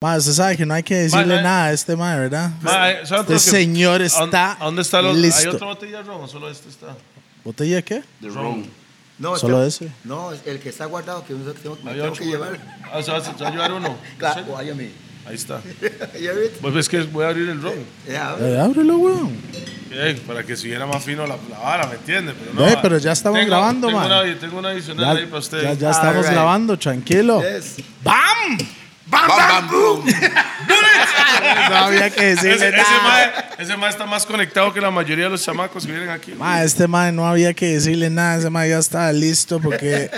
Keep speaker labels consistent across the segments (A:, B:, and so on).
A: Ma, se sabe que no hay que decirle
B: no hay-
A: nada a este mae, ¿verdad?
B: Ma, eh, ¿sabe otro
A: este
B: que-
A: señor
B: ¿A dónde-
A: está
B: ¿a ¿Dónde está los, ¿Hay
A: listo.
B: otra botella de ron o solo este está?
A: ¿Botella de qué?
C: De ron.
D: No,
A: Solo
D: este-
A: ese.
D: No, el que está guardado, que uno tengo, me
B: Había
D: tengo
B: ocho,
D: que llevar.
B: Ah, o sea, ¿se va a llevar uno?
D: Claro,
B: Sí.
D: vaya mi.
B: Ahí está.
D: Ya ves.
B: Pues es que voy a abrir el ron.
D: Ya,
A: Eh, ábrelo, weón.
B: Bien, para que siguiera más fino la, la vara, ¿me entiendes? Pero, no,
A: Ve,
B: ma.
A: pero ya estamos
B: Tengo-
A: grabando,
B: tengo
A: ma.
B: Una, tengo una adicional
A: Ya,
B: ahí para usted. Ah,
A: ya, ya
D: All
A: estamos
D: right.
A: grabando, tranquilo.
D: ves.
A: ¡Bam!
C: Bam, bam, boom.
A: No había que decirle
B: Ese, ese
A: nada.
B: mae, ese mae está más conectado que la mayoría de los chamacos que vienen aquí.
A: Ma, este mae no había que decirle nada, ese mae ya estaba listo porque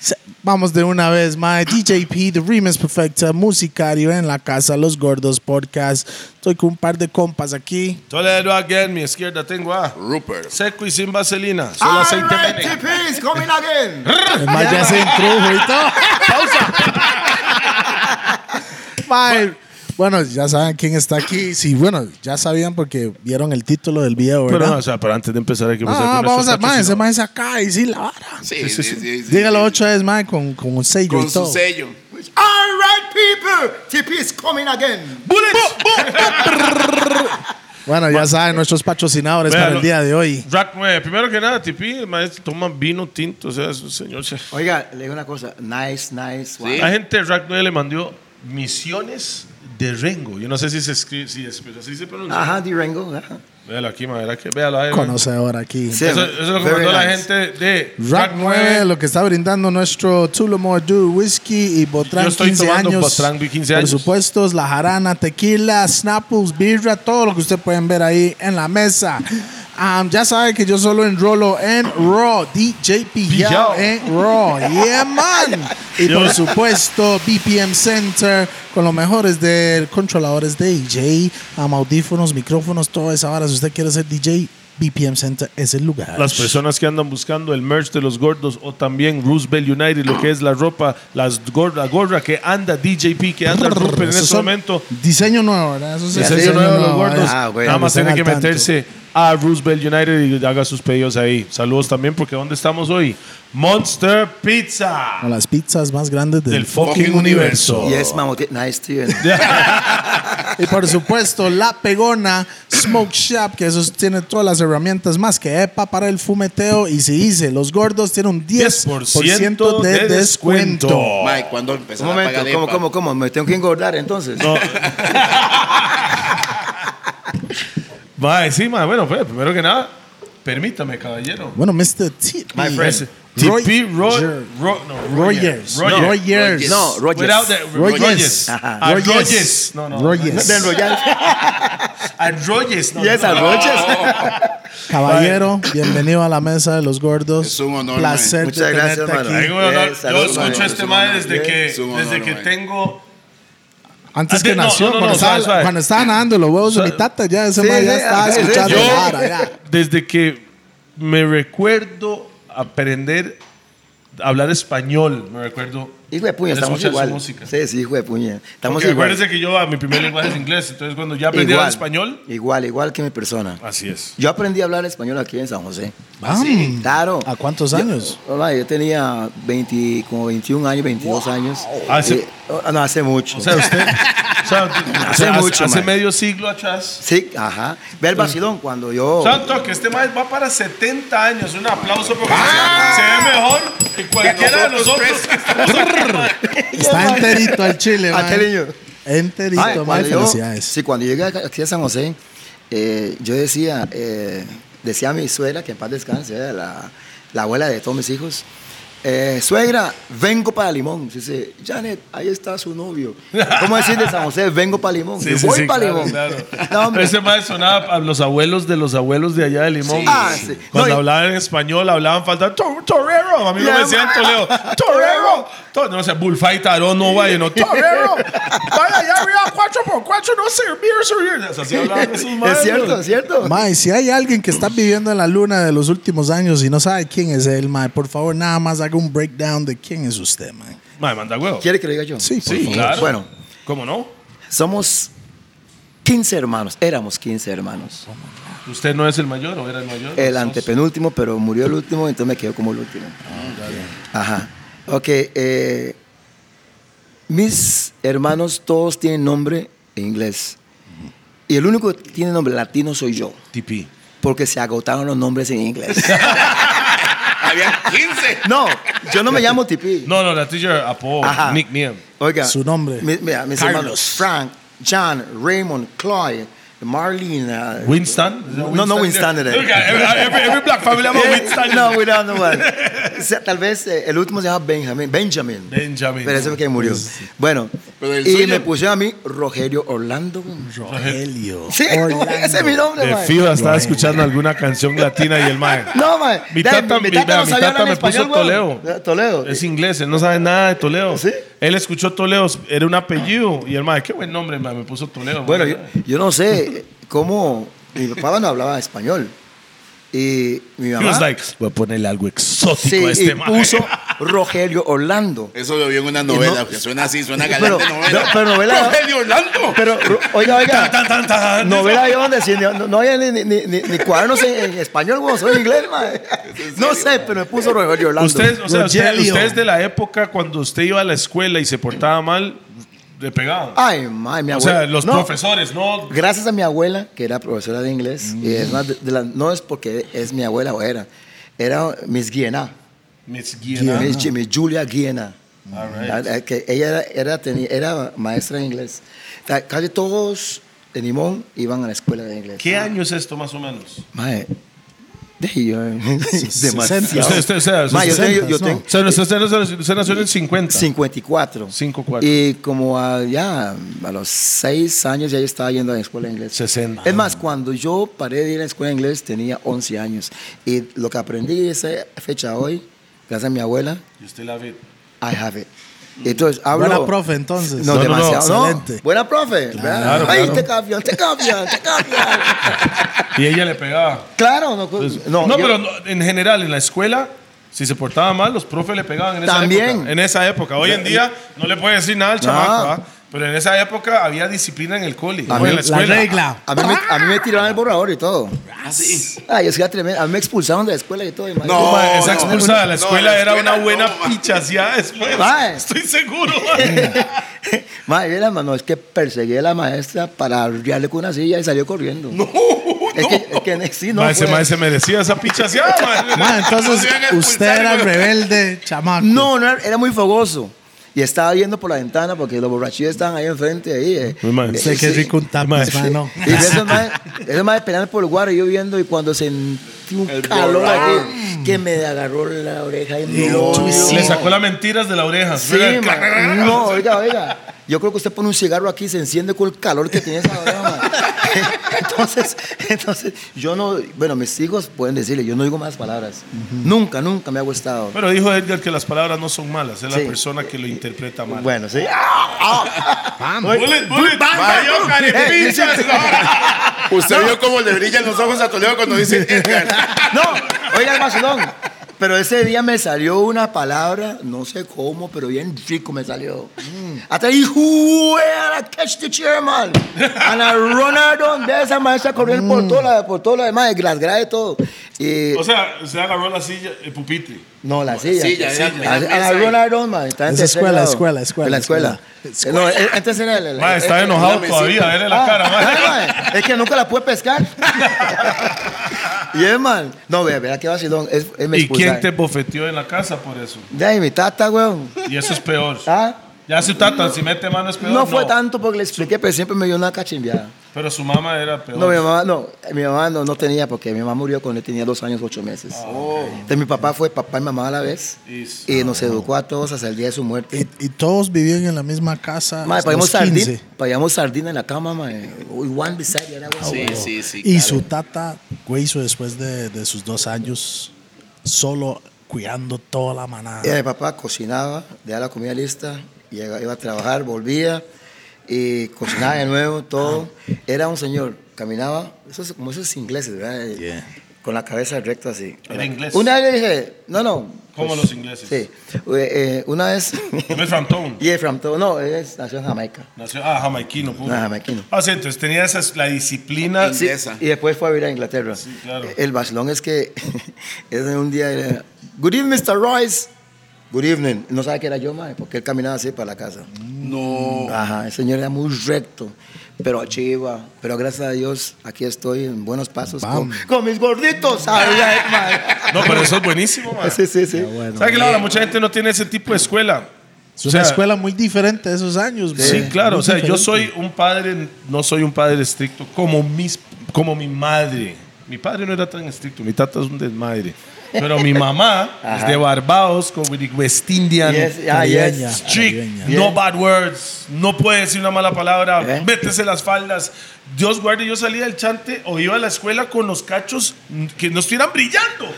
A: Se- vamos de una vez, mae. DJP, The Remix Perfecta, Musicario en la casa, Los Gordos Podcast. Estoy con un par de compas aquí.
B: Toledo again, mi izquierda tengo a
C: Rupert.
B: seco y sin vaselina.
A: Ah,
B: Solo
D: All
B: aceite
D: right,
B: Bene.
D: tipis, coming again.
A: El mae ya se introdujo y todo. Pausa. Mae, Bueno, ya saben quién está aquí. Sí, bueno, ya sabían porque vieron el título del video,
B: Pero, no,
A: ¿verdad?
B: o sea, pero antes de empezar hay que
A: No,
B: empezar con
A: vamos a,
B: nuestros
A: mae, ese
B: patrocinadores.
A: mae es acá y sí la vara.
C: Sí, sí, sí. sí, sí.
A: Dígalo ocho veces, mae, con, con un sello
C: Con
A: y
C: su
A: todo.
C: sello.
D: All right, people, tipis, coming again.
A: Bueno, ya saben, nuestros patrocinadores
B: Vea,
A: para
B: lo-
A: el día de hoy.
B: Rack, mae, primero que nada, Tipi, el maestro toma vino tinto, o sea, es un señor. chef.
D: Oiga, le digo una cosa. Nice, nice.
C: Sí.
B: La gente de Rack 9 le mandó misiones de Rengo. Yo no sé si se escribe, si es, pero así se pronuncia.
D: Ajá, Durango. Ajá.
B: Véalo aquí, mae, verá que, véalo ahí. mae.
A: Conocedor aquí.
D: Sí.
B: Eso, eso es lo que
D: Very
B: mandó la
D: nice.
B: gente de
A: Rack 9, lo que está brindando nuestro Tulumore Dew Whiskey y Botran
B: Yo estoy
A: 15
B: tomando
A: años.
B: Botrán de 15 años.
A: Por supuesto, la jarana, tequila, snapples, birra, todo lo que ustedes pueden ver ahí en la mesa. Am, ya sabe que yo solo enrolo en Raw, DJ Pillao
B: Pillao.
A: en Raw. Yeah, man. Y por
B: Yo-
A: supuesto, BPM Center con los mejores de controladores de DJ, am, audífonos, micrófonos, toda esa vara. Si usted quiere ser DJ, BPM Center es el lugar.
B: Las personas que andan buscando el merch de los gordos o también Roosevelt United, lo que es la ropa, las gor- la gorra que anda DJP, que anda Rupert en
A: Esos
B: este
A: son
B: momento.
A: Diseño Este nuevo, ¿verdad? Eso sí es
B: Diseño nuevo de los gordos.
D: Ah, bueno,
B: Nada más
A: estén
B: tiene que
A: al tanto.
B: meterse a Roosevelt United y haga sus pedidos ahí. Saludos también, porque ¿dónde estamos hoy? Monster Pizza
A: Con las pizzas más grandes del,
B: del fucking universo.
D: Yes, mamote. Nice to you.
A: Y por supuesto, La Pegona Smoke Shop, que eso tiene todas las herramientas más que EPA para el fumeteo. Y si dice, los gordos tienen un 10%
B: 10%
A: de,
B: de
A: descuento.
B: descuento.
C: Mike, ¿cuándo empezó
D: Un
C: a
D: momento,
C: pagar
D: ¿cómo,
C: EPA?
D: cómo, cómo? ¿Me tengo que engordar entonces?
B: No. Va, sí, ma, bueno, pues, primero que nada, permítame, caballero.
A: Bueno, Mr. T.
B: My friend.
A: Roy-
B: TP Roy,
A: Jer-
B: Ro- no,
A: Rogers.
B: Royer.
A: No, Rogers.
D: No, Rogers.
B: Without the-
A: Rogers.
B: Rogers.
A: Ajá.
B: A
A: Rogers.
B: Rogers. Ah, No, no.
A: Rogers.
D: De enrollar.
B: A Ah, Rogers. No,
D: Yes,
B: no,
D: a
B: no.
D: Roches.
A: Caballero, bienvenido a la mesa de los gordos.
C: Es un honor,
A: Placer de
C: man.
D: Muchas gracias,
A: tenerte
D: mano.
A: aquí.
B: Tengo un honor.
D: Yes,
B: Yo
D: saludos,
B: escucho a
C: man.
B: este man
C: Es un
B: desde
C: honor.
B: que,
C: Es un
B: desde
C: honor,
B: que
C: man.
B: tengo.
A: Antes que
B: No, no,
A: nació,
B: no, no,
A: cuando,
B: suave,
A: estaba,
B: suave.
A: cuando estaba nadando los huevos de mi tata, ya ese
D: Sí,
A: man ya
D: sí,
A: estaba
D: sí, sí.
A: escuchando
B: Yo-
A: la vara, ya.
B: Desde que me recuerdo aprender a hablar español, me recuerdo.
D: Hijo de puña, estamos
B: escuchar su
D: igual.
B: música.
D: Sí, sí, hijo de puña. Estamos
B: Porque
D: igual.
B: acuérdense que yo a mi primer lenguaje es inglés, entonces cuando ya aprendí a hablar español,
D: Igual, igual que mi persona.
B: así es.
D: Yo aprendí a hablar español aquí en San José.
A: Vamos.
D: Claro.
A: ¿A cuántos
D: Yo-
A: años?
D: hola, yo tenía 20, como 21 años, 22 años.
B: Ah, Hace-
D: Eh, oh, no, hace mucho.
B: O sea, usted. o sea,
D: Hace
B: hace,
D: mucho,
B: hace
D: man.
B: medio siglo atrás.
D: sí, ajá. Ve el vacilón cuando yo.
B: Santo, que este maestro va para 70 años. Un aplauso porque se, se ve mejor que cualquiera de nosotros. que estamos aquí, man.
A: Está enterito el chile, man.
D: ¿A Ah, qué niño?
A: Enterito,
D: Ay,
A: man.
D: cuando yo-
A: Felicidades.
D: sí, cuando llegué acá- aquí a San José, eh, yo decía, eh, decía a mi suegra, que en paz descanse, eh, la, la abuela de todos mis hijos, eh, suegra, vengo para Limón. Dice, Janet, ahí está su novio. ¿Cómo decir de San José, vengo para Limón?
B: Sí, sí,
D: Voy
B: sí,
D: para
B: claro,
D: Limón.
B: claro.
D: No, hombre.
B: Ese maestro sonaba a los abuelos de los abuelos de allá de Limón.
D: Sí. Ah, sí.
B: Cuando
D: No, y-
B: hablaban en español, hablaban falta "Tor- torero. A mí no
D: Yeah,
B: me decían
D: man.
B: toleo. Torero. To- no sé, bullfight, tarón, oh, no vaya, no. Torero. Vaya allá arriba, cuatro por cuatro, no servir, servir. O sea, así hablaban esos
D: Es
B: maestros.
D: cierto, es cierto.
A: Mae, si hay alguien que está viviendo en la luna de los últimos años y no sabe quién es él, mae, por favor, nada más haga un breakdown de quién es usted, mae.
B: Mae, manda huevo.
D: ¿Quiere que lo diga yo?
A: Sí, por
B: Sí,
A: favor.
B: claro.
D: Bueno.
B: ¿Cómo no?
D: Somos 15 hermanos, éramos 15 hermanos.
B: ¿Usted no es el mayor o era el mayor?
D: El antepenúltimo, pero murió el último, entonces me quedó como el último. Ajá. Ok, eh, Mis hermanos todos tienen nombre en inglés. Y el único que tiene nombre latino soy yo,
B: TP.
D: porque se agotaron los nombres en inglés.
C: Había 15.
D: No, yo no me llamo Tipi.
B: No, no, la teacher apodo,
D: Ajá.
B: nickname.
D: Oiga,
A: Su nombre.
D: mi- mira, mis
B: Carlos.
D: hermanos Frank, John, Raymond, Clyde, Marlene. uh,
B: Winston? Is that
D: No, no Winston era.
B: Look, every, every, every black family have a Winston. Eh,
D: No, we don't know one. O sea, tal vez eh, el último se llama Benjamin. Benjamin.
B: Benjamin.
D: Pero ese fue quien murió. Bueno,
C: Pero el
D: y
C: suyo-
D: me pusieron a mí Rogelio Orlando. güey.
A: Rogelio.
D: Sí,
A: Orlando.
D: ese es mi nombre,
B: De
D: man.
B: fijo estaba escuchando alguna canción latina y el mae.
D: No, man.
B: Mi
D: De-
B: tata, mi, vea, mi
D: no sabía
B: tata
D: hablar
B: me puso
D: español, güey.
B: Toledo.
D: Eh, Toledo.
B: Es inglés, él no sabe nada de Toledo.
D: ¿Sí?
B: Él escuchó Toledo, era un apellido. Y el mae, qué buen nombre, mae, me puso Toledo.
D: Bueno,
B: mae.
D: yo, yo no sé eh, cómo. Mi papá no hablaba español. Y mi
B: He was
D: mamá.
B: like, voy a ponerle algo exótico
D: ¿Ah? sí,
B: a
D: y
B: este mae.
D: puso Rogelio Orlando.
C: Eso lo vi en una novela,
D: no-
C: que suena así, suena
D: Pero-
C: galante novela.
D: no, pero novela-
C: Rogelio Orlando.
D: Pero, ro- oiga,
B: Tan,
D: oiga.
B: tan, tan, tan.
D: Novela yo donde sí, no, no había ni, ni, ni, ni cuadernos en, en español, güey, soy inglés, mae. No sé, pero me puso Rogelio Orlando.
B: Ustedes, o sea, ustedes,
A: Rogelio.
B: ustedes de la época cuando usted iba a la escuela y se portaba mal, le pegaban.
D: Ay, mae, mi
B: o
D: abuela.
B: sea, los
D: Ah, no,
B: profesores, no.
D: Gracias a mi abuela, que era profesora de inglés, y es más de- de la- no es porque es mi abuela o era, era Miss Guiena,
B: Miss
D: Miss, Ju- Miss Julia Guiena.
B: All
D: Ah, ah, Que ella era, era, tenía- era maestra de inglés. O sea, Casi todos de Limón iban a la escuela de inglés. Ah.
B: ¿Qué año es esto más o menos?
D: Mae, de yo, demasiado.
B: Usted- usted- o sea,
D: Mae, yo, tengo-
A: sesentas,
D: yo
A: ¿no?
D: tengo
B: O sea, usted, usted- usted- usted nació en el 50.
D: 54.
B: 54.
D: Y como a- ya a los 6 años ya yo estaba yendo a la escuela de inglés.
B: 60.
D: Es más, cuando yo paré de ir a la escuela de inglés tenía 11 años. Y lo que aprendí esa fecha hoy, gracias a mi abuela,
B: Y usted la ve.
D: I have it. Entonces, hablo...
A: Buena profe, entonces.
D: No,
B: No, no, no,
D: demasiado. No,
A: excelente.
D: Buena profe. ¿verdad? Ay, te cambian, te cambian, te cambian.
B: Y ella le pegaba.
D: claro, no.
B: No,
D: Pues, no, yo-
B: pero no, en general, en la escuela, si se portaba mal, los profes le pegaban en esa
D: También.
B: época. En esa época. Hoy en día no le puede decir nada al chamaco, ¿ah? Pero en esa época había disciplina en el cole.
D: A
B: o en
D: mí
B: la
D: la
B: escuela.
A: regla.
D: A mí, me, a mí me tiraron el borrador y todo.
C: Así.
D: Ay, yo soy tremendo. A mí me expulsaron de la escuela y todo. y, mae,
C: No,
D: yo, mae,
B: Ma, esa
C: no,
B: expulsada de
C: no,
B: la
C: la
B: escuela era
C: escuela
B: una
C: no,
B: buena
C: ma.
B: pichaseada después.
D: Mae.
B: Estoy seguro. ma.
D: Madre mía, la mano, es que perseguí a la maestra para arriarle con una silla y salió corriendo. No,
C: Uh,
D: es que, es que en- sí, no.
B: Ma, ese
D: fue-
B: ma se merecía esa pichaseada. ma.
A: Ma, entonces
C: No se van a
A: usted
C: expulsar,
A: era
C: güey.
A: rebelde, chamaco.
D: no, no, era, era muy fogoso. Y estaba viendo por la ventana porque los borrachillos estaban ahí enfrente. Ahí, eh.
B: Muy mal.
D: Eh,
A: Sé que
D: sí.
A: es rico un tapiz,
B: Sí.
A: Pues, ma, no.
D: Y eso es más peleando por el guardia, yo viendo y cuando sentí un
C: El
D: calor
C: borrador.
D: aquí, que me agarró la oreja y me
A: No.
D: dolió.
B: Le sacó las mentiras de la oreja.
D: Sí, ma. No, oiga, oiga. Yo creo que usted pone un cigarro aquí y se enciende con el calor que tiene esa oreja, ma. Entonces, entonces, yo no, bueno, mis hijos pueden decirle, yo no digo más palabras. Nunca, nunca me ha gustado.
B: Pero dijo Edgar que las palabras no son malas, es
D: Sí.
B: la persona que lo interpreta mal.
D: Bueno, sí.
B: Bullet, bullet, este cayó,
D: Eh,
B: carepichas.
C: Usted vio cómo le brillan los ojos a Toledo cuando dice Edgar.
D: No, oiga, Macedón. Pero ese día me salió una palabra, no sé cómo, pero bien rico me salió. Hasta ahí, "Juega, catch the este chairman. Ana Ronaldo, de esa maestra correr por todo la- por todo lo demás, las gradas y todo. Y-
B: O sea, se agarró la silla, el pupitre.
D: No, la silla.
C: silla,
D: Sí,
C: ya,
D: sí.
C: la
D: A-
C: mesa
D: a la
C: ahí.
D: Ron Iron, man, está en
A: Esa
D: tercer
A: escuela,
D: grado.
A: escuela, escuela,
D: En La escuela. No, eh, antes era la- la-
B: Ma, está
D: eh,
B: enojado
C: la
B: todavía,
C: mesita.
B: verle la
D: ah,
B: cara. ma.
D: ah, man, Es que nunca la pude pescar. y es man. No, vea, vea qué vacilón. Es, es me
B: ¿Y quién
D: expulsaron.
B: te bofeteó en la casa por eso?
D: De ahí, mi tata, weón.
B: Y eso es peor.
D: Ah,
B: Ya su tata, si mete mano es peor.
D: no fue tanto porque le expliqué, pero siempre me dio una cachimbiada.
B: Pero su mamá era peor.
D: No, mi mamá, no, mi mamá no, no tenía porque mi mamá murió cuando yo tenía dos años, ocho meses. Entonces mi papá fue papá y mamá a la vez
B: Oh. Is-
D: y nos educó a todos hasta el día de su muerte.
A: Y, y todos vivían en la misma casa.
D: Mae,
A: hasta
D: pagamos
A: los
D: sardina,
A: 15.
D: pagamos sardina en la cama, mae. Uy, one beside the other.
C: Sí, sí, sí.
A: Y
C: claro.
A: su tata, güey, hizo después de, de sus dos años, solo cuidando toda la manada.
D: Y mi papá cocinaba, dejaba la comida lista, y iba iba a trabajar, volvía y cocinaba de nuevo, todo. Era un señor, caminaba, eso es como esos ingleses, ¿verdad? Eh,
A: Yeah.
D: Con la cabeza recta así.
B: Era inglés.
D: Una vez le dije, no, no. pues,
B: Como los ingleses.
D: Sí. Eh, eh, una vez.
B: No es Frampton.
D: y from todo. No, es nació en Jamaica.
B: Nació, ah, jamaiquino. puro.
D: Ah, jamaiquino.
B: Ah, sí, entonces tenía esa, la disciplina.
C: Sí. Inglesa.
D: Ah, Y después fue a vivir a Inglaterra.
B: Sí, claro.
D: El vacilón es que es un día era, Good evening, Mr. Royce. Good evening. No sabe que era yo, mae, porque él caminaba así para la casa.
B: No.
D: Ajá, el señor era muy recto, pero chiva. Pero gracias a Dios, aquí estoy en buenos pasos con, con mis gorditos. Ay, ay, madre.
B: No, pero eso es buenísimo, man.
D: Sí, sí, sí.
B: ¿Sabes qué, Laura? Mucha gente no tiene ese tipo de escuela.
A: Es una
B: O sea,
A: escuela muy diferente de esos años, bro.
B: Sí, claro.
A: Eh, Muy
B: O sea, yo
A: diferente.
B: soy un padre, no soy un padre estricto como, mis, como mi madre. Mi padre no era tan estricto, mi tata es un desmadre. Pero mi mamá es de Barbados, con with the West Indian.
D: Yes, ah,
A: Caribeña.
D: yes.
B: Strict,
A: Caribeña.
B: no bad words, no puede decir una mala palabra,
D: ¿Eh?
B: métese las faldas. Dios guarde, yo salía del chante o iba a la escuela con los cachos mm, que no estuvieran brillando.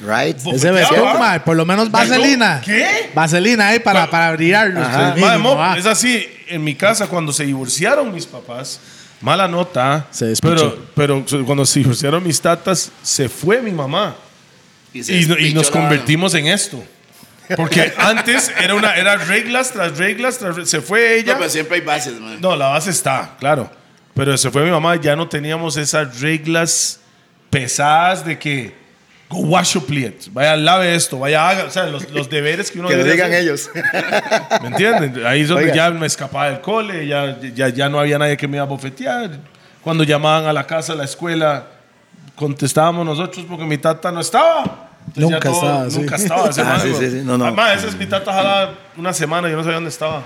D: Right.
A: Ese
B: Bofeteado,
A: vestido,
B: ¿ah?
A: mae, por lo menos vaselina.
B: ¿Qué?
A: Vaselina ahí para, para brillarlo.
B: Madre,
A: usted mismo,
B: mo,
A: ah.
B: es así, en mi casa cuando se divorciaron mis papás, mala nota,
A: Se despichó.
B: pero, pero cuando se divorciaron mis tatas, se fue mi mamá
C: se
B: y, no- y
C: pichó
B: nos
C: la-
B: convertimos en esto. Porque antes era una era reglas tras reglas, tras re- se fue
C: No, pues.
B: ella.
C: pero siempre hay bases, man.
B: No, la base está, claro. Pero se fue mi mamá, ya no teníamos esas reglas pesadas de que go wash your plate, vaya lave esto, vaya haga, o sea, los, los deberes que uno
D: Que lo
B: debería
D: digan
B: hacer.
D: ellos.
B: ¿Me entienden? Ahí es donde
D: Oiga.
B: ya me escapaba del cole, ya, ya, ya no había nadie que me iba a bofetear. Cuando llamaban a la casa, a la escuela, contestábamos nosotros porque mi tata no estaba. Entonces
A: Nunca estaba, sí.
B: Nunca estaba. ese
D: Ah,
B: man,
D: sí,
B: güey.
D: sí, sí. No, no.
B: Además, esa es mi tata jalaba una semana, yo no sabía dónde estaba.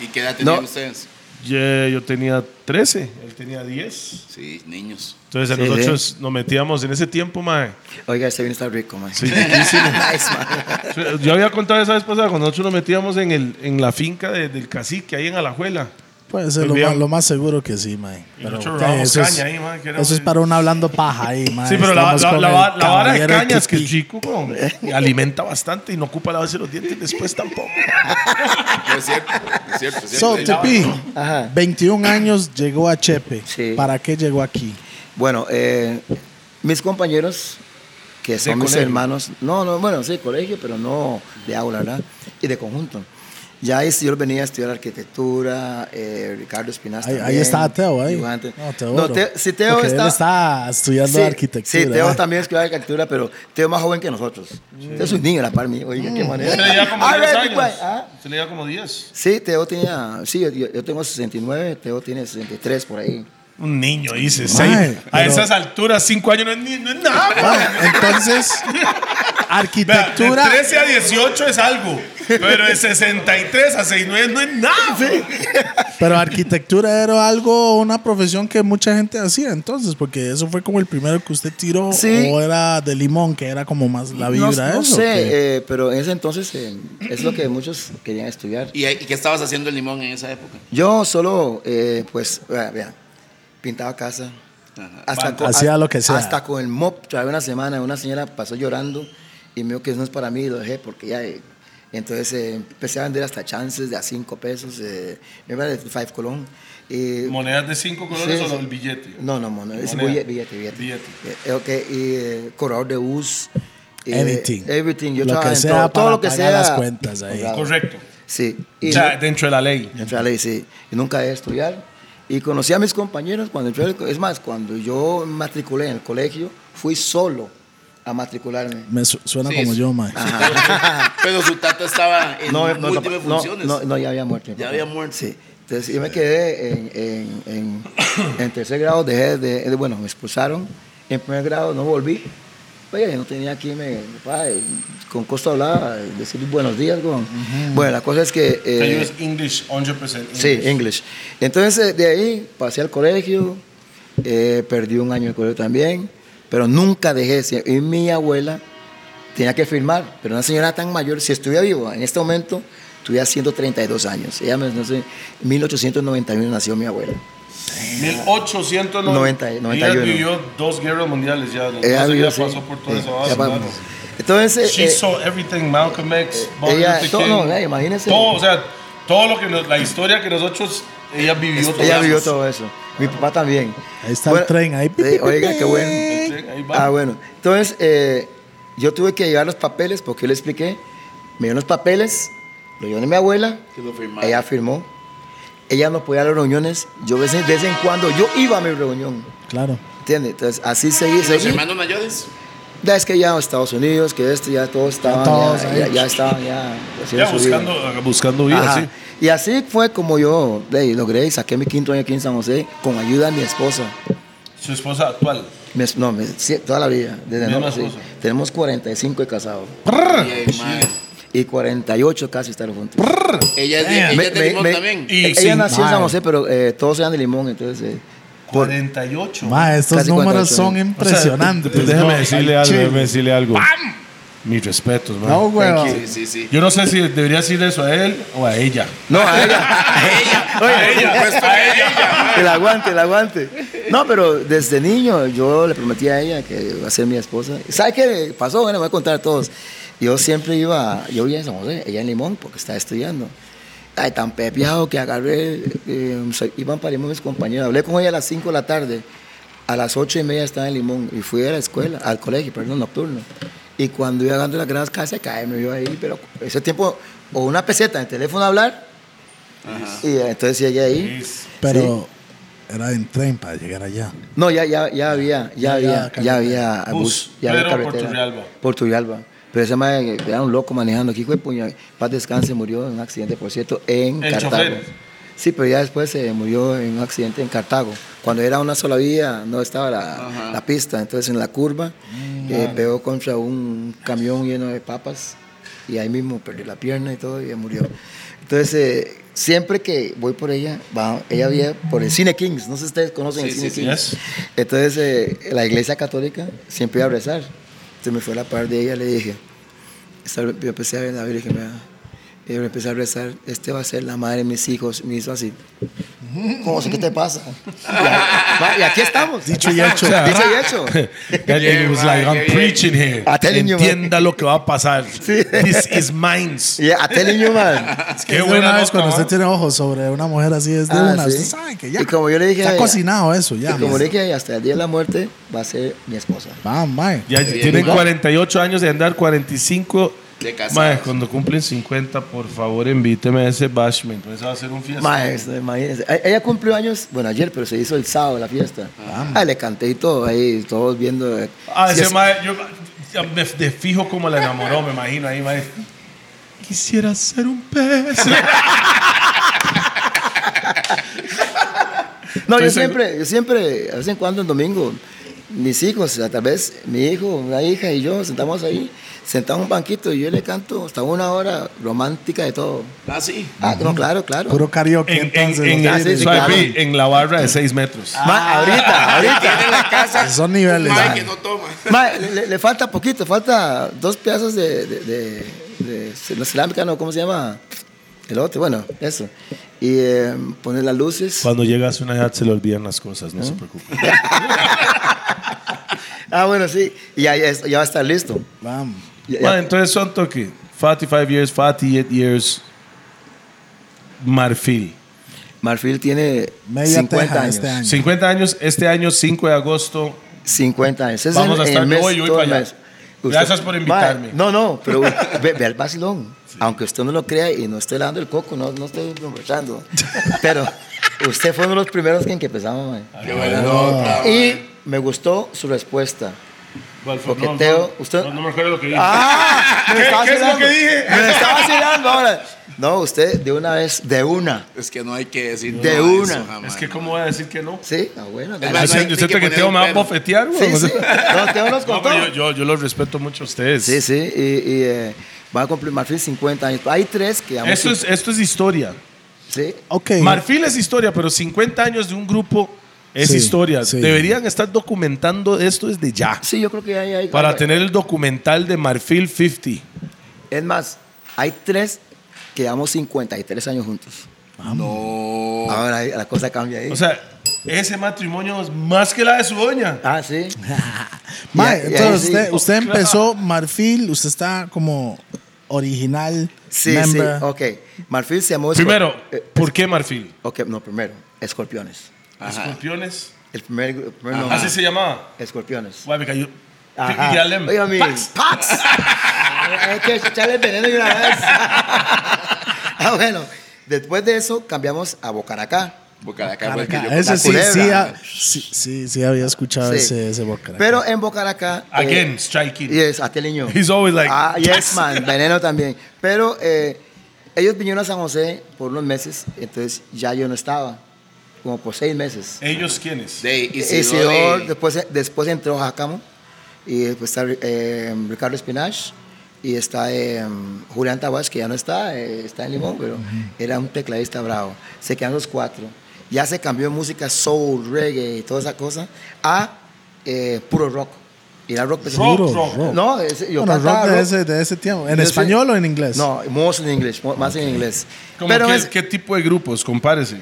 C: ¿Y qué edad tenían
D: No.
C: ustedes?
B: Ye- Yo, tenía 13, él tenía 10.
C: Sí, niños.
B: Entonces
D: Sí,
B: nosotros nos metíamos en ese tiempo, mae.
D: Oiga, este vino está rico, man.
B: Sí, difícil.
D: Nice, man.
B: Yo había contado esa vez pasada, cuando nosotros nos metíamos en, el, en la finca de- del cacique, ahí en Alajuela.
A: Puede ser
B: Muy
A: lo
B: bien.
A: más, lo más seguro que sí, mae.
B: Y
A: Pero
B: nosotros
A: ok,
B: robamos
A: eso, es,
B: caña ahí, mae, que era
A: eso es
B: un-
A: para un hablando paja ahí,
D: Ah,
A: mae.
B: Sí, pero la,
A: Estamos
B: la-
A: con
B: la-
A: el
B: la vara de
A: caballero
B: cañas que el
A: Kiki.
B: chico con- alimenta bastante y no ocupa lavarse los dientes después tampoco.
C: No es cierto, no es cierto. es cierto.
A: So,
C: Ahí la-
A: Tepi,
D: Ajá.
A: 21 años llegó a Chepe.
D: Sí.
A: ¿Para qué llegó aquí?
D: Bueno, eh, mis compañeros, que son mis
B: colegio.
D: hermanos, no, no, bueno, sí, colegio, pero no de aula, ¿verdad? Y de conjunto. Ya ahí yo venía a estudiar arquitectura, eh, Ricardo Espinaza.
A: Ahí, ahí
D: también,
A: estaba Teo, ahí.
D: dibujante.
A: No, Teo.
D: No,
A: bro.
D: Teo- sí, Teo
A: Porque
D: está-
A: Él está estudiando
D: sí,
A: arquitectura.
D: Sí, Teo
A: ¿eh?
D: también estudió arquitectura, pero Teo más joven que nosotros. Teo es un niño a la par mía, oiga, qué manera.
B: Se le lleva Mm. como
D: All
B: 10
D: right,
B: años.
D: big boy, ¿ah?
B: Se le lleva como 10.
D: Sí, Teo tenía, sí, yo, yo tengo 69, Teo tiene 63 por ahí.
B: Un niño, dice.
A: Ay,
B: seis. A
A: pero-
B: esas alturas, 5 años no es, ni- no es nada.
A: Bueno, entonces,
B: Vea, de
A: arquitectura.
B: 13 a 18 es algo, pero de 63 a 69 no es nada.
A: Pero arquitectura era algo, una profesión que mucha gente hacía entonces, porque eso fue como el primero que usted tiró,
D: Sí.
A: o era de limón, que era como más la
D: No,
A: vibra.
D: no
A: eso, que-
D: sé, eh, pero en ese entonces eh, es lo que muchos querían estudiar.
C: ¿Y, ¿Y qué estabas haciendo el limón en esa época?
D: Yo solo, eh, pues, vea, vea, pintaba casa. Hasta
A: Bueno, hacía lo que sea.
D: Hasta con el mop, traía una semana, una señora pasó llorando y me dijo que eso no es para mí y lo dejé porque ya... eh, entonces eh, empecé a vender hasta chances de a 5 pesos, eh, me iba de 5 colón. eh,
B: Monedas de 5 colores
D: Sí,
B: o
D: sí.
B: el billete.
D: no, no, mono, es
B: Moneda.
D: billete, billete. billete.
B: Billete.
D: Eh, ok, y eh, corredor de bus. eh,
A: Everything.
D: everything. Yo
A: lo
D: trabajaba
A: que
D: en
A: sea
D: todo, todo
A: para
D: lo que
A: pagar
D: sea.
A: las cuentas ahí.
D: Correcto.
B: Correcto.
D: Sí.
B: O
D: Y
B: sea,
D: no-
B: dentro de la ley.
D: entré a la ley, sí. Y nunca dejé de estudiar. Y conocí a mis compañeros cuando entré al co- Es más, cuando yo me matriculé en el colegio, fui solo a matricularme.
A: Me su- suena
C: Sí,
A: como
C: sí.
A: yo, mae.
D: Ah.
C: Pero su tata estaba en
D: No, no,
C: múltiples
D: no,
C: funciones.
D: no, no, ya había muerto. mi
C: Ya
D: papá.
C: había muerto.
D: Sí. Entonces yo me quedé en, en, en, en tercer grado, dejé de, de- Bueno, me expulsaron. En primer grado no volví. Oye, yo no tenía aquí, me, papá, eh, con costo hablaba, eh, decir buenos días. Con, Bueno, la cosa es que. eh,
B: Can you use English 100%.
D: Sí, English. Entonces, eh, de ahí pasé al colegio, eh, perdí un año en el colegio también, pero nunca dejé. si- Y mi abuela tenía que firmar, pero una señora tan mayor, si estuviera viva en este momento, tuviera 132 años. Ella me, no sé, 1891 nació mi abuela.
B: 1891.
D: Noventa-
B: Ella
D: 91.
B: vivió dos guerras mundiales ya. Entonces,
D: Ella
B: Ella,
D: vivió, sí.
B: pasó por todo
D: Eh,
B: eso. ah,
D: ya pasamos. Entonces,
B: She
D: eh,
B: saw everything, Malcolm X, Martin
D: ella-
B: Luther
D: todo,
B: King.
D: no, eh, imagínese.
B: Todo, o sea, todo lo que nos- la historia que nosotros, ella vivió todo
D: ella
B: eso.
D: vivió todo eso. Mi papá también.
A: Ahí está el tren, ahí.
D: sí, oiga, qué bueno.
B: El tren, ahí va.
D: Ah, bueno. Entonces, eh, yo tuve que llevar los papeles, porque yo le expliqué. Me dio los papeles, lo llevé a mi abuela,
C: Que lo firmara.
D: ella firmó. Ella no podía ir a las reuniones. Yo de vez en, de vez en cuando, yo iba a mi reunión.
A: Claro.
D: ¿Entiendes? Entonces, así seguí,
C: ¿Los
D: seguí.
C: hermanos mayores?
D: Ya es que ya Estados Unidos, que esto, ya todos estaban, ya,
A: todos ahí.
D: ya- ya estaban, ya. haciendo
B: Ya
D: su vida.
B: buscando, ah, buscando vida,
D: Ajá.
B: sí.
D: Y así fue como yo eh, logré, saqué mi quinto año aquí en San José con ayuda de mi esposa.
B: Su esposa actual.
D: Mi es- no, mi- sí, toda la vida, desde
B: Misma
D: no, sí.
B: esposa.
D: Tenemos 45 de casados
A: Ah,
C: Bien, mae.
D: y 48 casi estaron juntos.
C: Ella es
B: Damn.
C: de, ella
D: Me-
C: es de
D: me-
C: limón
D: me-
C: también.
B: Y
D: ella
B: sin
D: nació en
A: madre.
D: San José, pero eh, todos eran de limón, entonces. eh,
B: 48.
A: Ma, estos
D: Casi
A: números
D: 48,
A: son
D: ¿no?
A: impresionantes. pues,
B: déjame
A: no,
B: decirle
A: al
B: algo,
A: chile.
B: déjame decirle algo. Mis respetos, man.
A: No, weón.
C: Sí, sí, sí.
B: Yo no sé si debería decirle eso a él o a ella.
D: No, a ella.
C: A ella, por supuesto, a ella.
D: el aguante, el aguante. No, pero desde niño yo le prometí a ella que iba a ser mi esposa. ¿Sabe qué pasó? Bueno, voy a contar a todos. Yo siempre iba, yo vivía en San José, ella en Limón, porque estaba estudiando. Ay, tan pepeado que agarré, eh, se- iban para Limón mis compañeros. Hablé con ella a las 5 de la tarde, a las 8 y media estaba en Limón y fui a la escuela, al colegio, perdón, nocturno. Y cuando iba agarrando las gradas casi caerme yo ahí, pero ese tiempo, o una peseta en el teléfono a hablar, y eh, entonces llegué ahí.
A: Pero era en tren para llegar allá.
D: No, ya, ya, ya había, ya, había,
A: carretera.
D: ya había
B: Bus,
D: bus, ya había
B: pero por
D: carretera.
B: Turrialba.
D: Por Turrialba. Pero ese mae era un loco manejando aquí, fue puñal. Paz descanse, murió en un accidente, por cierto, en
B: El
D: Cartago.
B: chofer.
D: Sí, pero ya después se murió en un accidente en Cartago. Cuando era una sola vía, no estaba la, la pista. Entonces, en la curva, eh, pegó contra un camión lleno de papas y ahí mismo perdió la pierna y todo y ya murió. Entonces, eh, siempre que voy por ella, va- ella había por el Cine Kings. No sé si ustedes conocen el
C: Sí,
D: Cine
C: sí, sí.
D: Kings.
B: Yes.
D: Entonces, eh, la iglesia católica siempre iba a rezar. Entonces me fue a la par de ella, le dije, esta- yo empecé a ver la Virgen, ¿verdad? Y yo empecé a rezar, este va a ser la madre de mis hijos, me hizo así. ¿Cómo sé qué te pasa? Y, a- y aquí estamos.
A: Dicho y hecho.
D: Dicho y hecho.
B: That nigga was like,
C: Yeah,
B: I'm
C: man,
B: preaching here.
D: I telling you, man.
B: Entienda lo que va a pasar. This is mines.
D: Y a tele niño, man.
A: Qué
B: buena
A: buena vez
B: nota,
A: cuando
B: man.
A: usted tiene ojos sobre una mujer así es de
D: Ah,
A: una.
D: sí.
A: Usted sabe que ya.
D: Y como yo le dije a
A: Está
D: ella-
A: cocinado eso ya.
D: Y como
A: man.
D: le dije, hasta el día de la muerte va a ser mi esposa.
A: Va, mae.
B: Ya tienen 48 años de andar, 45.
C: De casados.
B: Mae, cuando cumplen 50, por favor, invíteme a ese bashment. Pues, Eso va a ser un fiesta.
D: Maestro, imagínense. E- Ella cumplió años, bueno, ayer, pero se hizo el sábado la fiesta. Ah, le canté y todo ahí, todos viendo. eh,
B: Ah,
D: si
B: ese
D: es-
B: mae, yo ya me de fijo como la enamoró, me imagino ahí, mae. Quisiera ser un pez.
D: No, yo
B: Estoy seguro.
D: siempre, yo siempre, de vez en cuando en domingo, mis hijos, tal vez mi hijo, una hija y yo sentamos ahí, sentamos en un banquito y yo le canto hasta una hora romántica de todo.
C: Ah, sí.
D: Ah, no, claro, claro.
A: Puro karaoke.
B: en, en,
A: entonces,
B: en,
A: los
B: en-
D: Ah, sí,
A: tigres.
D: sí,
B: suave,
D: claro.
B: pi, en la barra de 6 metros.
D: Ma, ahorita,
B: Ah.
A: Ah,
D: ahorita.
C: Tiene en la casa.
A: Son niveles.
C: Mae
A: mae.
C: que no toma.
D: Ma, le, le- le falta poquito, falta dos pedazos de, de, de, de ce- no, cerámica, no, ¿cómo se llama? El otro, bueno, eso. Y eh, poner las luces.
B: Cuando llegas a una edad se le olvidan las cosas, no se preocupe.
D: Ah, bueno, sí. Y ya, ya, es- ya va a estar listo.
A: Vamos.
D: Ya- ya-
B: Mae, entonces son toque. 45 years, 48 years. Marfil.
D: Marfil tiene
A: Media
D: 50
A: teja
D: años.
A: este año.
B: 50 años, este año 5 de agosto.
D: 50 años. Es
B: Vamos
D: en-
B: a
D: en
B: estar-
D: el
B: yo
D: mes,
B: voy, yo voy
D: todo
B: para
D: el
B: allá.
D: mes.
B: Gracias por invitarme.
D: Ma, no, no, pero ve, ve al vacilón. Aunque usted no lo crea y no esté dando el coco, no, no estoy conversando. pero usted fue uno de los primeros que, en que empezamos, ma.
A: Ah,
C: Qué buena nota.
D: Y me gustó su respuesta. Porque Teo, usted-
B: No, no me acuerdo lo que dije.
D: ¡Ah! Me estaba
B: qué es lo
D: vacilando.
B: que dije?
D: Me estaba vacilando ahora. No, usted de una vez, de una.
C: Es que no hay que decir
D: De
C: no a eso,
D: una.
C: jamás.
B: es que, ¿cómo voy a decir que no?
D: Sí, ah, bueno.
C: Es
D: dale.
C: más,
B: Yo
C: no hay-
B: siento- siento
C: tiene que
B: que Teo
C: poner
B: me va a
C: un perro.
B: bofetear, güey.
D: Sí, sí. No, Teo nos
B: No,
D: contó.
B: pero yo, yo, yo los respeto mucho a ustedes.
D: Sí, sí. Y, y, eh, va a cumplir Marfil 50 años. Hay tres que vamos
B: Esto, es, esto es historia.
D: Sí.
A: Ok.
B: Marfil es historia, pero 50 años de un grupo es
A: Sí,
B: historia.
A: sí.
B: Deberían estar documentando esto desde ya.
D: Sí, yo creo que hay. hay
B: Para
D: hay-
B: tener el documental de Marfil 50.
D: Es más, hay tres que llevamos 53 años juntos.
C: No.
D: Ahora ahí la cosa cambia ahí.
B: O sea, ese matrimonio es más que la de su doña.
D: ah, sí.
A: Mae,
D: Y ahí- y ahí
A: entonces
D: sí.
A: usted,
B: Oh,
A: usted empezó Marfil, usted está como original.
D: Sí, Oh,
A: member.
D: sí. Ok. Marfil se llamó. Escor-
B: Primero,
D: eh,
B: ¿por qué Marfil?
D: ok, no, primero. Escorpiones.
C: Ajá.
B: Escorpiones.
D: El primer, el primer nombre.
B: Así se llamaba.
D: Escorpiones.
B: Guay, me cayó.
D: Ajá.
B: Y Alem.
D: Oiga, mi-
B: Pax, Pax.
D: Hay que echarle el veneno de una vez. ah, bueno. Después de eso, cambiamos a Bocaracá.
C: Bucaraca fue el que yo
A: Ese
D: la
A: sí, sí,
D: culebra.
A: ah, sí, sí, Ah, sí había escuchado
D: Sí.
A: ese, ese Bocaracá.
D: Pero en Bocaracá. eh,
B: Again, striking.
D: Yes, Ateliño.
B: He's always like,
D: Ah, yes, man. Veneno también. Pero eh, ellos vinieron a San José por unos meses, entonces ya yo no estaba. Como por seis meses.
B: ¿Ellos quiénes?
C: De Isidoro.
D: Isidor,
C: de-
D: después, después entró Jacamo, y después está eh, Ricardo Espinach, y está eh, Julián Tabás, que ya no está, eh, está en Limón, pero era un tecladista bravo. Se quedan los cuatro. Ya se cambió música soul, reggae y toda esa cosa a eh, puro rock. Y era rock pesado.
B: Rock,
A: Duro,
B: rock.
A: rock.
D: No, ese- yo
A: Bueno,
D: cantaba
A: rock de
D: rock.
A: ese, de ese tiempo. ¿En
D: Yo
A: español
D: sé-
A: o en inglés?
D: No, most en inglés, mo- más en inglés.
B: Como
D: Pero
B: que-
D: es-
B: ¿Qué tipo de grupos? Compárese.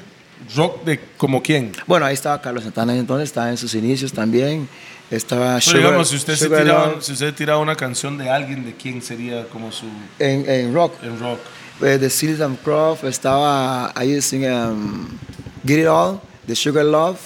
B: ¿Rock de como quién?
D: bueno, ahí estaba Carlos Santana entonces, estaba en sus inicios también. Estaba
B: Pero
D: Sugar-
B: digamos, si usted, se
D: Sugar
B: tiraba,
D: Love
B: si usted tiraba una canción de alguien, ¿de quién sería como su...
D: en, en rock.
B: en rock?
D: Eh, de Silvan Croft, estaba ahí sin um, Get It All, de Sugar Love.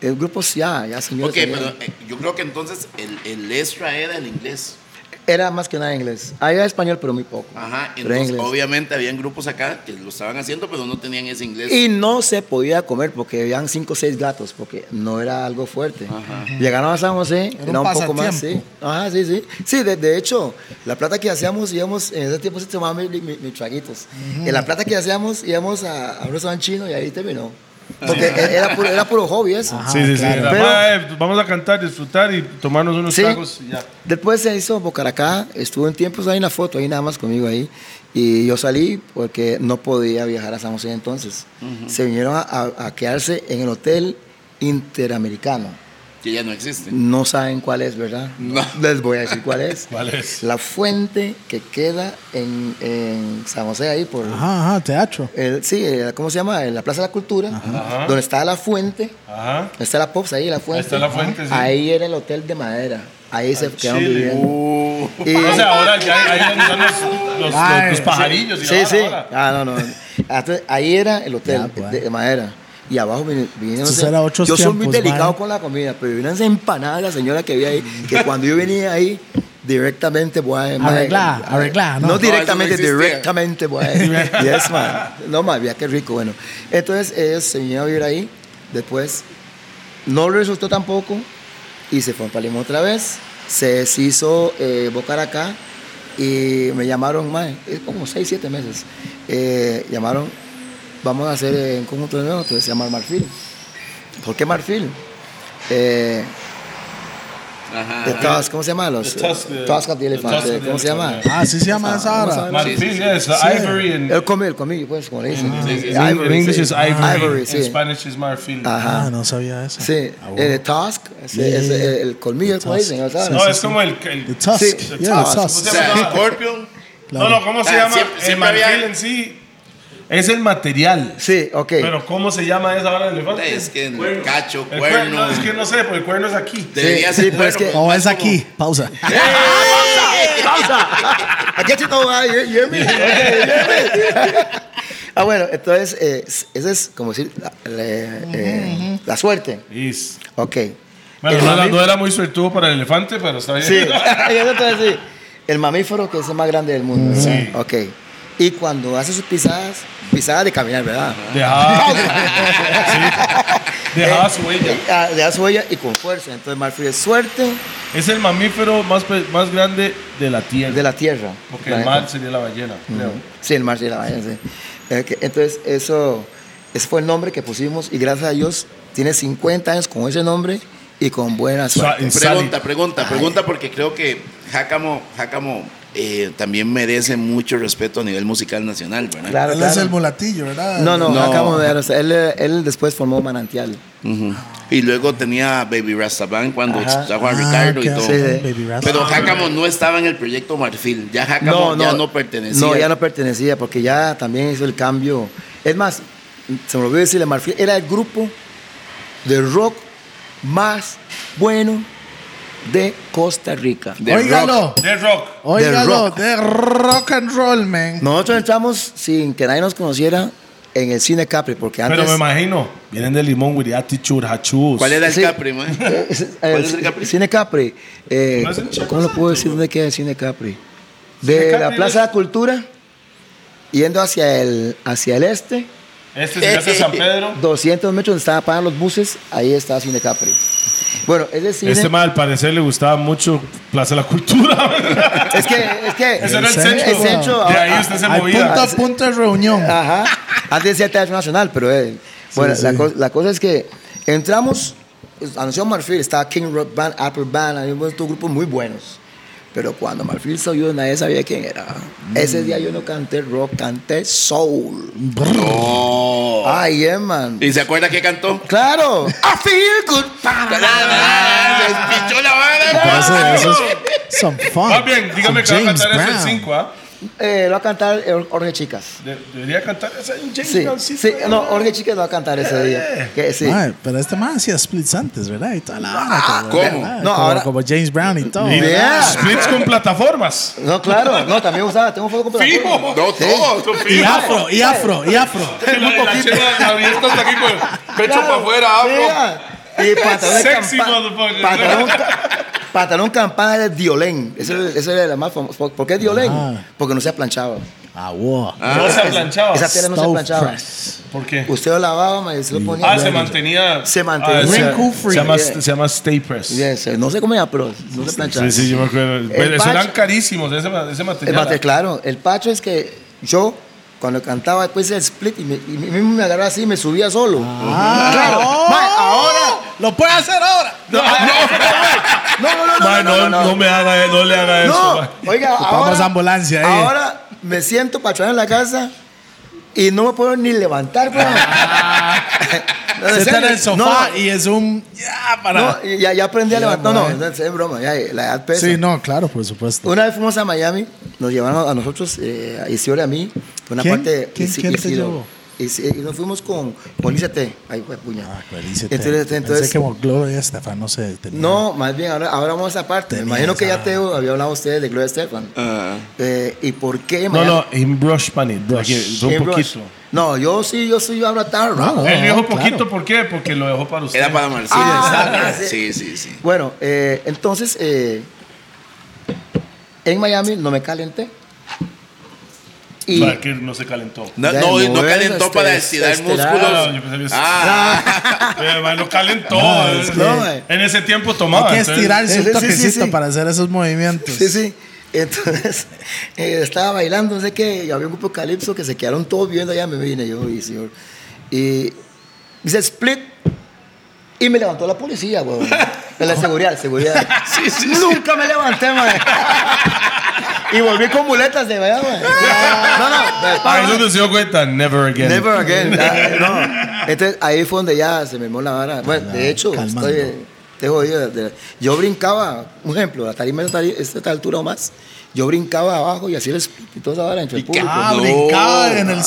D: El grupo ya, ya señores.
C: Ok,
D: también.
C: pero eh, yo creo que entonces el, el extra era el inglés.
D: Era más que nada inglés. Ahí era español, pero muy poco.
C: eh, Ajá,
D: Pero era
C: entonces
D: inglés.
C: obviamente habían grupos acá que lo estaban haciendo, pero no tenían ese inglés.
D: Y no se podía comer porque habían cinco o seis gatos, porque no era algo fuerte. Llegaron a San José,
A: un
D: era, un, poco más, sí.
A: pasatiempo.
D: Ajá, sí, sí. Sí, de, de hecho, la plata que hacíamos, íbamos, en ese tiempo se tomaban mi- mi- mis traguitos. Y la plata que hacíamos, íbamos a, a un restaurante chino y ahí terminó. Porque e, era puro, era puro hobby eso.
A: Ajá.
B: Ah. sí, sí, sí.
A: claro.
B: era,
D: Pero-
B: "Mae, vamos a cantar, disfrutar y tomarnos unos
D: Sí.
B: tragos y ya.
D: Después se hizo Bocaracá, estuvo en tiempos, hay una foto ahí nada más conmigo ahí. Y yo salí porque no podía viajar a San José entonces. Se vinieron a, a- a quedarse en el hotel interamericano.
C: que ya no existe.
D: No saben cuál es, ¿verdad?
C: No.
D: Les voy a decir cuál es.
B: ¿Cuál es?
D: La fuente que queda en, en San José ahí por...
A: Ajá, ajá, teatro.
D: el- sí, eh, ¿cómo se llama? En la Plaza de la Cultura,
B: Ajá.
D: donde está la fuente.
B: Ajá.
D: Está la Pops ahí, la fuente.
B: está la fuente, sí.
D: Ahí era el hotel de madera. Ahí se quedaron
B: Chile.
D: viviendo.
C: Uh,
D: Y-
B: Eh, O sea, ahora ya ahí donde están los, los- los-
A: Ay,
B: los
A: sí.
B: pajarillos. y la
D: Sí,
B: vara,
D: sí.
B: vara.
D: Ah, no, no. Entonces, ahí era el hotel
A: Ya, pues.
D: de, de madera. Y abajo vin- vinieron.
A: Estos eran otros
D: yo soy muy
A: tiempos,
D: delicado
A: man.
D: con la comida, pero vinieron esas empanadas de la señora que vi ahí, que cuando yo venía ahí, directamente, voy
A: Arreglá, arreglá, ¿no?
D: Eh, No,
A: No,
C: eso no
D: directamente,
C: existía.
D: directamente, voy Yes, man. No, man, vea qué rico, bueno. Entonces, ellos se vinieron a vivir ahí. Después, no resultó tampoco. Y se fue a Palermo otra vez. Se deshizo eh, Bocaracá. Y me llamaron, más, es como 6, 7 meses. Eh, llamaron, vamos a hacer eh, un conjunto de nuevo, entonces se llama Marfil. ¿Por qué Marfil? Eh,
C: ajá.
D: de Tusk, ¿Cómo se llama? Los,
B: The Tusk, the-
D: Tusk of the
B: the
D: Elephant,
B: Tusk of the
D: ¿Cómo se llama?
B: Elephant,
A: Ah, sí se llama esa
D: vamos a
A: hora.
D: ver.
B: Marfil, yes, ivory and...
D: El comil, el comil, pues, como le dicen.
C: Ah, Sí, sí, sí.
B: En
D: Ivory,
B: inglés
D: sí.
B: es ivory,
D: Ivory,
B: en
D: sí.
B: Spanish es marfil.
D: Ajá.
A: Ah, no sabía eso.
D: Sí,
A: Ah,
D: el
A: bueno.
D: de Tusk,
A: Yeah,
D: ese- ese-
A: yeah, yeah.
D: el colmillo,
A: The
D: como
A: Tusk,
D: dicen, ¿no
A: sí,
D: saben?
B: No, es como el... el-
A: The Tusk.
D: Sí,
A: yeah,
D: the
A: the
D: Tusk.
A: Tusk.
C: o sea, Scorpion.
A: Claro.
B: No, no, ¿cómo se
C: Ah,
B: llama?
C: siempre-
B: el
C: siempre
B: marfil
C: había-
B: en sí es el material.
D: Sí, ok.
B: Pero ¿cómo se llama esa vara de elefante?
C: Es que en
B: Cuerno.
C: cacho,
B: El
C: cuerno.
B: No, es que no sé, porque el cuerno es aquí.
C: Debería
D: Sí,
C: ser.
D: sí, pero es que-
A: O es aquí. Pausa.
D: ¡Ah, I get you know why, you- you hear me? Okay, you hear me? Ah, bueno, entonces, eh, esa es como decir la, la- eh, la suerte.
B: Is.
D: Ok.
B: Bueno, no,
D: El
B: era-
D: mamí-
B: no era muy suertudo para el elefante, pero está bien.
D: Sí, eso te iba a decir. El mamífero que es el más grande del mundo. ¿verdad? Ok. Y cuando hace sus pisadas, pisadas de caminar, ¿verdad?
B: Dejaba, ah. sí, dejaba su huella.
D: Ah, Le da su huella y con fuerza. Entonces, Marfil es suerte
B: Es el mamífero más, pe- más grande de la tierra.
D: de la tierra.
B: porque el mar sería la ballena, creo.
D: Sí, el mar sí, la vaina, sí. Eh, que- Entonces, eso, ese fue el nombre que pusimos y gracias a Dios tiene 50 años con ese nombre y con buena
B: O sea,
D: suerte.
B: en
C: Pregunta,
B: Sally.
C: pregunta, pregunta, porque creo que Jacamo, Jacamo eh, también merece mucho respeto a nivel musical nacional, ¿verdad?
D: Claro,
A: Él es
D: claro.
A: el mulatillo, ¿verdad?
D: No, no,
C: No.
D: acabamos de ver. o sea, él, eh, él después formó Manantial.
C: Ujú. Y luego tenía a Baby Rastaban cuando
D: Ajá.
C: estaba Juan
A: Ah,
C: Ricardo y
A: ok,
C: todo.
D: Sí, sí.
A: Baby Rasta.
C: Pero Jacamo no estaba en el proyecto Marfil. Ya Jacamo ya no pertenecía.
D: No, ya no pertenecía porque ya también hizo el cambio. Es más, se me olvidó decirle, Marfil era el grupo de rock más bueno de Costa Rica.
C: De
A: Óigalo.
B: De rock.
A: Óigalo.
D: rock.
A: De rock and roll, man.
D: Nosotros entramos sin que nadie nos conociera en el cine Capri porque antes...
B: Pero me imagino, vienen de Limón, güey, de Attitude, Hachús.
C: ¿Cuál era el
D: Sí.
C: Capri, man?
D: Eh, eh,
C: ¿Cuál es el
D: eh,
C: Capri?
D: Cine Capri. eh,
B: No es en Chaco
D: ¿Cómo lo puedo
B: Santo,
D: decir
B: ¿no?
D: dónde queda el Cine Capri?
B: Cine
D: De la
B: Capri
D: Plaza de
B: es-
D: la Cultura, yendo hacia el, hacia el este,
B: Este se llama San Pedro.
D: 200 metros donde estaban parados los buses, ahí está Cine Capri. Bueno, es decir,
B: Este mal al parecer le gustaba mucho Plaza de la Cultura.
D: es que, es que,
B: Ese era el centro.
D: el centro,
B: de
D: ah,
B: ahí
D: ah,
B: usted se
A: Hay
B: movía.
A: punto a punto de reunión.
D: Ajá. Antes decía Teatro Nacional, pero eh, bueno, La,
A: sí.
D: co- la cosa es que entramos, es- anunció Marfil, estaba King Rock Band, Apple Band, había unos dos grupos muy buenos. Pero cuando Marfil salió, nadie sabía quién era. Ese día yo no canté rock, canté soul.
C: No.
D: Ay, yeah, man.
C: ¿Y se acuerda qué cantó? Ah,
D: Claro. I feel good. Pa, na, na, na.
C: Se despichó la
A: Pero
C: vara.
A: eso- eso es some fun.
B: Más bien, dígame que
A: Some
B: va a cantar ese el
A: Brown.
B: 5, ¿ah?
D: Eh, lo va a cantar eh, Jorge Chicas.
B: De- Debería cantar ese un James
D: Sí,
B: Brown,
D: sí,
B: pero-
D: no, Jorge Chicas lo va a cantar ese día.
B: Eh.
D: Que, sí. Ah,
A: Mae, pero este man hacía splits antes, ¿verdad? Y toda la vara.
C: ¿cómo?
A: ¿verdad?
D: No,
A: como,
D: ahora-
A: como James Brown y todo.
B: Y
D: Yeah.
B: Splits con plataformas.
D: No, claro, no, también usaba, tengo foto con
B: Fijo.
C: No, todo.
A: Y afro, y afro, y afro.
B: La- la chela abierta hasta aquí pues. con el pecho
D: Claro,
B: para afuera, afro.
D: sí, Y pantalón
B: Sexy
D: campa-
B: motherfucker.
D: Pantalón, ca- pantalón campana de Diolén. Esa era- esa era la más famosa. ¿Por por qué Diolén?
A: Ah.
D: Porque no se aplanchaba.
A: Ah, wow.
B: No se aplanchaba.
D: Esa tela no se
A: Stove
D: aplanchaba.
A: press.
B: ¿Por qué?
D: Usted lo lavaba, ma, y se lo ponía.
B: Ah, se mantenía.
D: Se mantenía.
B: Ah,
A: Ring
B: se-
A: Kufri.
B: Se llama,
D: Yeah.
B: se llama Stay Press.
D: Yes, eh, no se comía, pero no se planchaba.
B: Sí, sí, yo me acuerdo. Pero
D: patch-
B: Esos eran carísimos, ese, ma- ese
D: El
B: material.
D: mate, claro, el pacho es que yo, cuando cantaba después el split, y, me, y mí mismo me agarraba así y me subía solo.
B: Ah.
D: claro. ma, ahora.
A: Lo puede hacer ahora.
D: No, no, no, no,
B: Ma,
D: no, no, no.
B: me haga, e-, no le haga eso.
D: No,
B: ma.
D: oiga,
A: Ocupamos
D: ahora,
A: ambulancia, eh.
D: ahora me siento para traer en la casa y no me puedo ni levantar. bro. No, en
A: Se está Ah. en
D: serio,
A: el sofá
D: no,
A: y es un. Ya, para.
D: no, ya, ya aprendí a
A: Ya,
D: levantar. No,
A: mae.
D: no, no, es broma, ya, la edad pesa.
A: sí, no, claro, por supuesto.
D: Una vez fuimos a Miami, nos llevaron a nosotros, eh, a Isidoro y a mí, por una
A: ¿Quién?
D: parte.
A: ¿Quién-
D: Isi-
A: quién te
D: Isidoro.
A: llevó?
D: Isi- Y nos fuimos con, con Lisa T. Ahí fue puña.
A: Ah, clarísimo.
D: Entonces, entonces-
A: Pensé que como Gloria Estefan no se detenía.
D: No, más bien, ahora, ahora vamos a esa parte. Me
A: Tenías,
D: imagino que ya
A: ah.
D: te había hablado usted de Gloria Estefan.
C: Ah.
D: Eh, ¿Y por qué?
B: No,
D: Miami?
B: no, en brush, pani. Brush. Un
D: Hey, Rush.
B: poquito.
D: No, yo sí, yo sí, yo hablo tarde.
A: No, no,
B: Él dijo
A: no,
B: poquito,
A: claro.
B: ¿por qué? Porque lo dejó para usted.
C: Era para Marcilla.
D: Ah,
C: sí, sí, sí.
D: Bueno, eh, entonces, eh, en Miami no me calenté. Y
B: Para que no se calentó.
C: No,
D: Ya,
C: no,
D: mover
C: no calentó
D: este-
C: para estirar
D: este
B: Ah,
C: músculos.
B: yo pensé que-
C: Ah.
B: Eh, ma, lo calentó.
A: No,
B: eh.
A: es
D: que- No, eh.
B: en ese tiempo
A: Hay
B: tomaba.
A: que
B: entonces-
A: estirarse
D: Sí,
A: un
D: sí, sí,
A: toquecito
D: sí.
A: para hacer esos movimientos.
D: sí, sí. Entonces, eh, estaba bailando, no sé qué, y había un grupo de calipso que se quedaron todos viendo allá, me vine yo, y señor. Y dice split, y me levantó la policía, weón. La seguridad, seguridad.
C: Sí, sí, sí.
D: Nunca me levanté, madre. Y volví con muletas de allá, madre. No, no, de
B: Ah,
D: pana.
B: eso donde se dio cuenta. Never again.
D: Never again. Ah, no. Entonces, ahí fue donde ya se me armó la vara. Bueno, de hecho,
A: calmando.
D: estoy, eh, te jodido. de- yo brincaba, un ejemplo, la tarima esta, esta altura o más, yo brincaba abajo y hacía el split y toda esa vara entre el público.
A: Ah,
C: No.
A: brincaba en el.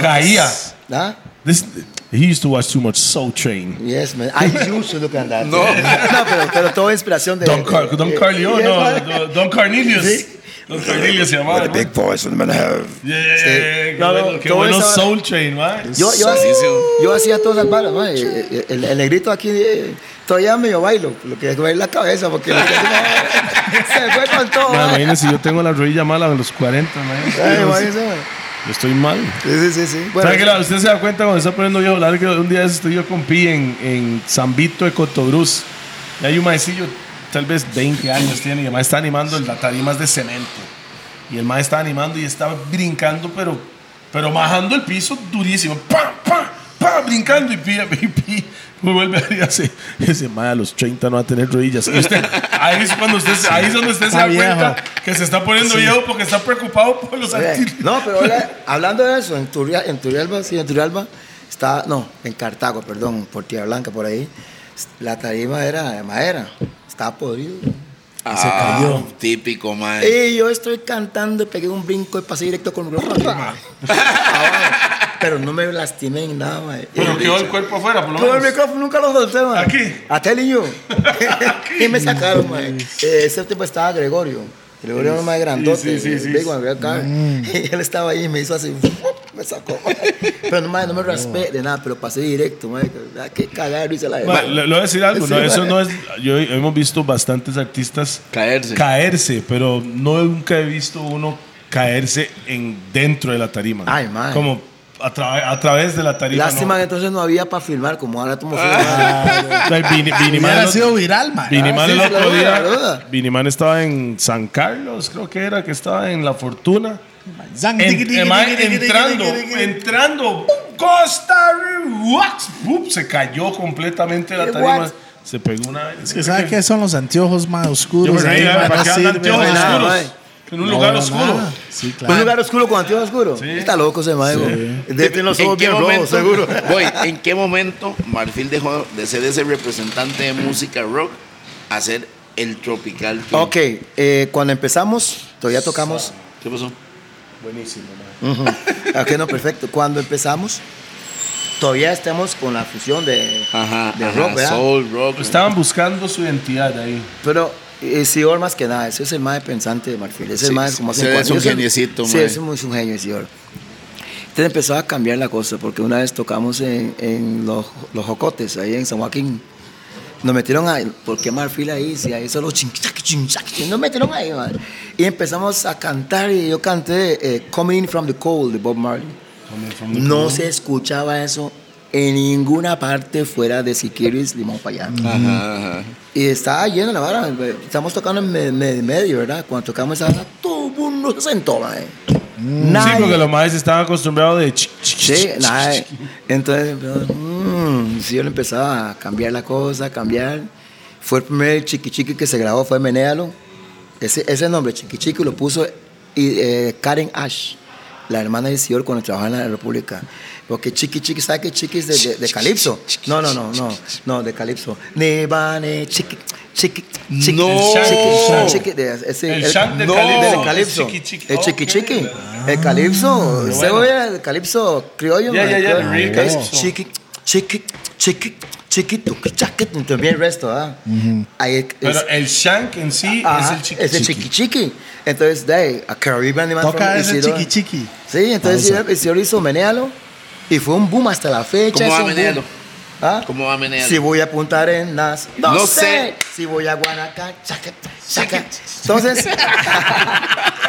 B: Caía.
D: ¿Ah?
B: This, he used to watch too much Soul Train.
D: Yes, man. I used to can that.
C: No.
D: No, pero, pero toda inspiración de...
B: Don, Car Don
D: eh,
B: Carleo,
D: yes,
B: no,
D: man.
B: Don- Don Carnelius. Don Carnelius se llamaba. ¿no?
C: voice I'm gonna have.
B: Yeah, yeah,
D: Sí.
B: yeah, yeah. qué
D: No, no,
B: bueno, qué
D: todo
B: bueno
D: eso-
B: Soul Train, man.
D: Yo, yo,
C: Sí, sí.
D: yo hacía todas las balas, ¿no? Eh, eh, El, el negrito aquí eh, todavía medio bailo, lo que es bailar la cabeza, porque lo que- se fue con todo.
B: Man,
D: ¿no?
B: imagínese, yo tengo la rodilla mala a los 40, man.
D: Ay,
B: Yo-
D: imagínese, man.
B: yo estoy mal.
D: Sí, sí, sí, sí. Bueno,
B: ¿Sabe que la- usted se da cuenta cuando está poniendo viejo? La verdad que un día estoy yo con Pi en, en San Vito de Cotobruz. Y hay un maecillo, tal vez 20 años tiene, y además está animando las tarimas de cemento. Y el maestro está animando y está brincando, pero, pero bajando el piso durísimo. ¡Pam, pam, pam! Brincando y pi, y pi. Me vuelve a decir así. Ese mae a los 30 no va a tener rodillas. Y usted, ahí, es cuando usted, se- ahí es donde usted se
A: Está
B: da
A: viejo.
B: cuenta que se está poniendo viejo porque está preocupado por los
D: oye,
B: artículos.
D: no, pero ahora, hablando de eso, en, Turria- en Turrialba, sí, en Turrialba, está, no, en Cartago, perdón, por Tierra Blanca, por ahí, la tarima era de madera, estaba podrido.
C: Ah,
A: se cayó.
C: Típico, man.
D: Y yo estoy cantando, pegué un brinco y pasé directo con Ah, Pero no me lastimé en nada, mae.
B: Pero quedó el cuerpo afuera, por lo
D: Con el
B: menos.
D: micrófono nunca lo solté, man.
B: Aquí.
D: Hasta él y yo. y me sacaron, man. Eh, ese tipo estaba Gregorio. Gregorio era un más grandote.
B: sí, sí,
D: el
B: sí.
D: big one, el acá. Y él estaba ahí y me hizo así. Me sacó, man. Pero no, man, no me raspé de nada, pero pasé directo, man. Ah, Qué cagado hice la
B: Ma, le, le voy a decir algo,
D: Sí,
B: no,
D: ma.
B: eso no es. Yo hemos visto bastantes artistas
C: Caerse.
B: caerse, pero no nunca he visto uno caerse en dentro de la tarima.
D: Ay, ma.
B: Como a, tra- a través de la tarima. ¿no?
D: Lástima que
B: Ah,
D: entonces no había para filmar, como ahora tomo filmar.
B: Ay, Vini- Vinimal
A: Hubiera
B: el
A: sido
B: otro-
A: viral, man.
B: Vinimal
D: Ah, sí,
B: el
D: sí, la
B: otro
D: duda,
B: día.
D: la duda.
B: Vinimal estaba en San Carlos, creo que era, que estaba en La Fortuna.
A: Zang,
B: En-
A: tiqui, tiqui,
B: el mae
A: tiqui, tiqui, tiqui,
B: entrando,
A: tiqui, tiqui.
B: entrando. ¡pum! Costa Rica. ¡pum! Se cayó completamente la tarima. Se pegó una vez.
A: Es que ¿sabes qué son los anteojos más
B: Yo me
A: oscuros? Ahí,
B: reí, ¿eh?
A: man,
B: ¿para
A: no
B: qué andan
A: sirve,
B: anteojos
A: man.
D: nada,
B: oscuros?
D: mae.
B: En un
A: No,
B: lugar
A: no,
B: oscuro.
A: nada. Sí,
D: ¿Un
A: claro.
D: lugar oscuro con antiguo oscuro? Está loco ese mago. Debe
B: Este
D: tener los
C: ¿En
D: ojos
C: qué
D: este bien rojos,
C: momento,
D: seguro.
C: voy, ¿en qué momento Marfil dejó de ser ese representante de música rock a ser el tropical? tour?
D: Ok, eh, cuando empezamos, todavía tocamos.
C: ¿Qué pasó?
B: Buenísimo, mae.
D: Ok, no, perfecto. Cuando empezamos, todavía estamos con la fusión de,
C: Ajá,
D: de
C: ajá,
D: rock, ¿verdad?
C: soul, rock.
B: Estaban buscando su identidad ahí.
D: Pero eh, Isidoro más que nada, ese es el más pensante de Marfil. Ese es
C: Sí,
D: el más como
C: ese
D: cuatro-
C: es un
D: yo soy-
C: geniecito,
D: Sí,
C: mae.
D: ese es muy- es un genio, Isidoro. Entonces empezó a cambiar la cosa, porque una vez tocamos en, en los, los Jocotes, ahí en San Joaquín. Nos metieron ahí, ¿por qué Marfil ahí? Si ahí solo chin, chac, chin, chac, chin. nos metieron ahí, madre. Y empezamos a cantar y yo canté eh, Coming in from the Cold de Bob Marley. No se escuchaba eso en ninguna parte fuera de Siquiris, Limón Payán.
C: Ajá, ajá.
D: Y estaba lleno la vara. Estamos tocando en me- me- medio, ¿verdad? Cuando tocamos esa vara, todo el mundo se sentó, madre.
B: Sí, porque
D: Nadie.
B: los maes estaban acostumbrados de. ch- ch-
D: Sí,
B: ch- ch-
D: nadie. Entonces, empezó, mm, sí, yo le empezaba a cambiar la cosa, a cambiar. Fue el primer chiqui chiqui que se grabó, fue Menéalo. Ese, ese nombre, chiqui chiqui, lo puso y, eh, Karen Ash, la hermana de Isidoro cuando trabajaba en la República. Porque chiqui chiqui, ¿sabe qué chiqui es de, de, de Calypso? No, no, no, no, no, de Calypso. Nevane, chiqui, chiqui, chiqui.
C: No.
D: Chiqui, chiqui, de- ese-
B: El chant del
D: no,
B: Calypso.
D: del Calypso.
B: El chiqui, chiqui.
D: El chiqui
B: Ok.
D: chiqui. El Calypso. ¿Usted
B: bueno.
D: oye el Calypso criollo?
B: Ya,
D: man?
B: ya, ya, el
D: Criollo.
B: real
D: Que es
B: Calypso.
D: chiqui, chiqui, chiqui, chiqui, tuqui, chaqui, también el resto, ¿ah? Ahí es-
B: Pero el shank en sí
D: Ajá,
B: es el
D: es el
B: chiqui.
D: chiqui chiqui. Entonces, de ahí, a Caribbean Animal
A: Toca
D: from
A: ese
D: Isidoro.
A: chiqui chiqui.
D: Sí, entonces
A: Pausa.
D: Isidoro- Isidoro hizo Menéalo y fue un boom hasta la fecha.
C: ¿Cómo
D: es
C: va
D: un boom.
C: Menéalo?
D: ¿Ah?
C: ¿Cómo va Menéalo?
D: Si voy a Punta Arenas, no,
C: No
D: sé.
C: sé.
D: Si voy a Guanaca, chaca, chaca. Entonces,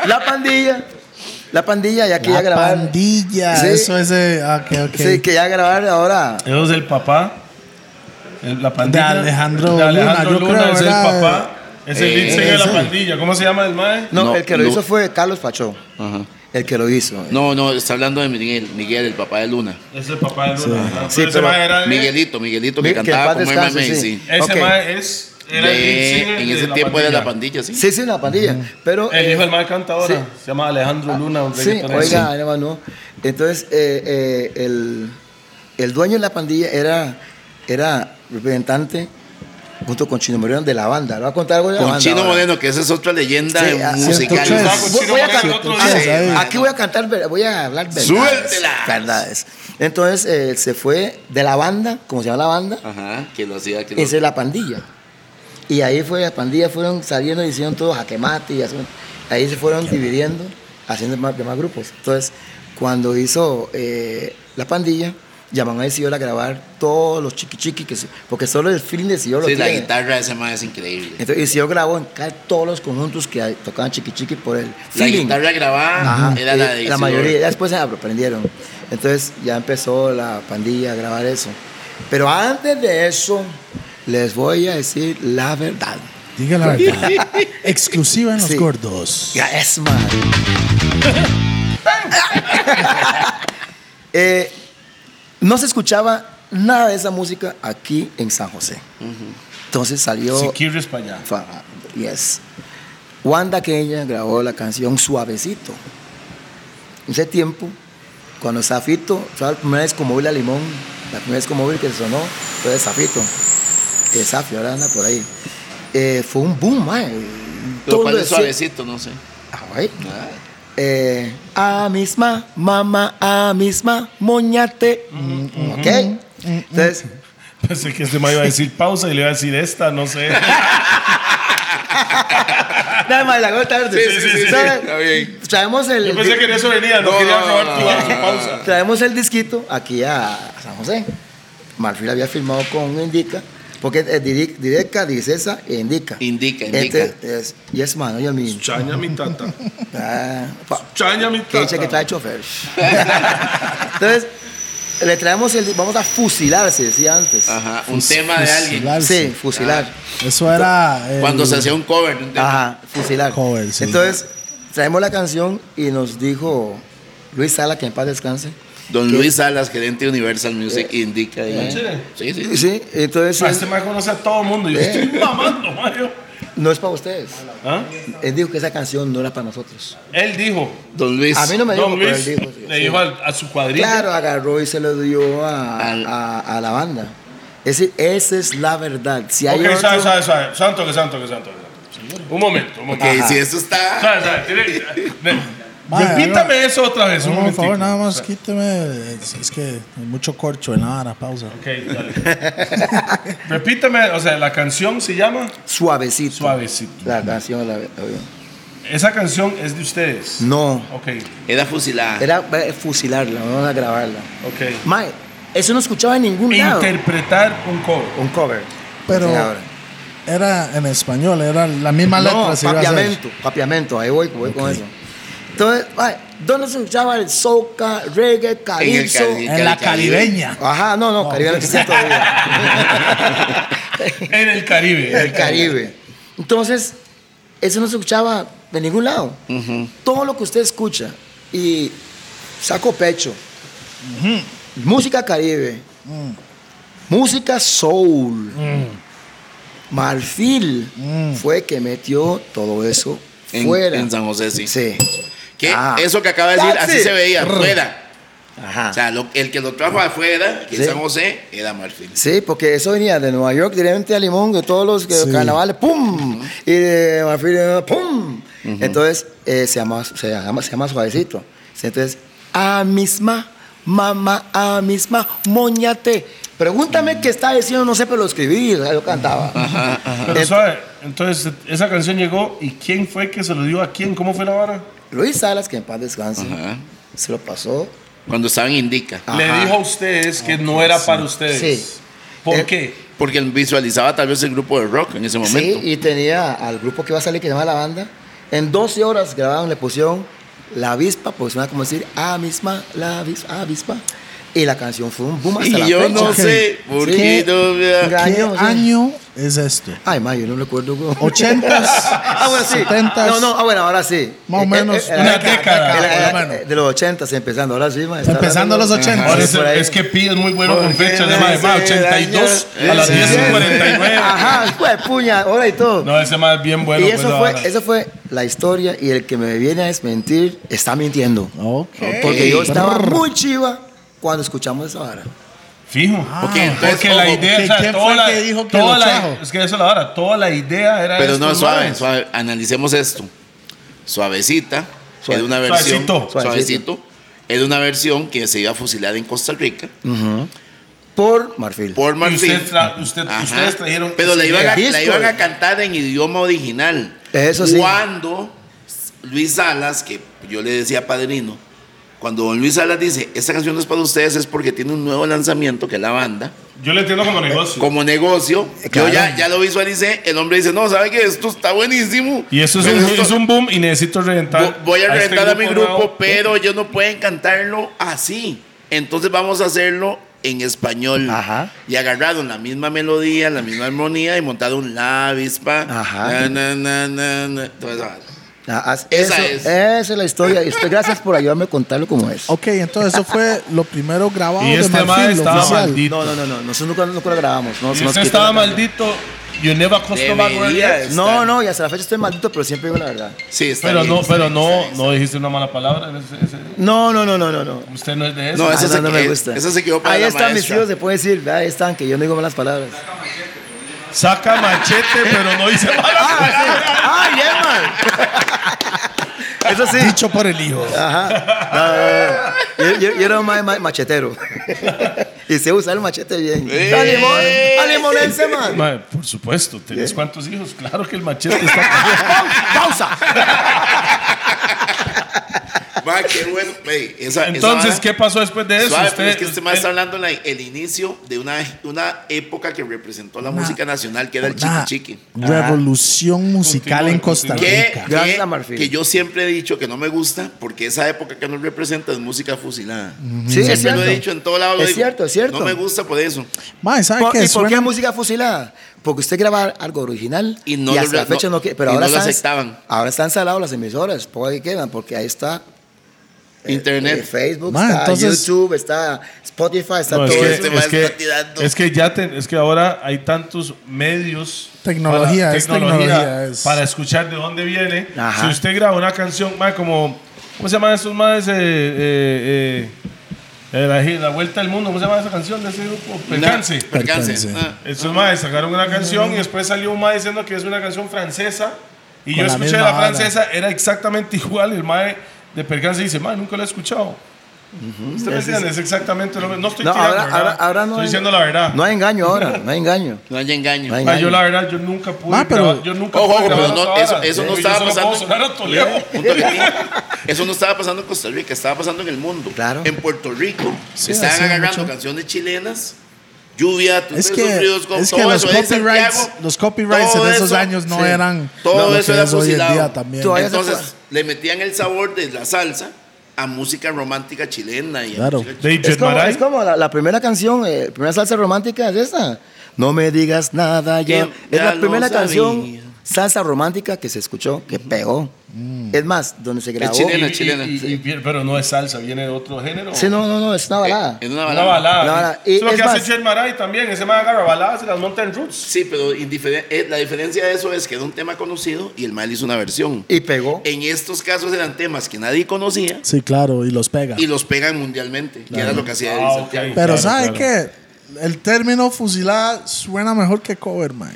D: la pandilla, la pandilla ya quería
A: La
D: grabar.
A: pandilla.
D: Sí.
A: Eso es. eh, Ok, ok.
D: Sí, quería grabar ahora.
B: Eso es el papá. el- la pandilla.
A: De Alejandro Luna, yo
B: Luna
A: creo,
B: es
A: ¿verdad?
B: el papá. Es el
C: Eh,
B: lead singer de
A: ese.
B: la pandilla. ¿Cómo se llama el mae?
D: No,
C: No,
D: el que lo
C: no.
D: hizo fue Carlos Pachón.
C: Ajá.
D: El que lo hizo.
C: No, no, está hablando de Miguel, Miguel, el papá de Luna.
B: Es el papá de Luna. ¿verdad?
D: Sí,
B: Pero ese
D: pero
B: mae era el-
C: Miguelito, Miguelito
D: Mi-
C: que
D: que en
C: cantaba
D: paz
C: con Merma
D: descanse,
C: May,
D: sí.
C: sí.
B: Ese
D: Ok.
B: mae es. Era el lead
C: De-
B: singer
C: en
B: de
C: ese
B: la
C: tiempo era la
B: pandilla.
C: pandilla, sí.
D: Sí, sí, la pandilla. Pero,
B: El
D: eh,
B: hijo del mae canta ahora.
D: sí.
B: Se llama Alejandro Luna. un
D: Sí,
B: reggaetonero.
D: oiga, hermano. Entonces, eh, eh, el, el dueño de la pandilla era, era representante junto con Chino Moreno de la banda. Le voy a contar algo de la
C: Con
D: banda
C: Chino
D: ahora.
C: Moreno, que esa es otra leyenda
D: Sí, ah,
C: musical.
A: 103.
B: Estaba con Chino
D: Voy
B: Moreno
D: a
B: el
D: cantar-
B: otro día.
A: Sí, ahí.
D: Aquí voy a cantar, ver- voy a hablar verdades.
C: Suéltela.
D: Verdades. Entonces, eh, se fue de la banda, como se llama la banda,
C: Ajá, que lo hacía. Que lo-
D: esa es la pandilla. Y ahí fue, la pandilla fueron saliendo y hicieron todos jaque mate y hacen- ahí se fueron dividiendo, haciendo más, demás grupos. Entonces, cuando hizo eh, la pandilla, llamaron a Isidoro a grabar todos los chiqui chiqui, que, se- porque solo el feeling de Isidoro lo
C: Sí, la
D: tiene.
C: guitarra de ese mae es increíble.
D: Entonces, Isidoro grabó en ca- todos los conjuntos que hay- tocaban chiqui chiqui por el
C: La
D: feeling.
C: guitarra grabada
D: Ajá,
C: era
D: y
C: la de Isidoro.
D: mayoría, ya después se aprendieron. Entonces ya empezó la pandilla a grabar eso. Pero antes de eso, les voy a decir la verdad.
A: Diga la verdad. Exclusiva en los
D: Sí.
A: gordos.
D: Ya es mal. Eh, no se escuchaba nada de esa música aquí en San José. Entonces salió.
B: Siquirres para allá.
D: Fa- Yes. Wanda Kenya grabó la canción Suavecito. En ese tiempo, cuando Zafito, fue la primera vez con móvil a Limón, la primera vez con móvil que sonó fue de Zafito. Que Zafio ahora anda por ahí. Eh, fue un boom, mae.
C: Lo cual
D: Todo
C: es
D: decía-
C: suavecito, no sé.
D: Ah, güey. Eh, a misma, mamá, a misma, moñate.
C: Mm,
D: ok. Entonces,
B: Pensé que este mae iba a decir pausa y le iba a decir esta, no sé.
D: nada más, la hago tarde.
C: Sí, sí, sí, sí,
D: ¿Sabes?
C: está bien.
D: Traemos el.
B: Yo pensé que en eso venía, no,
C: No,
B: quería
C: no,
B: robar
C: no,
B: tu
C: no,
B: tu
C: no,
B: pausa.
D: Traemos el disquito aquí a San José. Marfil había firmado con Indica Porque es direc- directa, dicesa e indica.
C: Indica, indica.
D: Este es, yes, man, oye, mi.
B: Chaña mi tata.
D: Ah, pa-
B: Chaña mi
D: que dice que
B: tata.
D: trae chofer. Entonces, le traemos el. Vamos a fusilar, se decía antes.
C: Ajá, un tema de alguien.
D: Sí, fusilar.
A: Eso era. el-
C: Cuando se hacía un cover Ah, de un tema.
D: Ajá, fusilar.
A: Cover, sí.
D: Entonces, traemos la canción y nos dijo Luis Sala, que en paz descanse.
C: Don Luis Salas, gerente de Universal Music,
D: Eh,
C: indica. ahí.
B: Chile.
C: Sí, sí.
D: Sí, entonces
B: Ma, Este mae conoce a todo el mundo. Yo estoy mamando, Mario.
D: no es para ustedes.
B: ¿Ah?
D: Él dijo que esa canción no era para nosotros.
B: Él dijo.
C: Don Luis.
D: A mí no me dijo,
B: Don
D: pero
B: Luis
D: él dijo. sí.
B: le dijo al- a su cuadrilla.
D: Claro, agarró y se lo dio a,
C: Al-
D: a- a la banda. Es decir, esa es la verdad. Si hay
B: Ok,
D: otro-
B: sabe, sabe, sabe. Santo que santo que santo. que santo. Un momento, un momento.
C: Que si eso está.
B: Sabe, sabe, tiene- ne-
A: Vaya,
B: Repítame eso otra vez.
A: No,
B: Un
A: por
B: momentico.
A: favor, nada más quíteme. Es, es que hay mucho corcho en la vara, pausa.
B: Ok, dale. Repítame, o sea, la canción se llama
D: Suavecito.
B: Suavecito.
D: La canción, la oye.
B: Esa canción es de ustedes.
D: No,
B: Ok,
C: Era fusilada.
D: era eh, fusilarla, no a grabarla.
B: ok.
D: Mae, eso no escuchaba en ningún lado.
B: Interpretar un cover.
D: Un cover.
A: Pero-
D: Sí, ahora.
A: Era en español, era la misma letra.
D: No,
A: se iba a hacer.
D: papiamento, papiamento, ahí voy, voy con eso. Entonces, mae, ¿dónde se escuchaba el soca, reggae, calipso?
C: cali-
A: En la
C: Caribe.
A: caribeña.
D: Ajá, no, no, Caribe no existe todavía.
B: En el Caribe.
D: el Caribe. Entonces, eso no se escuchaba de ningún lado. Todo lo que usted escucha y saco pecho, música caribe,
C: Mm.
D: música soul, marfil, fue que metió todo eso
C: Mm. En-
D: fuera.
C: en San José, sí.
D: Sí.
C: Que
D: Ah.
C: Eso que acaba de decir, así
D: Taxi.
C: se veía, afuera.
D: Ajá.
C: O sea, lo- el que lo trajo afuera, que
D: Sí.
C: es San José, era Marfil.
D: Sí, porque eso venía de Nueva York directamente a Limón, de todos los eh,
A: Sí.
D: carnavales, ¡pum! Y de Marfil, eh, ¡pum! Entonces, eh, se, llama, se, llama, se llama suavecito. Entonces, a misma, mamá, a misma, moñate. Pregúntame qué está diciendo, no sé, pero lo escribí, o sea, yo cantaba.
B: Pero
D: Et-
B: suave, entonces esa canción llegó y quién fue que se lo dio a quién, cómo fue la vara?
D: Luis Salas, que en paz descanse,
C: Ajá.
D: se lo pasó.
C: Cuando estaban indica.
D: Ajá.
B: Le dijo a ustedes que no era para ustedes.
D: Sí.
B: ¿Por
D: Eh,
B: qué?
C: Porque él visualizaba tal vez el grupo de rock en ese momento.
D: Sí, y tenía al grupo que iba a salir, que se llama La Banda. En 12 horas grabaron, le pusieron La Avispa, pues suena como decir, ah, misma, la avispa, avispa. Y la canción fue un boom
C: Y
D: hasta la
C: yo
D: fecha.
C: no
A: Ok.
C: sé por
D: Sí.
C: qué no
D: Gra-
C: me-
A: ¿Qué
D: Año, sí.
A: año es este? esto?
D: Ay, ma, yo no recuerdo. güey.
A: ¿80s?
D: Ah, bueno, sí.
A: 70s.
D: No, no, ah, bueno, ahora sí.
A: Más o
D: Eh,
A: menos
D: eh, eh,
B: una
D: eh,
B: década,
D: eh, eh,
A: por lo
D: eh,
A: menos.
D: De los 80 empezando, ahora sí, ma. está
A: Empezando
D: hablando-
A: los 80s.
D: Ajá,
B: Ahora
D: sí,
B: es,
D: por ahí.
B: es que Pi es muy bueno con
D: Porque
B: fechas,
D: no
B: de madre,
D: sé,
B: madre, 82
D: daño-
B: a las
D: Sí,
B: 10
D: sí.
B: y 49.
D: Ajá, pues puña, ahora y todo.
B: No, ese más bien bueno.
D: y
B: pues,
D: eso
B: la
D: fue,
B: vara.
D: eso fue la historia y el que me viene a desmentir está mintiendo.
A: Ok.
D: Porque yo estaba
A: Brr.
D: muy chiva cuando escuchamos esa vara.
B: Fijo.
C: Ok, entonces,
B: Ah, Porque la
C: ojo,
B: idea,
A: ¿que-
B: o sea,
A: quién
B: toda
A: fue el
B: la,
A: que dijo que
B: toda
A: lo
B: la-
A: trajo?
B: es que eso es la vara, toda la idea era
C: Pero no,
B: estos
C: suave,
B: maes.
C: suave. Analicemos esto. Suavecita.
D: Suave-
C: Era una versión.
B: Suavecito.
C: Suavecito. Era una versión que se iba a fusilar en Costa Rica
D: Mm. Por Marfil.
C: por
B: Y
C: Marfil.
B: usted tra- usted-
C: Ajá.
B: ustedes trajeron.
C: Pero la
B: esa
C: iban, a,
D: disco,
C: la iban a
D: eh.
C: cantar en idioma original.
D: Eso sí.
C: Cuando Luis Salas, que yo le decía padrino, cuando don Luis Salas dice, esta canción no es para ustedes, es porque tiene un nuevo lanzamiento que es la banda.
B: Yo le entiendo como negocio.
C: Como negocio,
D: claro.
C: yo ya, ya lo visualicé, el hombre dice, no, ¿sabe qué? Esto está buenísimo.
B: Y eso es
C: pero
B: un,
C: esto-
B: es un boom y necesito reventar.
C: Vo- Voy a
B: este
C: reventar a mi grupo,
B: nuevo.
C: pero ellos no pueden cantarlo así. Entonces vamos a hacerlo en español.
D: Ajá.
C: Y agarraron la misma melodía, la misma armonía y montaron la avispa.
D: Ajá.
C: Na, na, na, na, na, toda esa vara.
D: Ah, as-
C: Esa
D: eso-
C: es.
D: Esa es la historia. Y usted, gracias por ayudarme a contarlo como es.
A: Ok, entonces eso fue lo primero grabado
B: Y este
A: de
B: mae
A: Marfil, lo
B: estaba
A: oficial.
B: maldito.
D: No, no, no, no. Nosotros nunca, nunca lo grabamos. No,
B: Y
D: se nos
B: usted
D: quitó
B: estaba
D: la cara.
B: maldito. You never customer
C: Debería estar.
D: No, no, y hasta la fecha estoy maldito, pero siempre digo la verdad.
C: Sí, está
B: Pero
C: bien,
B: no,
C: está
B: pero
C: bien,
B: no,
C: está bien.
B: no dijiste una mala palabra. ese- ese-
D: No, no, no, no, no. no.
B: Usted no es de eso.
C: No,
D: Ah,
C: esa
D: no,
C: se-
D: no me
C: eh,
D: gusta.
C: esa se quedó para
D: Ahí
C: la
D: están mis
C: maestra.
D: hijos, se puede decir. Ahí están, que yo no digo malas palabras.
B: Saca machete, pero no dice mala
D: Ah,
B: palabra.
D: sí. Ah, bien, man. Eso sí.
A: Dicho por el hijo.
D: Ajá. No, no, no. Yo, yo- yo era un ma- ma- machetero. y sé usar el machete bien.
C: ¡Eh!
D: ¡A limón! ¡A limonense, man!
B: Mae, por supuesto, ¿tenés cuántos hijos? Claro que el machete está.
D: ¡Pausa!
C: Ma, mae, qué bueno. Ey, esa- esa
B: Entonces,
C: vara-
B: ¿qué pasó después de eso?
C: Suave,
B: Usted-
C: pero es que este mae
B: él-
C: está hablando la- el inicio de una, una época que representó la
A: Una-
C: música nacional, que era el
A: Una
C: chiqui chiqui.
A: Revolución musical
B: Continúe,
A: en Costa
B: continúe.
C: Que,
A: Rica.
D: Gracias
C: que-
D: a Marfil.
C: que yo siempre he dicho que no me gusta porque esa época que nos representa es música fusilada.
D: Sí, Mm, es
C: Siempre
D: cierto.
C: lo he dicho en todo lado. lo
D: Es
C: digo.
D: cierto, es cierto.
C: No me gusta por eso.
A: Mae, ¿sabe
D: ¿Por-
A: qué?
D: ¿Y por qué
A: Ah, Suena-
D: música fusilada? Porque usted graba algo original
C: Y
D: y,
C: no lo
D: hasta la
C: re-
D: fecha
C: no-
D: no, quiere. Pero
C: y
D: ahora
C: no lo
D: están-
C: aceptaban.
D: Ahora están salados las emisoras. ¿Por qué quedan? Porque ahí está. eh,
C: Internet.
D: eh, Facebook,
A: Ma,
D: está
A: entonces-
D: YouTube, está Spotify, está
B: No, es,
D: todo
B: que,
D: eso.
C: este
B: es,
C: maestro
B: que-
C: está tirando.
B: es que ya te- es que ahora hay tantos medios
A: Tecnología,
B: para,
A: es tecnología, es-
B: para escuchar de dónde viene
D: Ajá.
B: si usted graba una canción más como cómo se llaman esos más eh, eh, eh, eh, la, gi- la vuelta al mundo cómo se llama esa canción de ese grupo percance
C: Una- percance.
A: Percance.
C: Ah.
B: esos más sacaron una canción y después salió un más diciendo que es una canción francesa y
A: Con
B: yo
A: la
B: escuché
A: misma
B: la
A: vara.
B: francesa era exactamente igual el más de percance dice más nunca lo he escuchado ¿Usted me entiende? Es exactamente lo mismo. No estoy
D: No,
B: tirando,
D: ahora,
B: ¿verdad?
D: ahora, ahora no.
B: Estoy
D: hay-
B: diciendo la verdad.
D: No hay engaño ahora, no hay engaño.
C: No haya engaño.
D: No hay- Ah,
B: Ma, yo la verdad, yo nunca pude
A: Ma, pero-
B: grabar- Yo nunca
C: Ojo,
B: pude
C: ojo, pero
B: grabar
C: no-
B: esa
C: eso-
B: vara.
C: eso no
B: Yo
C: estaba
B: solo
C: pasando.
B: puedo sonar a Toledo.
C: Punto de vista. Eso no estaba pasando en Costa Rica, estaba pasando en el mundo.
D: Claro.
C: En Puerto Rico
A: Sí,
C: estaban
A: así
C: agarrando
A: mucho.
C: canciones chilenas, lluvia, tus
A: Es
C: besos
A: que,
C: fríos con
A: es que
C: todo
A: los,
C: eso, de
A: copyrights,
C: Santiago,
A: los copyrights
C: todo
A: en esos
C: eso,
A: años no
D: sí.
A: eran
C: Todo
A: lo que
C: eso era
A: es hoy en
C: fusilado.
A: día también.
D: Todavía- se
C: Entonces le metían el sabor de la salsa a música romántica chilena y a
A: Claro.
C: música-
B: De
D: Es como,
B: Jetmaray.
D: es como la, la primera canción, eh, la primera salsa romántica es esta. No me digas nada ya.
C: Yo
D: Es
C: ya
D: la
C: lo
D: primera
C: sabía.
D: canción salsa romántica que se escuchó, que pegó.
B: Mm.
D: Es más, donde se grabó.
C: chilena,
B: Y- y-
C: chilena,
B: y-
C: sí.
B: y- Pero no es salsa, viene de otro género.
D: Sí, no, no, no, es una balada.
C: Eh, en
B: Una balada.
D: Una balada. Y
B: Eso es lo
D: es
B: que
D: más-
B: hace Jet Maray también. Ese man agarra baladas y las monta en roots.
C: Sí, pero indifer- eh, la diferencia de eso es que era un tema conocido y el mal hizo una versión.
D: Y pegó.
C: En estos casos eran temas que nadie conocía
A: Sí, claro, y los pega.
C: y los pegan mundialmente, que era lo que hacía Eddie
B: Ah,
C: Santiago.
B: ok.
A: Pero
B: Claro,
A: ¿sabe
B: claro.
A: qué? El término fusilada suena mejor que cover, man.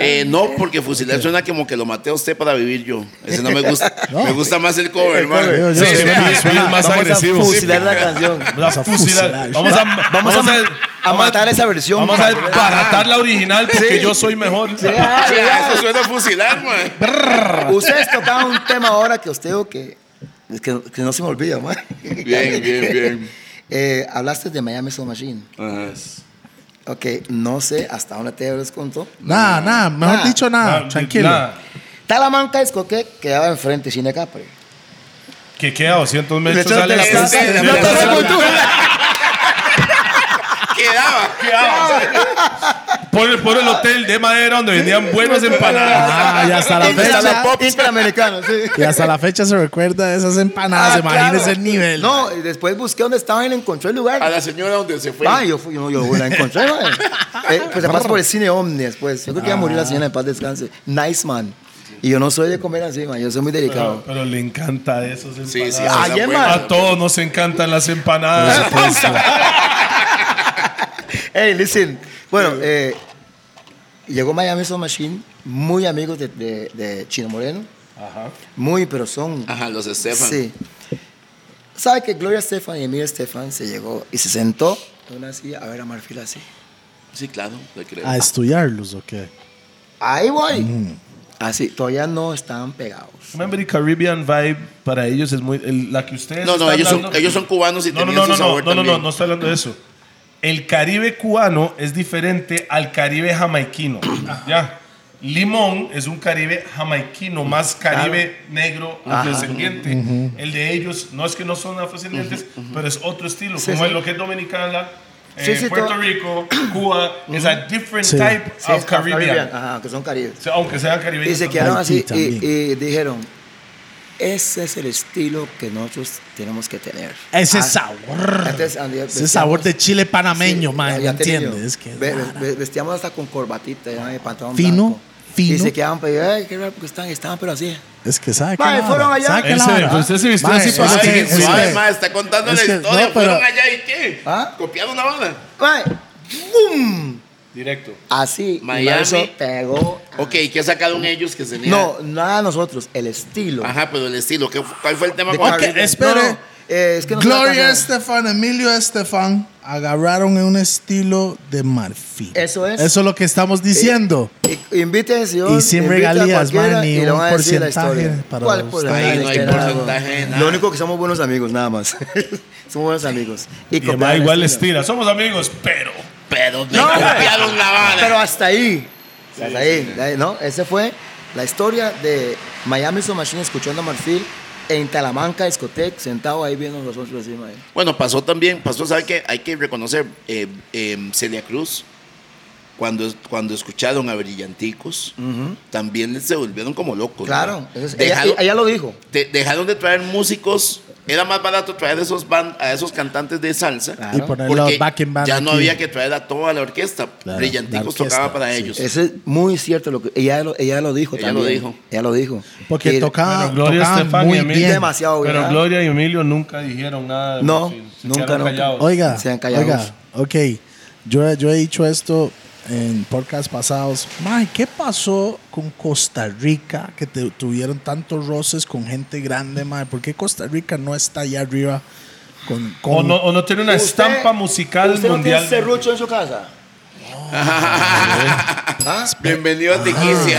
C: Eh, no, porque fusilar suena como que lo maté a usted para vivir yo. Ese no me gusta.
A: No.
C: Me gusta más el cover,
D: El cover.
C: hermano.
A: Yo- yo-
C: Sí,
A: suena-
B: sí,
A: suena-
B: es más
A: vamos a
B: agresivo.
D: Fusilar la canción.
B: Vamos a fusilar. Vamos a,
D: Vamos a ma- a matar esa versión.
B: Vamos a desbaratar la original porque yo soy mejor.
C: sí, eso suena a fusilar, man.
D: Ustedes tocaban un tema ahora que usted o que, que, que no se me olvida, man.
C: Bien, bien, bien.
D: Eh, hablaste de Miami Soul Machine.
C: Ajá.
D: Ok, no sé hasta dónde te les contó.
A: Nada, nada, mejor
D: Nah.
A: dicho,
B: Ah,
A: nada, tranquilo.
B: Nada.
D: Talamanca Escoque quedaba enfrente de Cine Capri.
B: Que queda 200 metros.
D: De hecho,
B: Pues sale
D: te
B: la
D: la-
B: plaza.
C: te-
D: No te recultura.
C: Quedaba.
B: Por el, por el hotel de madera donde vendían buenas empanadas.
A: Ah, y hasta la fecha.
D: Interamericano, sí.
A: Y hasta la fecha se recuerda de esas empanadas,
D: Ah,
A: imagínese
D: claro.
A: el nivel.
D: No, y después busqué dónde estaba y le encontré el lugar.
C: A la señora donde se fue.
D: Ah, yo fui, yo, yo la encontré, madre. Eh, pues además por el cine Omni después. Yo creo que iba a morir la señora en paz descanse. Nice man. Y yo no soy de comer así, man. Yo soy muy
B: Pero,
D: delicado.
B: pero le encanta eso. esas
C: Sí, sí.
B: empanadas.
D: Ah, Ayer,
C: buena.
B: A todos nos encantan las empanadas.
D: Hey, listen. Bueno, eh, llegó Miami Soul Machine, muy amigos de, de- de Chino Moreno.
B: Ajá.
D: Muy, pero son.
C: Ajá, los Estefan.
D: Sí. ¿Sabe que Gloria Estefan y Emilio Estefan se llegó y se sentó en una silla a ver a Marfil así?
C: Sí, claro. lo creo.
A: A estudiarlos, ¿o qué?
D: Ahí voy. Así, todavía no estaban pegados.
B: Remember the Caribbean vibe para ellos es muy. el- la que ustedes.
C: No, no,
B: están
C: ellos son,
B: dando-
C: ellos son cubanos y
B: No, no,
C: tenían
B: no,
C: su
B: no, no,
C: sabor
B: no, no, no,
C: también.
B: no estoy hablando de eso. El Caribe cubano es diferente al Caribe jamaiquino. ya. Limón es un Caribe jamaiquino, más Caribe negro afrodescendiente. El de ellos no es que no son afrodescendientes, pero es otro estilo,
D: Sí,
B: como
D: sí.
B: es lo que es Dominicana, eh,
D: Sí, sí,
B: Puerto
D: todo-
B: Rico, Cuba, es a different
A: Sí.
B: type
D: Sí,
B: of Caribbean.
D: Ajá, que son caribes.
B: O sea, aunque sean caribeños.
D: Y se
B: también.
D: quedaron así y,
A: también.
D: y dijeron, ese es el estilo que nosotros tenemos que tener.
A: Ese
D: Ah,
A: sabor.
D: antes, ah,
A: Ese sabor de chile panameño,
D: Sí,
A: man.
D: ya
A: ¿me
D: tenía
A: entiendes?
D: yo.
A: Es que
D: Ve- ve- vestíamos hasta con corbatita, ya, y pantalón
A: Fino,
D: blanco.
A: fino.
D: Y se quedaban, pero, ay, qué raro, porque estaban, estaban, pero así.
A: Es que sabe que
D: Mae,
A: la vara,
D: fueron allá.
A: sabe que
B: Él
A: la
B: se-
A: vara.
B: pues usted se vistió
A: Mae,
B: así para
A: es
B: que-
A: que-
C: Ay,
A: es
C: suave,
A: que-
C: ma, está contando
A: es
C: la
A: que-
C: historia.
A: no, pero-
C: Fueron allá y qué.
D: ¿Ah?
C: Copiaron una banda.
D: Mae, ¡Bum!
B: Directo.
D: Así. y
C: Miami.
D: Eso pegó.
C: Ok, ¿qué sacaron ellos que tenían?
D: No, nada nosotros, el estilo.
C: Ajá, pero el estilo. ¿qué, fu- ¿Cuál fue el tema?
D: De
C: con-
A: Ok,
D: Caribbean.
A: espere.
D: No, no, eh, es que no sé la
A: Gloria
D: canción.
A: Estefan, Emilio Estefan agarraron un estilo de marfil.
D: Eso es.
A: Eso es lo que estamos diciendo.
D: Y- Invite a Sion,
A: Y sin
D: invite a
A: regalías,
D: cualquiera
A: man, ni
D: y le
A: un
D: van a decir la
A: porcentaje
D: historia.
A: para
D: ¿Cuál
A: usted?
D: porcentaje?
C: Ahí no hay
D: Que nada,
C: porcentaje,
D: güey.
C: nada.
D: Lo único que somos buenos amigos, nada más. somos buenos amigos. Y
B: Y el
D: copiar
B: mae
D: el
B: igual
D: estilo.
B: estira. Somos amigos, pero.
C: Pero me
D: No, güey.
C: copiaron la vara.
D: Pero hasta ahí. hasta ahí, ahí, ¿no? Ese fue la historia de Miami Soul Machine escuchando a Marfil en Talamanca, discoteca, sentado ahí viendo nosotros encima. ahí.
C: Bueno, pasó también, pasó, ¿sabe qué? Hay que reconocer eh, eh, Celia Cruz. Cuando, cuando escucharon a Brillanticos, también se volvieron como locos.
D: Claro,
C: ¿no?
D: eso es- ella,
C: dejaron,
D: ella lo dijo.
C: de- dejaron de traer músicos. Era más barato traer esos ban- a esos cantantes de salsa.
D: Claro.
A: Y poner los
C: porque
A: backing band.
C: ya no
A: aquí.
C: había que traer a toda la orquesta.
A: Claro,
C: Brillanticos
A: la orquesta,
C: tocaba para
A: sí.
C: ellos.
D: Eso es muy cierto. Lo que, ella, lo, ella lo dijo
C: Ella lo
D: también.
C: dijo.
D: Ella lo dijo.
A: Porque
D: Y-
A: tocaba,
B: Pero Gloria
A: tocaba
B: Estefan y
A: muy
B: Emilio.
A: bien.
D: Demasiado Ah, bien.
B: Pero
D: ¿verdad?
B: Gloria y Emilio nunca dijeron nada. de
D: No,
B: Marfil. Se
D: nunca,
B: quedaron
D: nunca.
B: callados.
A: Oiga,
D: Sean callados.
A: oiga, ok. Yo, yo he dicho esto en podcasts pasados. Mae, ¿qué pasó con Costa Rica que te- tuvieron tantos roces con gente grande, mae? ¿Por qué Costa Rica no está allá arriba con... con-
B: O no, o no tiene una
D: Usted-
B: estampa musical
D: ¿usted no
B: mundial.
D: tiene serrucho en su casa? ¿Ah?
C: Bienvenido a Tiquicia.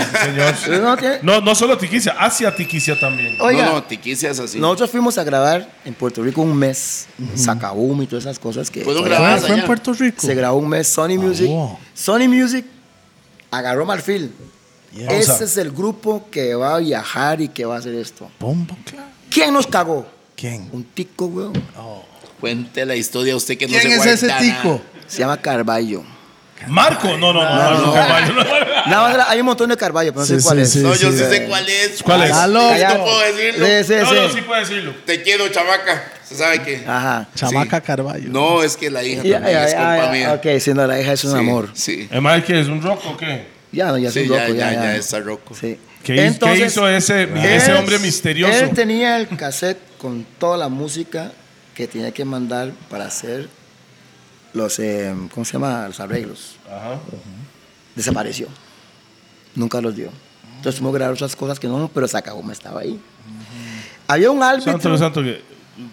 B: este señor.
D: ¿Usted no tiene?
B: No, no solo Tiquicia, hacia Tiquicia también.
D: Oiga,
C: No, no, Tiquicia es así.
D: nosotros fuimos a grabar en Puerto Rico un mes. Sacabum y todas esas cosas que...
C: Fueron
D: que-
A: ¿Fue,
C: grabadas
A: fue en
C: allá.
A: Puerto Rico?
D: Se grabó un mes Sony Music.
A: wow.
D: Sony Music agarró Marfil.
A: Yeah.
B: Pausa.
D: Ese es el grupo que va a viajar y que va a hacer esto.
A: Bombo, claro.
D: ¿Quién nos cagó?
A: ¿Quién? Oh.
D: Un tico, weón.
C: Cuente la historia usted que no se
A: ¿Quién es ese
C: guarda nada.
A: tico?
D: Se llama Carballo.
B: Marco, no, no, no. Marco Carvalho, no.
D: Nada más, hay un montón de Carballo, pero no
A: Sí,
D: sé cuál
A: sí,
D: es. Ah,
A: sí.
C: No, yo sí, sé cuál es.
B: ¿Cuál es?
A: Aló.
C: Sí,
D: Callado.
C: no puedo decirlo.
D: Sí, sí,
B: No,
D: sí.
B: no, sí puede decirlo.
C: Te quiero, chavaca. Se sabe que.
D: Ajá.
A: Chamaca Carballo.
C: No, es que la hija
D: Ya,
C: también
D: ya,
C: es
D: ya,
C: culpa
D: ya,
C: mía.
D: ok, siendo la hija es un
C: Sí,
D: amor.
C: Sí.
B: ¿El mae que es un rock o qué?
D: Ya, no, ya es
C: Sí,
D: un
C: ya,
D: loco,
C: ya,
D: ya,
C: ya está roco.
D: Sí.
B: ¿Qué, hizo- ¿qué hizo ese, ese
D: él-
B: hombre misterioso?
D: Él tenía el cassette con toda la música que tenía que mandar para hacer los, eh, ¿cómo se llama? Los arreglos.
B: Ajá.
D: Desapareció. Nunca los dio. Entonces tuvimos que grabar otras cosas que no, pero Sacagoma estaba ahí. Había un
B: Santo,
D: árbitro.
B: santo, que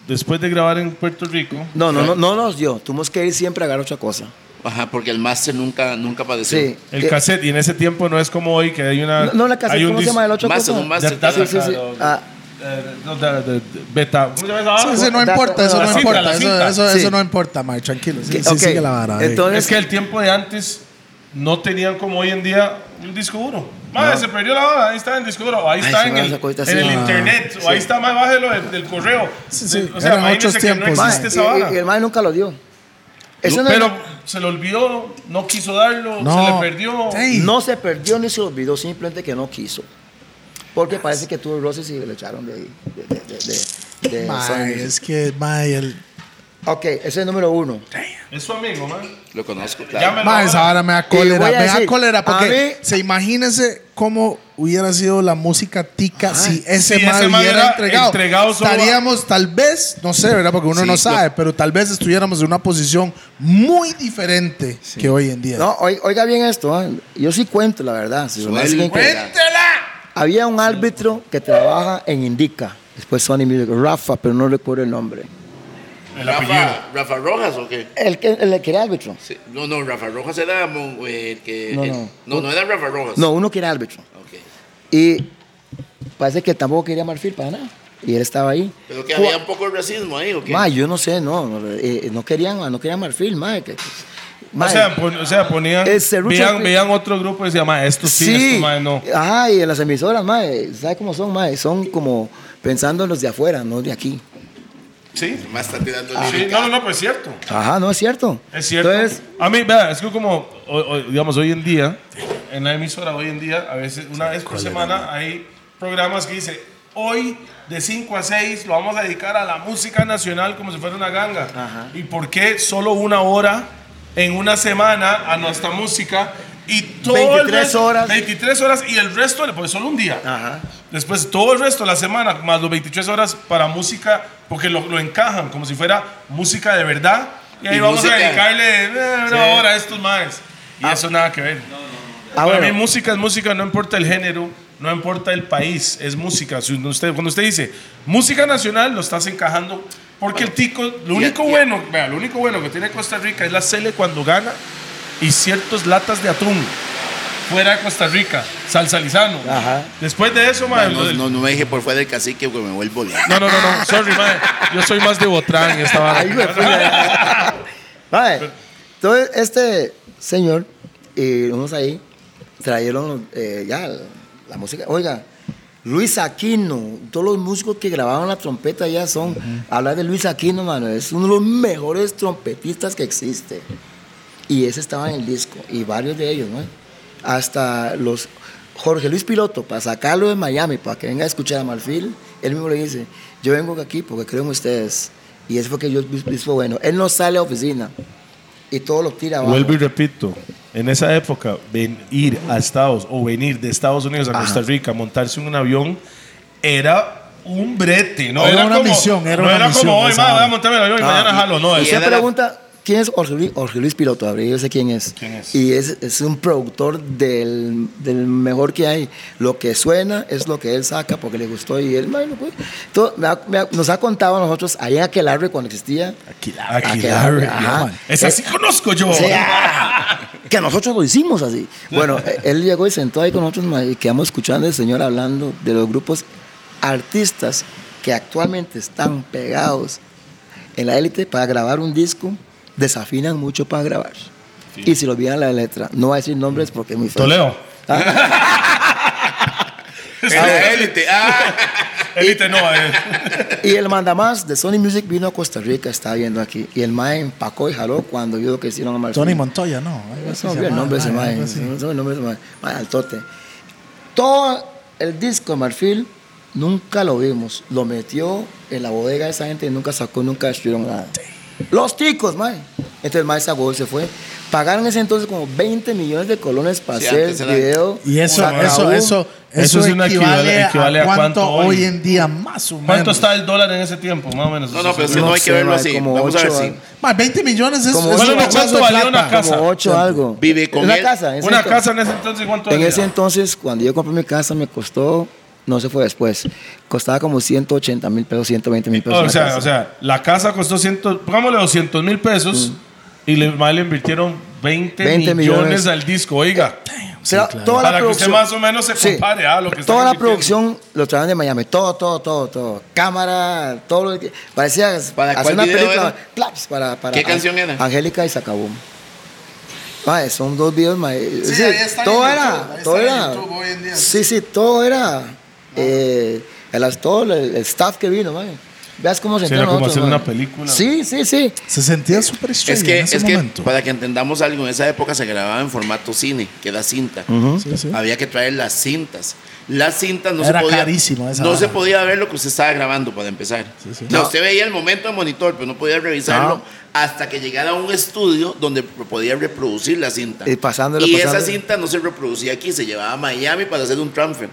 B: después de grabar en Puerto Rico.
D: No, no, no, no nos dio. Tuvimos que ir siempre a agarrar otra cosa.
C: Ajá, porque el máster nunca, nunca padeció.
D: Sí.
B: El
D: Eh,
B: cassette, y en ese tiempo no es como hoy que hay una.
D: No, no, la cassette,
B: hay un
D: ¿cómo se
B: dis-
D: llama el otro?
C: Más en un más-
B: Da-
C: Sí,
B: data
D: sí, sí.
B: card o-
D: Ah.
B: eh, no, da- da- da- beta. ¿Cómo se llama esa vara?
A: Eso no
D: Data-
A: importa, eso
B: la
A: no
B: cinta,
A: importa.
B: la
A: Eso,
B: cinta.
A: eso,
D: Sí.
A: eso no importa, mae. Tranquilo. Sí,
D: Que-
A: sí,
D: ok.
A: sigue la vara. eh.
D: Entonces-
B: Es que el tiempo de antes no tenían como hoy en día un disco duro. Madre, se perdió la hora, ahí está en el disco duro, o ahí
D: Ay,
B: está
D: se
B: en
D: me
B: el,
D: hace cuesta
B: en
D: así.
B: el
D: Ah,
B: internet, o ahí está más bájelo del, del correo.
A: Sí, sí,
B: O sea,
A: eran
B: imagínense
A: otros
B: que
A: tiempos,
B: no
D: Ma,
A: mae.
B: existe esa vara.
D: y, y el man nunca lo dio. Eso no,
B: Pero se le olvidó, no quiso darlo, se le
A: No.
B: perdió.
A: Ey,
D: no se perdió ni se olvidó, simplemente que no quiso. Porque parece que tuvo roces y le echaron de, de, de, de- de- de Sony
A: mae,
D: Music.
A: es que, mae, el...
D: Ok, ese es el número uno.
B: Es su amigo, man.
C: Lo conozco, claro.
B: Llámelo
A: Ma, esa
B: ahora.
A: vara me da
D: Y
A: cólera,
D: voy a
A: me da
D: decir,
A: cólera, porque
D: a mí-
A: se imagínese cómo hubiera sido la música tica si ese
B: si
A: mal
B: ese ma
A: hubiera
B: hubiera
A: entregado.
B: entregado solo a-
A: Estaríamos tal vez, no sé, ¿verdad? Porque uno
C: Sí,
A: no
C: yo-
A: sabe, pero tal vez estuviéramos en una posición muy diferente que hoy en día.
D: No, oi- oiga bien esto, ¿eh? yo sí cuento la verdad. si lo más
C: Suelta.
D: bien que- había un árbitro que trabaja en Indica, después Sony Music, Rafa, pero no recuerdo el nombre.
B: El apellido.
C: Rafa, ¿Rafa Rojas o qué?
D: El que, el que era árbitro.
C: Sí. No, no, Rafa Rojas era mon- eh, el que.
D: No,
C: el-
D: no.
C: no, no era Rafa Rojas.
D: No, uno que era árbitro.
C: Ok.
D: Y parece que tampoco quería marfil para nada. Y él estaba ahí.
C: Pero que había un poco de racismo ahí, ¿o qué?
D: Ma, yo no sé, no, no, eh, no querían, no querían marfil, ma, que- ma,
B: O sea, pon- o sea, ponían,
D: El serrucho
B: veían,
D: que-
B: veían otro grupo y decían, ma, esto sí, esto, ma, no.
D: ajá, y en las emisoras, ma, ¿sabes cómo son, ma? Son como pensando en los de afuera, no de aquí.
B: Sí,
C: Más está tirando
D: Ah.
B: sí.
C: lírica.
B: No, no, no, pero es cierto.
D: Ajá, no es cierto.
B: Es cierto.
D: Entonces,
B: a mí, vea, es que como, o- o- digamos, hoy en día, en la emisora, hoy en día, a veces, una vez por semana, hay programas que dice hoy de 5 a 6 lo vamos a dedicar a la música nacional como si fuera una ganga. ¿Y por qué solo una hora en una semana a nuestra música? Y todo el
D: 23
B: resto-
D: horas.
B: 23 horas y el resto, pues solo un día.
D: ajá.
B: Después todo el resto de la semana, más los 23 horas para música, porque lo, lo encajan como si fuera música de verdad. Y ahí
C: Y
B: vamos a
C: música.
B: dedicarle eh, una
D: Sí.
B: hora a estos maes. Y eso nada que ver.
D: Ah,
B: para
D: bueno.
B: mí música es música, no importa el género, no importa el país, es música. Si usted, cuando usted dice música nacional, lo estás encajando. Porque el tico, lo
C: y-
B: único
C: y-
B: bueno, vea, lo único bueno que tiene Costa Rica es la Cele cuando gana y ciertos latas de atún fuera de Costa Rica, salsalizano.
D: Ajá.
B: Después de eso,
C: Ma,
B: madre, lo
C: No,
B: del-
C: no, no me deje por fuera del cacique porque me vuelvo loco.
B: pues. no, no, no, no, sorry, madre. Yo soy más de Botrán. Esta vara.
D: Ahí me fui. Mae, Entonces, este señor, y unos ahí, trajeron eh, ya la, la música. Oiga, Luis Aquino, todos los músicos que grababan la trompeta ya son. Hablar de Luis Aquino, mano, es uno de los mejores trompetistas que existe. Y ese estaba en el disco, y varios de ellos, ¿no? Hasta los. Jorge Luis Piloto, para sacarlo de Miami, para que venga a escuchar a Marfil, él mismo le dice: Yo vengo aquí porque creo en ustedes. Y eso fue que yo fue bueno. Él no sale a oficina y todo lo tira abajo.
B: Vuelvo y repito, en esa época, ven- ir a Estados o venir de Estados Unidos a Costa Rica, montarse en un avión, era un brete, ¿no?
A: Era una misión, era
B: no
A: una
B: era
A: misión,
B: como hoy,
A: esa
B: ma, voy a
A: hora".
B: montarme en el avión y
C: Ah,
B: mañana
C: y-
B: jalo, no. es-
C: y
D: Usted
C: era-
D: pregunta, ¿quién es Jorge Luis, Jorge Luis Piloto? Abre, yo sé quién es.
B: ¿Quién es?
D: Y es, es un productor del, del mejor que hay. Lo que suena es lo que él saca porque le gustó y él, bueno, pues, todo- me ha- me ha- nos ha contado a nosotros allá en Aquelarre cuando existía.
B: Aquelarre,
D: Aquelarre,
B: ya,
D: ajá.
B: man. Esa sí conozco yo.
D: O ah, sea, que nosotros lo hicimos así. Bueno, eh, él llegó y sentó ahí con nosotros ma, y quedamos escuchando al señor hablando de los grupos artistas que actualmente están pegados en la élite para grabar un disco, desafinan mucho para grabar. Y se le olvidan la letra. No voy a decir nombres porque es muy feo.
B: Toledo.
D: Ah,
C: En la élite. Ah,
B: Élite no, eh.
D: y el mandamás de Sony Music vino a Costa Rica, estaba viendo aquí. Y el mae empacó y jaló cuando vio que hicieron a Marfil.
A: Tony Montoya, no. algo así
D: No,
A: se
D: olvidé el
A: llama,
D: nombre de ese
A: mae,
D: mae,
A: algo así.
D: no sé el nombre de ese mae, mae, altote. Todo el disco de Marfil nunca lo vimos. Lo metió en la bodega de esa gente y nunca sacó, nunca destruyeron nada. Los ticos, mae. Entonces el mae sacó y se fue. Pagaron ese entonces como 20 millones de colones para
C: Sí,
D: hacer
C: antes
D: el
C: era-
D: video.
A: Y eso,
D: Sacabú.
A: eso, eso, eso,
B: Eso sí no
A: equivale,
B: equivale- equivale
A: a
B: a
A: cuánto,
B: cuánto
A: hoy
B: hoy.
A: en día más o menos.
B: ¿Cuánto está el dólar en ese tiempo? Más o menos.
C: no, no, pero es que
D: No
C: no hay que
D: sé,
C: verlo
D: mae,
C: así.
D: como
C: Vamos a ver
D: ocho
C: si.
D: años.
A: Mae, 20 millones es,
D: Como
A: es
D: ocho-
A: un
D: ¿cuánto
A: pedazo de
B: valió una
A: plata.
B: casa?
D: Como 8 algo.
C: Vive con
D: Una
C: él.
D: casa. en ese
B: Una
D: entonces.
B: casa en ese entonces, ¿cuánto
D: En
B: valía?
D: ese entonces, cuando yo compré mi casa, me costó, no se fue después, costaba como 180 mil pesos, 120 mil pesos.
B: O
D: una
B: sea,
D: casa.
B: o sea, la casa costó 100, pongámosle 200 mil pesos y le, más le invirtieron 20, millones.
D: 20 Mm. millones.
B: al disco, oiga.
D: Pero toda la
B: Para que
D: producción-
B: usted más o menos se
D: Sí.
B: compare a lo que está
D: Toda la
B: invirtiendo.
D: producción lo trajeron de Miami. Todo, todo, todo, todo. Cámara, todo lo que. Parecía
C: ¿Para
D: hacer
C: cuál
D: una
C: video
D: película.
C: era?
D: Claps, para, para-
C: ¿Qué canción era?
D: Angélica y Sacabum. Mae, son dos videos, mae.
A: Sí,
D: Sí,
A: ahí está en
D: todo
A: YouTube,
D: era.
A: ahí está
D: todo
A: en
D: era.
A: YouTube hoy en día.
D: Sí, sí, todo era. eh, el, todo el, el staff que vino, mae. Veas cómo se
B: Sí, era
D: entraron
B: como hacer
D: nosotros, mae.
B: una película.
D: Sí, sí, sí.
A: Se sentía súper
C: Es
A: estrella
C: que,
A: en ese
C: es que
A: momento.
C: para que entendamos algo, en esa época se grababa en formato cine, que era cinta.
A: Sí, sí.
C: Había que traer las cintas. Las cintas no
A: Era
C: se podía.
A: carísimo esa
C: no
A: vara.
C: se podía ver lo que usted estaba grabando para empezar. O sea, Usted veía el momento en monitor, pero no podía revisarlo
D: No.
C: hasta que llegara a un estudio donde podía reproducir la cinta.
D: Y pasándolo,
C: Y
D: pasándolo.
C: esa cinta no se reproducía aquí, se llevaba a Miami para hacer un transfer.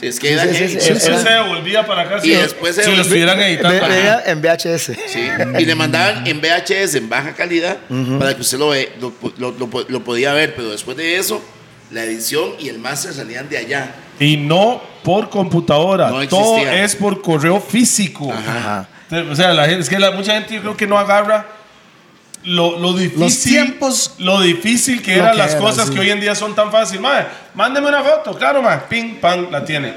C: Sí, es que
D: Sí,
C: era
D: sí, sí,
C: heavy.
D: sí,
B: Después
D: sí.
B: se devolvía para acá si,
C: después se
B: si lo
C: devolvía.
B: estuvieran editando.
D: Ve- veía en VHS.
C: Sí, y le mandaban en VHS en baja calidad para que usted lo, ve- lo, lo- lo- lo podía ver, pero después de eso, la edición y el máster salían de allá.
B: Y no por computadora.
C: No existía.
B: Todo es por correo físico.
D: Ajá.
B: O sea, la gente, es que la, mucha gente yo creo que no agarra lo, lo difícil.
A: Los tiempos.
B: Lo difícil que
A: Lo
B: eran
A: que
B: las
A: era,
B: cosas
A: sí.
B: que hoy en día son tan fáciles. Madre, mándeme una foto. Claro, madre. Ping, pam, la tiene.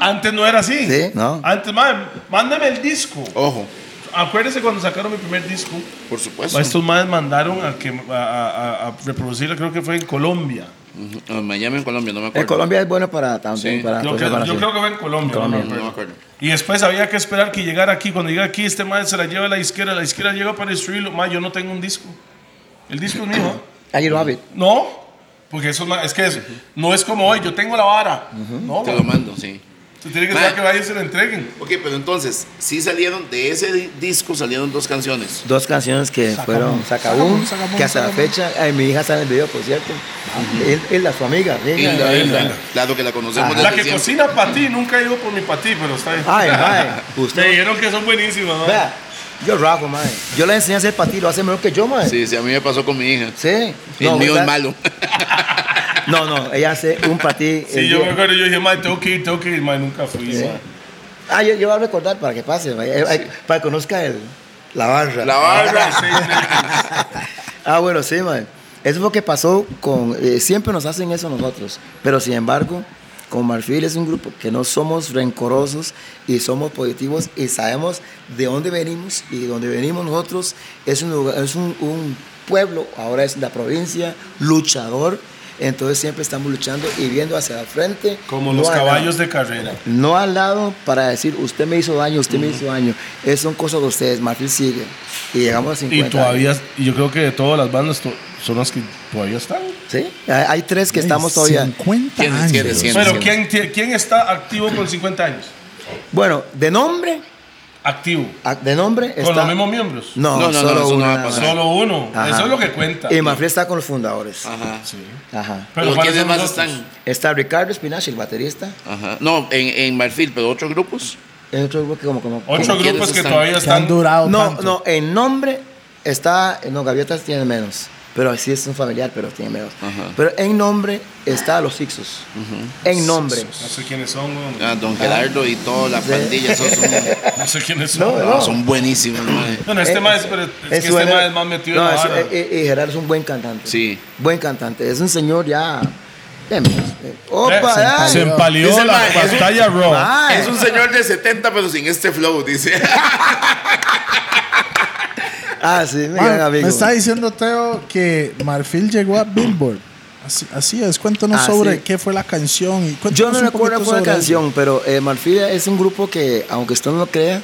B: Antes no era así.
D: Sí, no.
B: Antes, madre, mándame el disco.
C: Ojo,
B: Acuérdese cuando sacaron mi primer disco.
C: por supuesto.
B: Estos madres mandaron a, que, a, a- a reproducirlo, creo que fue en Colombia.
C: Ujú, en Miami, en Colombia, no me
D: En
C: acuerdo.
D: Colombia es bueno para también.
C: Sí,
D: para
B: Creo que-
D: cosas para
B: yo
D: hacer.
B: creo que fue en Colombia.
D: Colombia.
B: no me
C: No me
B: acuerdo.
C: acuerdo.
B: Y después había que esperar que llegara aquí. Cuando llega aquí, este madre se la lleva a la izquierda. La izquierda llega para destruirlo. Ma, yo no tengo un disco. El disco es mío.
D: Ahí lo abre.
B: No, porque eso es ma- es que es- no es como hoy. Yo tengo la vara. No,
C: Te
B: ma.
C: lo mando, sí.
B: Se tiene que
C: Ma.
B: esperar que vaya y se la entreguen.
C: Ok, pero entonces, sí salieron, de ese di- disco salieron dos canciones.
D: Dos canciones que fueron Sacabum,
A: Sacabum, Sacabum,
D: que hasta la
A: Sacabum.
D: fecha, ay, mi hija está en el video, por cierto. Él- Él, la su amiga. ella-
C: Hilda,
D: ella-
C: Hilda, Claro que la conocemos
D: Ajá.
C: desde
B: Ah, La que
C: siempre.
B: cocina para ti, nunca he ido por mi para ti, pero está bien.
D: Ay, mae, usted-
B: Me dijeron que son buenísimas. ma.
D: Vea, yo rajo, mae. Yo le enseñé a hacer patí, lo hace mejor que yo, mae. Sí.
C: Sí, sí, a mí me pasó con mi hija. El
D: No,
C: mío
D: ¿verdad?
C: es malo.
D: No, no, ella hace un patí.
B: Sí,
D: el
B: yo me
D: día.
B: acuerdo, yo dije, mae, tengo que ir, tengo que ir, mae, nunca fui,
D: Sí.
B: mae.
D: Ah, yo, yo voy a recordar para que pase, ma, eh, eh, para que conozca el, la barra.
C: La barra.
D: Ah, bueno, sí, man. Eso es lo que pasó con... eh, siempre nos hacen eso nosotros, pero sin embargo, con Marfil es un grupo que no somos rencorosos y somos positivos y sabemos de dónde venimos y de dónde venimos nosotros es un, lugar- es un, un pueblo, ahora es la provincia, luchador, entonces siempre estamos luchando y viendo hacia el frente.
B: Como
D: no
B: los
D: al lado.
B: caballos de carrera.
D: No al lado para decir, usted me hizo daño, usted me hizo daño. Esas son cosas de ustedes. Marfil sigue. Y llegamos a 50.
B: Y
D: años.
B: todavía, y yo creo que de todas las bandas to- son las que todavía están.
D: Sí, hay hay tres que estamos todavía.
A: 50
C: ¿Quiénes,
A: años.
C: quiénes, quiénes?
B: Pero ¿quién, tie- ¿quién está activo con 50 años?
D: Bueno, de nombre,
B: Activo.
D: a- de nombre está.
B: Con los mismos miembros.
D: No,
C: No, no, no,
D: solo
C: eso no
D: uno
C: va a
D: nada más.
C: pasar.
B: Solo uno.
D: Ajá.
B: Eso es lo que cuenta.
D: Y Mafre está con los fundadores.
C: Ajá.
B: Sí.
D: Ajá.
C: Pero
B: ¿cuáles
C: ¿quiénes
B: son
C: más
B: los otros?
C: están?
D: Está Ricardo Espinache, el baterista.
C: Ajá. No, en, en Marfil, pero otros grupos.
D: En otro grupo que como. como
B: Ocho grupos
C: ¿Cómo quiénes
B: que
C: están?
B: todavía
A: Que han
B: están.
A: durado
D: no,
A: tanto.
D: no, en nombre está. No, Gaviotas tiene menos. Pero sí es un familiar, pero tiene menos.
C: Ajá.
D: Pero en nombre está los Sixos. En nombre.
B: No sé quiénes son, güey.
C: Ah, don Gerardo y toda la
D: Sí.
C: pandilla. esos son,
B: No sé quiénes
D: No,
B: son.
D: no.
C: Ah, son buenísimos, mae.
B: Bueno, este
D: Eh,
B: más es, pero es que este
D: su género-
B: más es más metido
D: no,
B: en la
D: es-
B: vara.
D: eh, eh, Gerardo es un buen cantante.
C: Sí.
D: Buen cantante. Es un señor ya. eh, eh, Opa,
B: Eh,
D: ay.
A: se
B: empalió
C: Ese mae, es un-
B: raw.
D: Ay.
C: Es un señor de 70, pero sin este flow, dice.
D: Ah, sí, mi
A: Bueno,
D: gran amigo.
A: me está diciendo Teo que Marfil llegó a Billboard. Así, así es, cuéntanos
D: Ah,
A: sobre
D: sí.
A: qué fue la canción. Y cuéntanos
D: Yo no
A: un
D: recuerdo
A: poquito
D: cuál
A: sobre
D: canción, pero eh, Marfil es un grupo que, aunque usted no lo crea,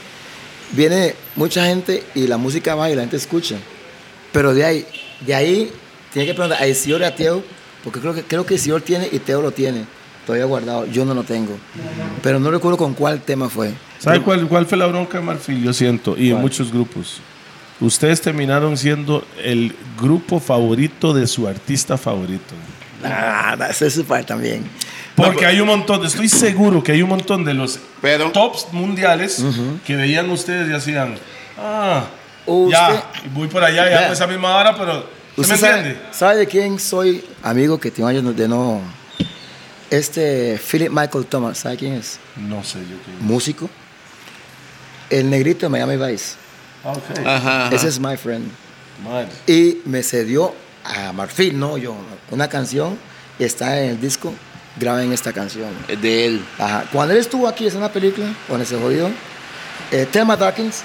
D: viene mucha gente y la música va y la gente escucha. Pero de ahí, de ahí, tiene que preguntar a Isidoro y a Teo, porque creo que, creo que Isidoro tiene y Teo lo tiene. Todavía guardado, yo no lo tengo. Pero no recuerdo con cuál tema fue.
B: ¿Sabe cuál, cuál fue la bronca, Marfil? Yo siento, y en muchos grupos. Ustedes terminaron siendo el grupo favorito de su artista favorito.
D: Ah, ese es super también.
B: Porque hay un montón, estoy seguro que hay un montón de los
C: Pero-
B: tops mundiales que veían ustedes y hacían, ah,
D: Usted-
B: ya, y voy por allá, ya
D: Vea.
B: hago esa misma hora, pero ¿se me
D: ¿Usted sabe,
B: entiende?
D: sabe de quién soy amigo que tengo años de no? Este Philip Michael Thomas, ¿sabe quién es?
B: No sé, yo creo.
D: músico. El negrito de Miami Vice.
B: Ah, ok.
C: Ajá.
D: Ese es my friend.
B: Madre.
D: Y me cedió a Marfil, no yo, una canción está en el disco, graben esta canción.
C: Es de él.
D: Ajá. Cuando él estuvo aquí, es una película, donde se jodió. eh, Thelma Darkins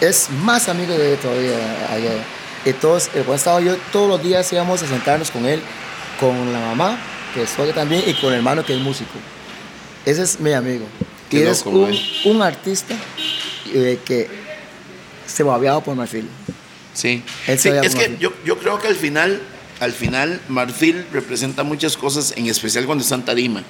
D: es más amigo de él todavía. Ayer. Entonces, el buen estado yo, todos los días íbamos a sentarnos con él, con la mamá, que es suegra también, y con el hermano que es músico. Ese es mi amigo.
C: Qué
D: y es
C: loco,
D: un,
C: man.
D: un artista eh, que se babeaba por Marfil.
C: Sí.
D: Él
C: Sí,
D: sabía
C: es
D: cómo
C: que
D: hacer.
C: yo, yo creo que al final, al final, Marfil representa muchas cosas, en especial cuando está en Tarima.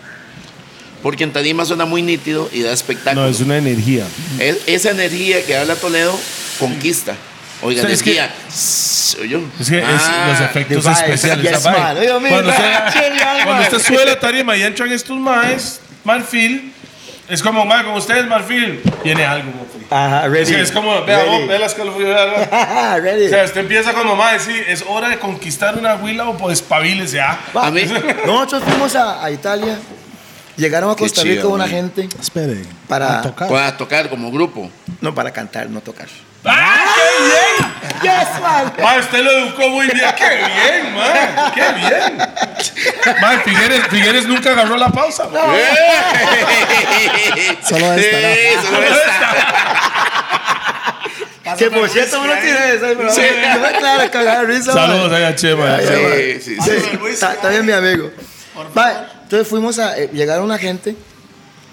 C: Porque en Tarima suena muy nítido y da espectáculo.
B: No, es una energía.
C: Es- esa energía que habla Toledo conquista. Oiga,
B: O sea, es que-
C: energía. Shh, ¿oyó?
B: Es que es
C: Ah,
B: los efectos
D: Dubai,
B: especiales.
D: yes,
B: esa vaina.
D: man. Oiga, mira,
B: cuando, usted,
D: genial,
B: cuando
D: man.
B: usted sube la tarima y entran estos maes, Marfil, es como, mae, con ustedes, Marfil, viene algo. Marfil.
D: Ajá,
B: Es, que es como, vea, vos, vea las calofrías.
D: ready.
B: O sea, usted empieza cuando más sí, es hora de conquistar una huila o pues espabilese, ah.
D: Va.
C: A mí-
D: Nosotros fuimos a, a Italia, llegaron a
C: Qué
D: Costa
C: chido,
D: Rica una
C: man.
D: gente,
A: Espere,
D: Para-
A: a tocar.
C: Para tocar como grupo.
D: no para cantar, no tocar.
B: ¡Ah, qué bien!
D: Yes, man.
B: Ma, usted lo educó muy bien. ¡Qué bien, man! ¡Qué bien! Man, Figueres, Figueres nunca agarró la pausa. pues. man.
A: Solo esta, ¿no?
C: Sí, solo esta.
D: Que por cierto, uno tiene eso, pero no, claro, cagar de risa.
B: Saludos ahí a Chema.
D: Sí,
B: Chema.
C: Sí, sí, sí.
D: Sí, está, está bien mi amigo. Va, entonces fuimos a eh, llegaron una gente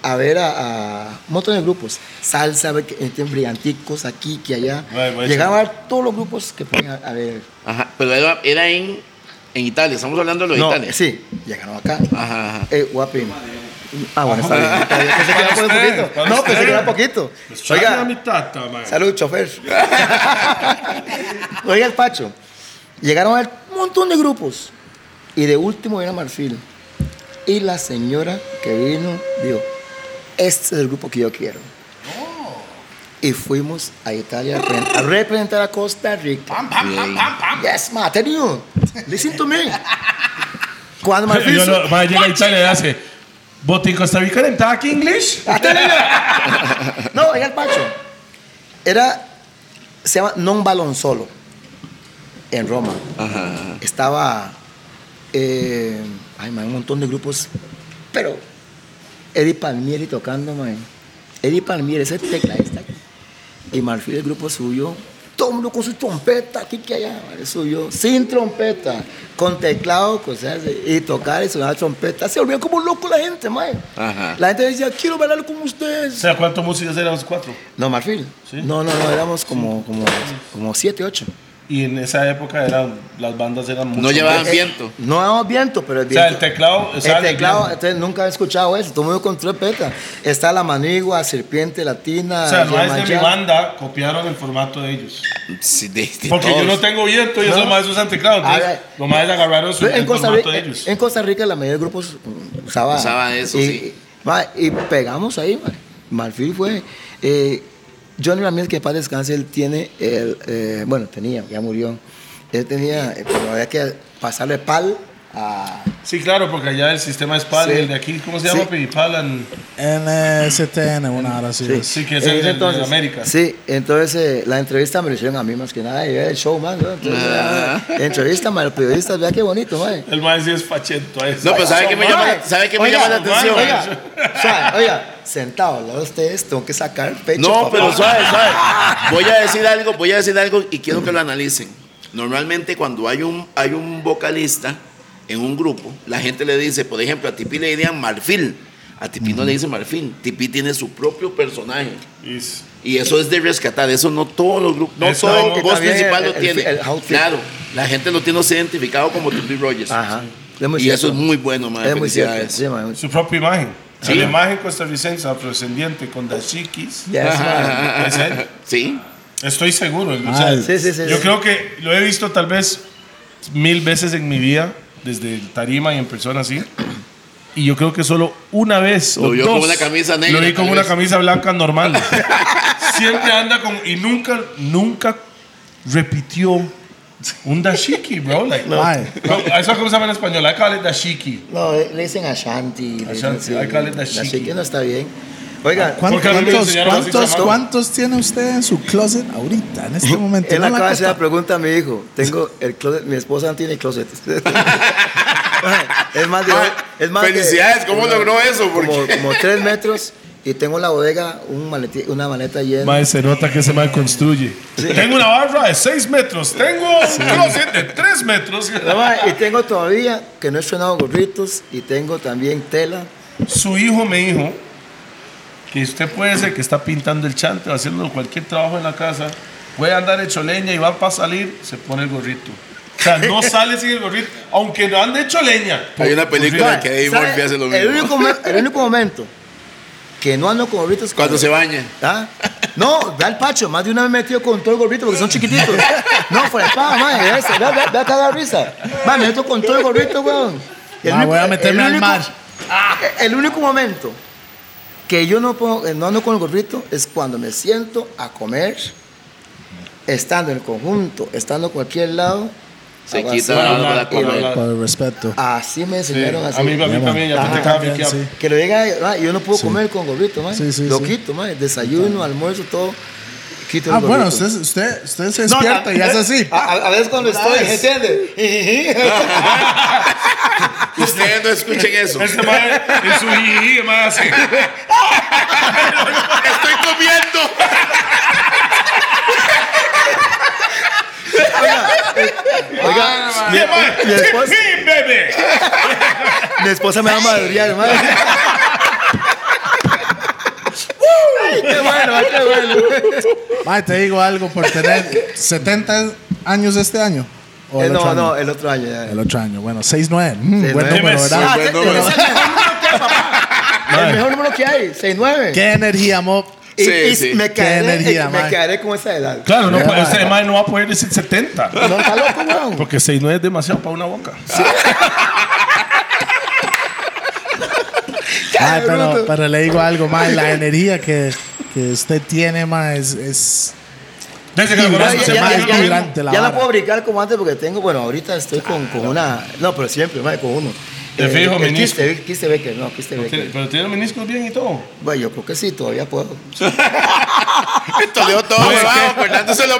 D: a ver a, a un montón de grupos. Salsa, a ver que entren brillanticos aquí, que allá.
B: Ay, bueno,
D: Llegaron a ver todos los grupos que podían haber.
C: Ajá, pero era, era en, en Italia. Estamos hablando de lo de
D: No,
C: Italia.
D: sí, llegaron acá.
C: Ajá, ajá.
D: Eh, guapín. Ah, bueno, está bien. Está bien, Pensé que era por
B: Para
D: un
B: usted,
D: poquito.
B: para
D: No,
B: usted.
D: pensé que era poquito.
B: Chale Pues, a mi
D: Oiga,
B: tata, man.
D: salud, chofer. Oiga, el Pacho. Llegaron a ver un montón de grupos. Y de último era Marfil. Y la señora que vino dijo, este es el grupo que yo quiero. Oh. Y fuimos a Italia a repre- a representar a Costa Rica.
C: Bien.
D: Yes, ma, tell you. Listen to me. Cuando Marfil.
B: Yo lo- mae, llega a Italia y hace. ¿Botín Costa Rica en Taki English?
D: No, era el Pacho. Era. Se llama Non Balonzolo. En Roma.
C: Ajá.
D: Estaba. eh, ay, man, un montón de grupos. Pero. Eddie Palmieri tocando, man. Eddie Palmieri, ese tecladista. Y Marfil, el grupo suyo. Todo el mundo con su trompeta, aquí que allá, man, suyo, sin trompeta, con teclado, cosas así, y tocar y sonar trompeta. Se volvió como loco la gente, man.
C: Ajá.
D: La gente decía, quiero bailar como ustedes.
B: O sea, ¿cuántos músicos eran los cuatro?
D: No, Marfil.
B: Sí.
D: No, no, no, éramos como, como, como siete, ocho.
B: Y en esa época eran, las bandas eran mucho
C: No llevaban
B: más.
C: viento.
D: Eh, No dábamos viento, pero el
B: O sea,
D: viento.
B: el teclado. o sea,
D: el teclado,
B: el-
D: Este, entonces nunca he escuchado eso. Todo el mundo con trompeta. Está la manigua, serpiente latina.
B: O sea, no es de mi
D: Yemayá.
B: banda, copiaron el formato de ellos.
C: Sí, de- de
B: Porque yo
C: todos.
B: no tengo viento y
D: No.
B: esos más usan teclado.
D: A
B: Entonces,
D: ver.
B: los más agarraron su,
D: Pero Pues, en,
B: el
D: Costa
B: formato
D: Rica,
B: de ellos.
D: en Costa Rica la mayoría de grupos mm, usaba,
C: Usaba eso,
D: y,
C: sí.
D: ma, y pegamos ahí, ma. Marfil fue... eh, Johnny Ramírez, que en paz descanse, él tiene, el, eh, bueno, tenía, ya murió. Él tenía, eh, pero había que pasarle pal a...
B: Sí, claro, porque allá el sistema es PAL
D: Sí.
B: y el de aquí, ¿cómo se llama?
D: Sí.
B: Pidipalan.
A: NSTN, una hora así. es.
B: Sí, que es el de-
D: entonces,
B: de América.
D: Sí, entonces eh, la entrevista me lo hicieron a mí más que nada, y era el show, man. ¿no? Entonces,
C: Ah.
D: ah, entrevista, man, los periodistas, vea qué bonito, man.
B: El más sí es fachento. es-
C: No, pero Pues, ¿sabe
D: Son
C: qué me llama,
D: malos.
C: ¿sabe qué me
D: Oiga,
C: llama la atención?
D: Oiga, suave, oiga, sentado al lado de ustedes, tengo que sacar el pecho.
C: No,
D: papá.
C: pero suave, suave. Voy a decir algo, voy a decir algo y quiero que lo analicen. Normalmente cuando hay un, hay un vocalista en un grupo, la gente le dice, por ejemplo, a Tipi le dirían Marfil. A Tipi no le dice Marfil. Tipi tiene su propio personaje.
B: es-
C: Y eso es de rescatar. Eso no todos los grupos, no
B: Eso
C: todo
B: que
C: voz
D: también
C: principal
D: el-
C: lo
D: el-
C: tiene.
D: el outfit.
C: claro, la gente lo tiene identificado como Tipi Rogers.
D: Ajá. Es muy
C: y
D: cierto.
C: eso es muy bueno, madre.
D: Es muy cierto.
C: Felicidades.
D: Sí, man.
B: Su propia imagen.
C: Sí.
B: La imagen costarricense, afrodescendiente, con las chiquis.
D: Ya, sí, man.
B: ¿Es él?
C: Ah, Sí.
B: Estoy seguro. o
A: Ah,
B: sea,
A: el-
D: Sí, sí, sí.
B: Yo
D: sí.
B: creo que lo he visto tal vez mil veces en mi vida, desde el tarima y en persona así. Y yo creo que solo una vez o
C: Lo vio
B: dos,
C: con una camisa negra,
B: Lo vi con
C: tal
B: una
C: vez.
B: camisa blanca normal. Siempre anda con... Y nunca, nunca repitió un dashiki, bro. Like,
A: Mae,
B: bro, ¿Eso cómo se llama en español? I call it dashiki.
D: No, le dicen Ashanti. le dicen-
B: Ashanti, I call it
D: sí,
B: Dashiki.
D: Dashiki no está bien. Oiga,
A: ¿cuán-
B: Porque a mí me
A: ¿Cuántos,
B: enseñaron así,
A: cuántos,
B: chamaco.
A: cuántos tiene usted en su closet ahorita, en este momento?
D: él
A: No la
D: acaba de hacer la
A: copa.
D: pregunta a mi hijo. Tengo el closet, mi esposa no tiene closet. es más de.
C: Ah,
D: es más de-
C: felicidades, ¿cómo logró eso? Porque-
D: Como, como tres metros y tengo en la bodega un maleti- una maleta llena.
B: Mae, se nota que se mal construye. Tengo una barra de 6 metros. Tengo un closet de 3 metros.
D: No, ma, y tengo todavía que no he estrenado gorritos y tengo también tela.
B: Su hijo me dijo que usted puede ser que está pintando el chante o haciendo cualquier trabajo en la casa, puede andar hecho leña y va para salir, se pone el gorrito. O sea, no sale sin el gorrito, aunque no ande hecho leña.
C: Hay una película
D: Ma,
C: que Eddie
D: Pues, ¿sabe?
C: Murphy hace lo mismo.
D: El único, mo- el único momento que no ando con gorritos. es
C: Cuando se baña.
D: ¿Ah? No, ve al pacho, más de una vez me he metido con todo el gorrito porque son chiquititos. No, fuera de paja, madre, ve, ese, ve, ve, ve acá la risa. Ma, me meto con todo el gorrito, weón. El
A: Ma,
D: único-
A: voy a meterme
D: el
A: al
D: único- Ah,
A: mar.
D: El único momento que yo no, pongo- no ando con el gorrito es cuando me siento a comer, estando en el conjunto, estando en cualquier lado.
C: Se
D: hago
C: quita
D: así.
C: la- la-
B: Habla,
C: la cola.
B: habla.
A: Por el respeto.
D: Así me
B: Sí,
D: enseñaron así.
B: a mí, a mí también, ya
D: Ajá,
B: te cabe
A: también,
B: que-
A: sí.
D: Que lo diga, ah, yo no puedo comer con gorrito, man.
A: Sí, sí,
D: lo
A: sí.
D: quito, man. Desayuno, almuerzo, todo. Quito el
A: Ah, bueno,
D: gorrito.
A: usted, usted, usted se despierta y hace así.
D: A, a- a veces cuando estoy, ¿entiendes?
C: Ustedes no escuchen eso.
B: Este mae es su jiji, mae, así.
C: Estoy comiendo.
D: Oiga,
B: Sí, mae.
D: y después-
B: Jiji, bebé.
D: mi esposa me va a madrear, man. Ay, qué bueno, ay, qué bueno.
A: Mae, te digo algo, por tener 70 años este año. ¿O
D: Eh,
A: el otro
D: no,
A: año?
D: no, el otro año ya.
A: El otro año, bueno, 6-9. Mm,
D: Sí,
A: buen
D: nueve.
A: número,
B: Dime,
A: ¿verdad?
D: Ah,
C: buen
D: sí,
C: número.
D: es el mejor número que hay, papá. El mejor número que hay, 6-9.
A: Qué energía, mo.
D: Y,
C: Sí,
D: y
C: sí.
D: me,
A: Qué
D: quedaré,
A: energía,
D: eh, me
A: man.
D: quedaré con esa edad.
B: Claro, no, puede- este mae no va a poder decir 70.
D: No está loco, weón.
B: Porque 6-9 es demasiado para una boca.
A: Mae, pero,
D: bruto.
A: pero le digo algo, mae, la energía que, que usted tiene, mae, es, es-
B: Desde que lo
A: Ya,
B: conozco,
D: ya,
B: se
D: ya,
B: mae
A: mal
D: ya,
B: es
D: ya,
B: duro.
A: durante la
D: ya no
A: vara.
D: puedo brincar como antes porque tengo, bueno, ahorita estoy con, con una, no, pero siempre, madre, con uno.
B: De
D: eh,
B: fijo,
D: el
B: menisco.
D: Quiste, quiste Becker, no, quiste
B: Tiene-
D: Becker.
B: Pero tiene los meniscos bien y todo.
D: Bueno, yo creo que sí, todavía puedo.
C: Esto dio todo
B: Pues,
C: huevado,
B: ¿qué?
C: Fernández la
D: Pues,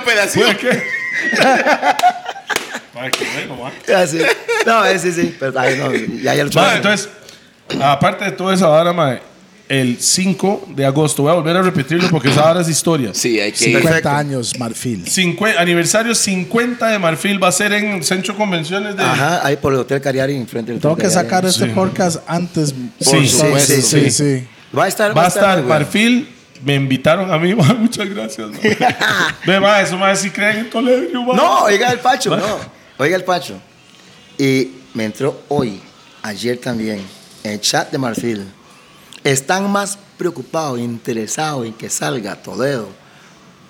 C: operación.
B: qué? Para que bueno, ma.
D: Ah, sí. No, eh, sí, sí. Pero, ay, no, ya, ya lo
B: Ma, entonces, aparte de toda esa vara, ma, el 5 de agosto, voy a volver a repetirlo porque esa vara es historia.
C: Sí, hay que ir.
A: 50
D: perfecto.
A: años, Marfil.
B: Cincue- aniversario 50 de Marfil va a ser en Centro Convenciones de.
D: Ajá, ahí por el Hotel Cariari, enfrente del
A: Tengo
D: Hotel
A: que
D: Cariari.
A: sacar este podcast antes.
B: Sí,
C: supuesto.
A: sí, sí,
B: Sí.
A: sí.
D: Va a estar,
B: Va a estar
D: güey.
B: Marfil. Me invitaron a mí, ma, muchas gracias. ma. Ve, ma, eso, ma, si creen en Toledo, ma.
D: No, oiga el Pacho, no. Oiga el Pacho. Y me entró hoy, ayer también, en el chat de Marfil. Están más preocupados, interesados en que salga Toledo,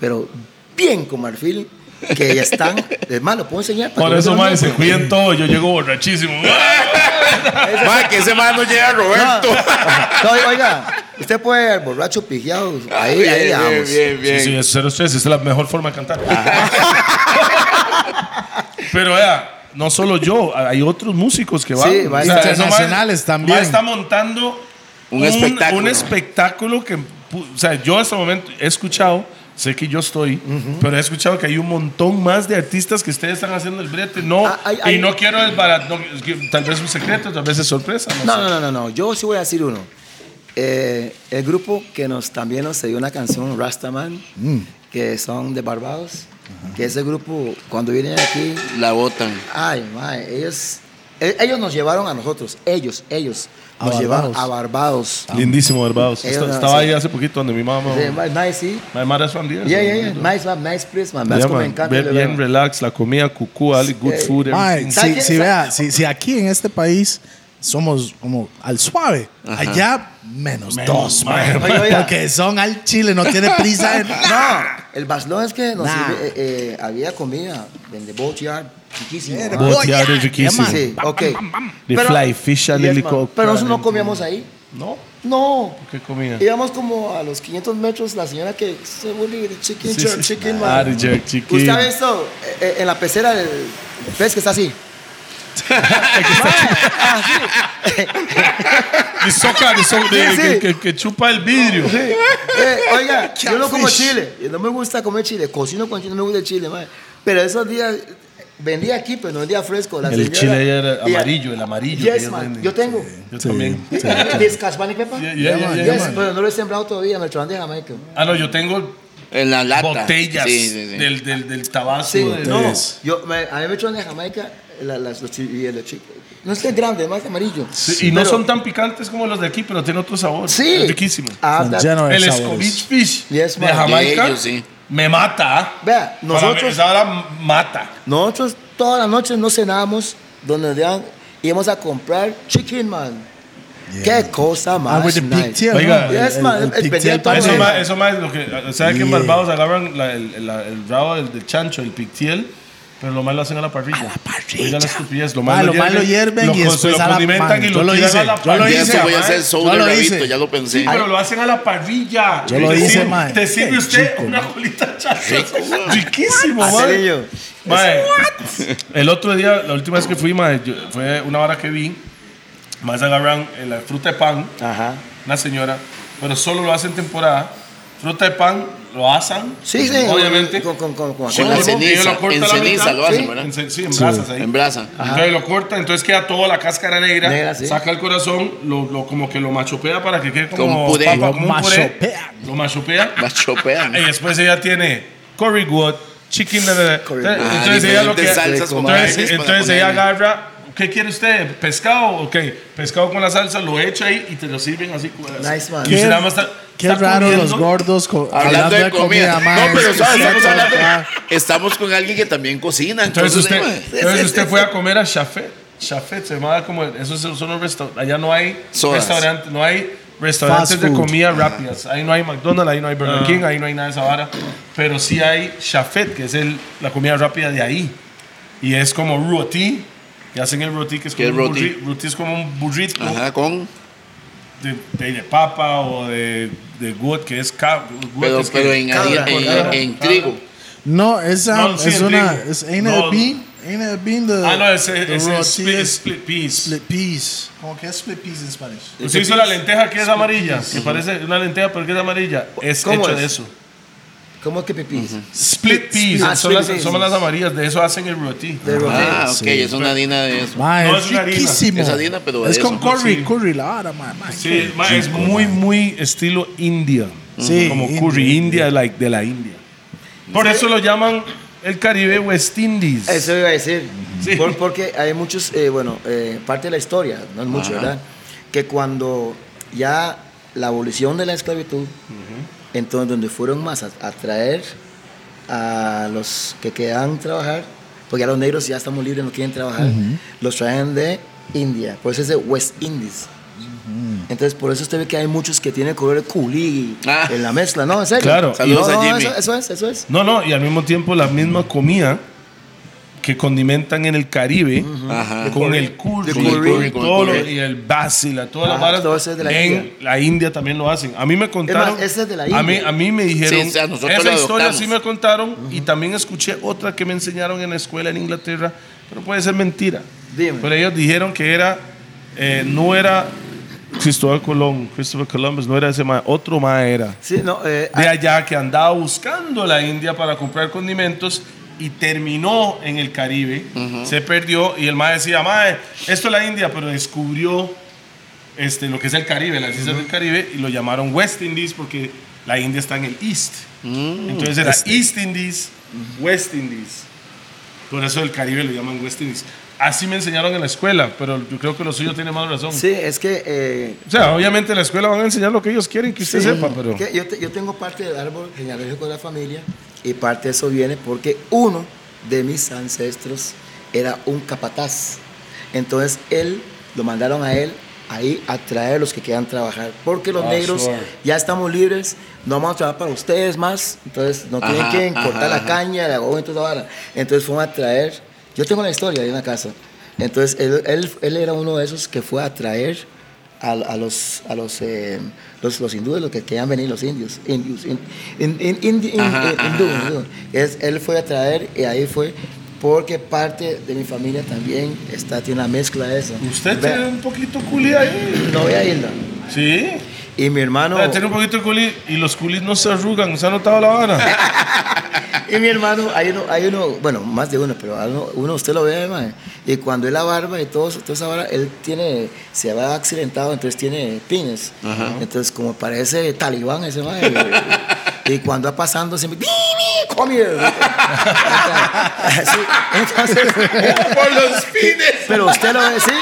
D: pero bien con Marfil, que ya están. Es más, lo puedo enseñar. para
B: Por
D: que
B: eso,
D: no
B: ma,
D: se
B: se
D: lo-
B: cuiden todo. Yo llego borrachísimo. Ah,
C: Ma, que ese man no llega Roberto.
D: No, oiga, usted puede ver borracho pijeado. Ahí,
C: bien,
D: ahí,
C: bien,
D: vamos.
C: bien, bien.
B: Sí, sí, es 03, esa es la mejor forma de cantar. Pero vea, no solo yo, hay otros músicos que van.
D: Sí, va-
B: eso
A: internacionales
B: va-
A: también.
B: va- está montando
C: Un espectáculo.
B: un espectáculo que, pu- o sea, yo hasta el momento he escuchado, sé que yo estoy, pero he escuchado que hay un montón más de artistas que ustedes están haciendo el brete. No,
D: Ah, hay-
B: y
D: hay-
B: no quiero el barato, tal vez es un secreto, tal vez es sorpresa. no
D: No,
B: sé.
D: no, no, no, no. Yo sí voy a decir uno. Eh, el grupo que nos también nos dio una canción, Rastaman, que son de Barbados, que ese grupo cuando vienen aquí,
C: La botan.
D: ay, mae, ellos, e- ellos nos llevaron a nosotros, ellos, ellos
A: A
D: nos llevaron
A: Barbados.
D: a Barbados.
B: Lindísimo, Barbados.
D: Ellos
B: Esta-
D: no,
B: Estaba
D: sí.
B: ahí hace poquito donde mi mamá.
D: Sí, mae, nice, sí.
B: My mother is from there,
D: Yeah,
B: so-
D: yeah, yeah. Nice, mae, nice place, man.
B: Ya,
D: me
B: man,
D: encanta.
B: ve
D: de
B: bien
D: verdad.
B: relax, la comida, cucú, ali, good
D: Sí.
B: food.
A: Mae,
B: everything.
D: ¿Sabe
A: si,
D: quién-
A: si
D: sabe-
A: vea, si, si aquí en este país somos como al suave, allá menos,
B: Menos,
A: dos, mae.
B: mae.
A: Ah,
D: Oiga, oiga.
A: Porque son al chile, no tiene prisa en
D: No, el Barcelona es que nos
A: Nah.
D: sirve- eh, eh, había comida, vende botear, chiquísimo.
A: Yeah,
D: mae.
A: boat-
B: Botear es
A: yeah,
B: riquísimo.
A: man.
D: Sí, ok.
B: The
D: Pero-
B: fly fish and
D: Yes, man.
B: helicopter.
D: Pero nosotros no comíamos ahí.
B: No,
D: No.
B: ¿qué comida?
D: Íbamos como a los 500 metros, la señora que se vuelve de chicken,
B: Sí,
D: jerk,
B: sí.
D: chicken,
B: Ah,
D: man.
B: de jerk chicken.
D: ¿Usted ha visto eh, eh, en la pecera el pez que está así? Ah,
B: Y soca, y soca, de-
D: Sí,
B: que,
D: sí.
B: que- que chupa el vidrio.
D: Eh, oiga, yo no como chile. y No me gusta comer chile. Cocino con chile, no me gusta el chile, man. Pero esos días eh, vendía aquí, pero no vendía fresco. La
B: El
D: señora-
B: chile ya era
D: y-
B: amarillo, el amarillo. que
D: Yes,
B: ellos
D: man.
B: venden.
D: Yo tengo.
B: Yo también.
D: ¿Ves Cashman y Pepa?
B: Yeah, yeah, yeah,
D: Yes,
B: yeah, man.
D: pero no lo he sembrado todavía, me lo traen de Jamaica.
B: Ah, no, yo tengo
C: En la lata.
B: botellas
C: Sí, sí, sí.
B: Del, del, del tabaco.
D: Sí,
B: de-
D: no.
B: Sí,
D: Yo, me- a mí me traen de Jamaica la- las, los chi- y el chico. No es que es grande, más amarillo.
B: y no
D: Pero-
B: son tan picantes como los de aquí, pero tienen otro sabor.
D: Sí.
B: Es riquísimo.
D: Ah, that-
A: lleno de
B: El
A: sabores.
B: Scovitch Fish
D: Yes,
B: de
D: man.
B: Jamaica
C: De ellos, sí.
B: me mata. ah.
D: Vea,
B: Para mí
D: nosotros-
B: Esa hora mata.
D: Nosotros todas las noches no cenábamos donde nos daban- íbamos a comprar chicken, man. Qué cosa
A: Ah,
D: más.
A: with the
D: nice.
A: pigtail. ¿no?
B: Oiga,
A: El-
D: yes,
A: el-
D: man,
A: el
D: el
A: pigtail
D: pendiente todo
B: Eso
D: Sí.
B: más, eso más lo que. O sea, que en
A: Yeah.
B: Barbados agarran la- el, la- el rabo del, del chancho, el pictiel, pero lo más lo hacen a la parrilla. A la
A: parrilla.
B: Oiga la estupidez, lo
A: Ah,
B: más
A: lo más lo hierven y
B: con-
A: después
B: lo
A: a la-
B: condimentan
A: man,
B: y
A: yo
B: lo ¿eh?
A: lo
B: tiran
A: hice,
B: a la
A: yo lo
B: parrilla.
C: Ya
A: hice,
C: esto voy a
B: man.
C: hacer show
A: Yo
C: de
A: lo
C: rabito,
A: hice.
C: ya lo pensé.
B: Sí, pero lo hacen a la parrilla.
A: Yo lo
B: Es
A: hice,
B: decir,
A: man.
B: Te sirve
A: Qué
B: usted
A: chico,
B: una
A: man.
B: colita chacha. Riquísimo,
D: Así,
B: man.
D: yo.
B: Mae, el otro día, la última vez que fui, mae, yo- fue una hora que vi. Más agarran eh, la fruta de pan.
D: Ajá.
B: una señora, pero solo lo hacen temporada. Fruta de pan, lo asan.
D: Sí, sí.
B: Pues Obviamente.
D: Con, con, con, con-
C: Con
D: con-
C: la
B: limón, y
C: ceniza,
B: lo corta
C: en
B: a la
C: ceniza
B: mitad.
C: lo hacen,
B: Sí,
C: ¿verdad?
B: en ce- sí, en brasas ahí.
C: En brasa.
B: Entonces lo corta, entonces queda toda la cáscara negra,
D: Negra, sí.
B: saca el corazón, lo, lo- como que lo machopea para que quede como,
C: Como puré.
B: papa,
C: Lo
B: como un puré.
A: machopea.
B: Lo machopea.
C: La chopean.
B: y después ella tiene curry goat, chicken, da, da, da.
D: Curry
B: Entonces-
D: goat.
C: Ah,
B: entonces ella lo que
C: diferentes salsas con
B: entonces,
C: maíz para
B: entonces ella
C: ponerle.
B: agarra, ¿qué quiere usted? ¿Pescado? Ok, pescado con la salsa, lo echa ahí y te lo sirven así. pues.
D: Nice, man.
B: Y
A: Qué-
B: usted nada más está,
A: Qué
B: está
A: raro
B: comiendo.
A: los gordos co-
C: Hablando de comida.
A: mae.
C: No, pero ¿sabes?
A: Sí,
C: Estamos,
A: sí,
C: hablando-
A: ah,
C: estamos con alguien que también cocina.
B: Entonces usted,
C: mae,
B: entonces usted fue a comer a Chafet. Chafet se llamaba como. Esos son los restaurantes. Allá no hay
C: Sodas.
B: restaurantes, no hay restaurantes
A: Fast
B: de
A: food.
B: comida rápidas. Ahí no hay McDonald's, ahí no hay Burger King, ahí no hay nada de esa vara. Pero sí hay Chafet, que es el, la comida rápida de ahí. Y es como roti. Y hacen el roti, que es
C: ¿Qué
B: como,
C: es
B: un,
C: roti?
B: burri- roti es como un burrito
C: Ajá, con.
B: de, de, de papa o de, de good, que es cab- goat,
C: Pero,
B: es que-
C: pero en,
B: cabra,
C: en- en-
B: cabra,
C: en
B: cabra.
C: trigo.
A: No, esa
B: No, sí,
A: es
B: el
A: una.
B: trigo.
A: Es
B: No,
A: NLP. Ain't it been the,
B: Ah, no, ese
A: the
B: es
A: tortilla
B: split, split peas.
A: split peas? Como que es split peas en Spanish.
B: Usted Pues hizo la lenteja que es amarilla, que parece una lenteja pero que es amarilla. Es
D: ¿Cómo
B: hecho
D: es?
B: de eso.
D: ¿Cómo que pipí?
B: Split peas,
D: Ah,
B: son,
D: split
B: las,
D: peas.
B: son las amarillas, de eso hacen el roti.
D: De roté.
C: Ah, ok, es una harina de eso.
A: Mae,
B: No,
A: es
B: es una harina.
A: riquísimo.
C: Es harina, pero
A: Es
C: de
A: con
C: eso.
A: curry,
B: Sí.
A: curry la vara, mae. mae,
B: Sí,
A: curry.
B: ma, es muy, muy estilo India.
A: Sí,
B: como
A: India.
B: curry India, like de la India. Por eso lo llaman el Caribe West Indies.
D: Eso iba a decir.
B: Sí.
D: Por- porque hay muchos, eh, bueno, eh, parte de la historia, no es mucho,
C: Ajá.
D: ¿verdad? Que cuando ya la abolición de la esclavitud, entonces donde fueron más a, a traer a los que quedan trabajar, porque ya los negros ya estamos libres, no quieren trabajar, los traen de India, por eso es de West Indies. Entonces, por eso usted ve que hay muchos que tienen color de culí
C: Ah.
D: en la mezcla, ¿no? En serio.
B: Claro.
D: Y
C: Saludos
D: no,
C: a
D: no,
C: Jimmy.
D: Eso, eso es, eso es.
B: No, no, y al mismo tiempo la misma comida que condimentan en el Caribe
C: Ajá.
B: con el curry,
C: Ah, Con el curry,
B: con
C: con el
B: todo lo-
C: curry.
B: y el basil, a todas las
D: Ajá,
B: varas.
D: Ah, todo eso es de la
B: en
D: India.
B: la India también lo hacen. A mí me contaron.
D: ese es de la
B: A mí,
D: India.
B: a mí me dijeron.
C: Sí, o sea, nosotros
B: esa
C: lo
B: historia
C: adoptamos.
B: sí me contaron y también escuché otra que me enseñaron en la escuela en Inglaterra, pero puede ser mentira.
D: Dime.
B: Pero ellos dijeron que era, eh, no era Cristóbal Colón, Christopher Columbus, no era ese ma, otro ma era
D: Sí, no, eh,
B: de allá que andaba buscando la India para comprar condimentos y terminó en el Caribe, se perdió y el mae decía, mae, esto es la India, pero descubrió este, lo que es el Caribe, las islas del Caribe y lo llamaron West Indies porque la India está en el East.
D: Mm.
B: Entonces era
D: Este.
B: East Indies, West Indies. Por eso el Caribe lo llaman West Indies. Así me enseñaron en la escuela, pero yo creo que lo suyo tiene más razón.
D: Sí, es que eh,
B: O sea, obviamente en la escuela van a enseñar lo que ellos quieren que usted
D: Sí.
B: sepa, pero...
D: Que yo, te- yo tengo parte del árbol genealógico de la familia y parte de eso viene porque uno de mis ancestros era un capataz. Entonces él, lo mandaron a él ahí a traer a los que quieran trabajar. Porque los
B: Ah,
D: negros
B: suave.
D: ya estamos libres, no vamos a trabajar para ustedes más. Entonces no tienen
C: Ajá,
D: que
C: ajá,
D: cortar la
C: ajá.
D: caña, la goma y toda la vara. Entonces fueron a traer. Yo tengo la historia ahí en la casa. Entonces él, él, él era uno de esos que fue a traer a, a los a los, eh, los los hindúes los que querían venir los indios indios in- in- in- indi- in-
C: Ajá,
D: eh,
C: ajá,
D: hindú,
C: ajá.
D: hindú. Es- él fue a traer y ahí fue porque parte de mi familia también está tiene una mezcla de eso
B: Usted
D: Ve-
B: tiene un poquito culi ahí.
D: no voy a irla
B: Sí.
D: y mi hermano
B: Ah, Tiene un poquito de culi y los culis no se arrugan. ¿Usted ha notado la vara?
D: y mi hermano hay uno hay uno bueno más de uno pero uno, uno usted lo ve man, y cuando es la barba y todo eso- toda esa barba él tiene se va accidentado entonces tiene pines entonces como parece talibán ese man y cuando va pasando siempre "Bibi, come here". Así, entonces
C: Por los fines.
D: pero usted lo ve sí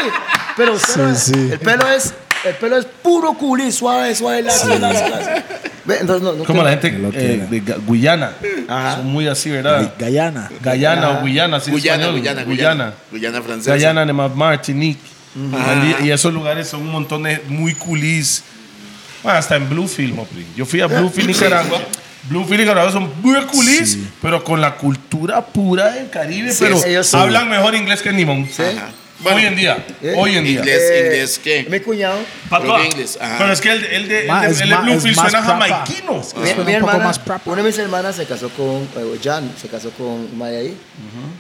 D: pero usted lo ve.
A: Sí, sí.
D: el pelo es el pelo es puro culí suave suave lacio, lacio, lacio. Ve, entonces no, no
B: Como
D: te-
B: la gente
A: Qué locura.
B: eh, de Ga- Guyana.
D: Ajá.
B: Son muy así,
C: Ah.
B: ¿verdad?
A: Guyana.
B: Guyana o Guyana, sí,
C: Guyana,
B: español. Guyana.
C: Guyana, Guyana. Guyana francesa.
B: Guyana, además, Martinique. Y- Y esos lugares son un montón de muy culis. Bueno, hasta en Bluefield, Mopri. Yo fui a Bluefield, Nicaragua. Bluefield, Nicaragua son muy culis,
A: Sí.
B: pero con la cultura pura del Caribe.
D: Sí,
B: pero
D: ellos son-
B: hablan mejor inglés que Nimón.
C: Bueno,
B: hoy en día,
D: eh,
B: hoy en día.
C: inglés. Es inglés, ¿qué?
D: mi cuñado
B: Pato,
C: Pero en inglés, ajá.
B: Pero es que el, el de, el
A: Ma,
B: de-
A: es
B: el de
A: ma-
B: Bluefield
A: es más
B: suena
A: papa.
B: jamaiquino.
A: Ah. Suena
D: Mi- mi
A: un poco
D: hermana-
A: más proper.
D: una de mis hermanas se casó con eh, Jan, se casó con Maya ahí.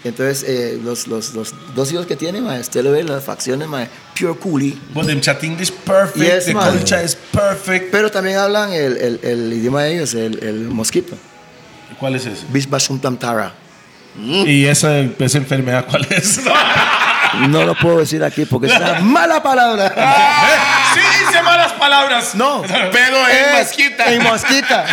D: Entonces, eh, los, los, los dos hijos que tiene, ma, usted lo ve, las facciones, ma, pure coolie.
B: But them Pues chat English perfect,
D: Yes,
B: the
D: ma.
B: culture is perfect.
D: Pero también hablan el, el, el idioma de ellos, el, el mosquito.
B: ¿Cuál es ese?
D: Bishbashuntamtara.
B: Y esa, esa enfermedad, ¿cuál es?
D: No lo puedo decir aquí porque es una mala palabra.
B: sí, dice malas palabras.
D: No.
C: Pero
D: Es
C: en Masquita.
D: En mosquita.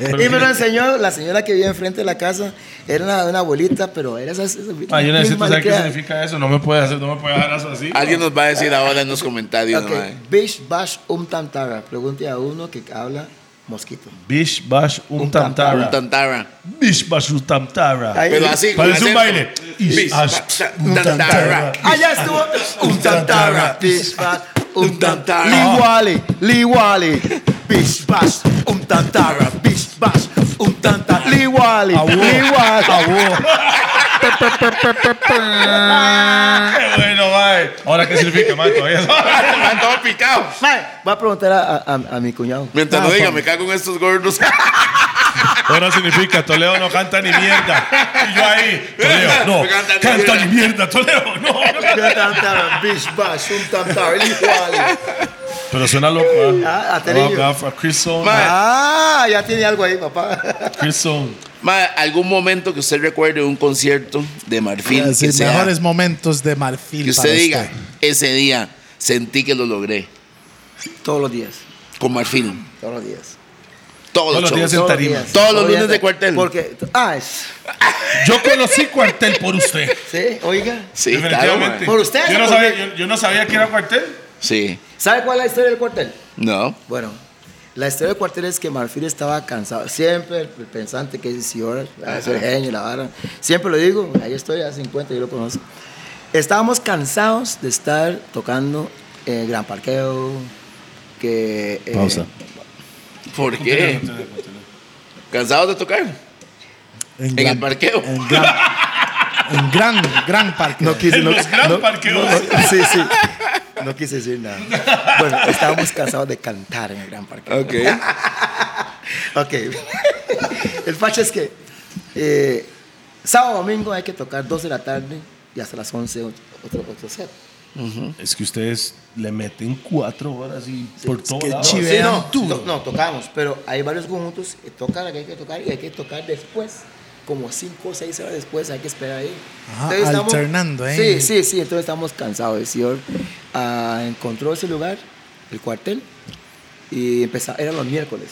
D: y me lo enseñó la señora que vivía enfrente de la casa. Era una, una abuelita, pero era esa. esa-
B: Ah, yo necesito saber qué
D: malcriada.
B: significa eso. No me puede hacer, no me puede dejar eso así.
C: Alguien nos va a decir ahora en los comentarios.
D: Ok,
C: mae.
D: Bish Bash Umtantara. Pregunte a uno que habla mosquito.
B: Bish bash um tam
C: Un
B: tara.
C: tantara.
B: Bish bash um tam tara.
D: Ahí-
C: Pero así. con
B: Parece un
C: acento.
B: baile. Bish bash um tam tara.
D: Ah, ya estuvo. Umtantara. Bish Bash Umtantara. Liwali. Liwali. Bish Bash Umtantara. Bish Bash Umtantara. Liwali. Liwali.
B: Qué bueno, mae. Ahora, ¿qué significa, mae? Todavía
C: Está todo picado.
D: Voy a preguntar a, a- a mi cuñado. Ah,
C: Mientras no diga, me cago en estos gordos.
B: Ahora significa Toledo no canta ni mierda. Y yo ahí, Toledo, no,
C: No canta ni
B: canta
C: mierda.
B: ni mierda, Toledo, no. no canta.
D: Yo tanta bitch bash, un tanta igual.
B: Pero suena loco, ¿eh?
D: Ah, Aterillo.
B: Rock Afro, Chris Zone,
C: Ma.
D: Ah, ya tiene algo ahí, papá.
B: Chris Zone.
C: Ma, ¿Algún momento que usted recuerde de un concierto de Marfil?
A: Los
C: que, sea-
A: mejores momentos de Marfil.
C: que usted
A: para
C: diga, ese día sentí que lo logré
D: Todos los días,
C: con Marfil.
D: todos los días.
C: Todos, los días.
B: días en tarima.
C: Todos los lunes de cuartel.
D: Porque, ah, es-
B: Yo conocí cuartel por usted.
D: sí, oiga.
C: Sí, claro, ma.
B: Definitivamente.
D: Por usted,
B: Yo no,
D: por-
B: sabía, yo, yo no sabía que era cuartel.
C: Sí.
D: ¿Sabe cuál es la historia del cuartel?
C: No.
D: Bueno, la historia del cuartel es que Marfil estaba cansado. Siempre el pensante que es señor, ah, soy genio, la vara. Siempre lo digo, ahí estoy, a 50, yo lo conozco. Estábamos cansados de estar tocando eh, Gran Parqueo, que... eh,
A: Pausa.
C: ¿Por qué? ¿Cansados de tocar? En el parqueo.
A: En gran, en gran, gran parqueo.
D: No quise,
B: En
D: no,
B: los gran
D: no-
B: parqueos.
D: no- sí, sí. No quise decir nada. Bueno, estábamos cansados de cantar en el gran parqueo.
C: Ok.
D: Ok. El facho es que eh, sábado domingo hay que tocar 2 de la tarde y hasta las 11 otro, otro, otro set.
B: Es que ustedes le meten cuatro horas y por todo
A: que
B: lado.
A: chive.
D: Sí, no,
A: Vean tú.
D: to- no, tocamos, pero hay varios conjuntos que tocan, que hay que tocar y hay que tocar después. Como 5 o 6 horas después hay que esperar ahí.
A: Ajá, alternando, ¿eh?
D: Sí, sí, sí, entonces estamos cansados. El señor ah, encontró ese lugar, el cuartel, y empezaba, eran los miércoles.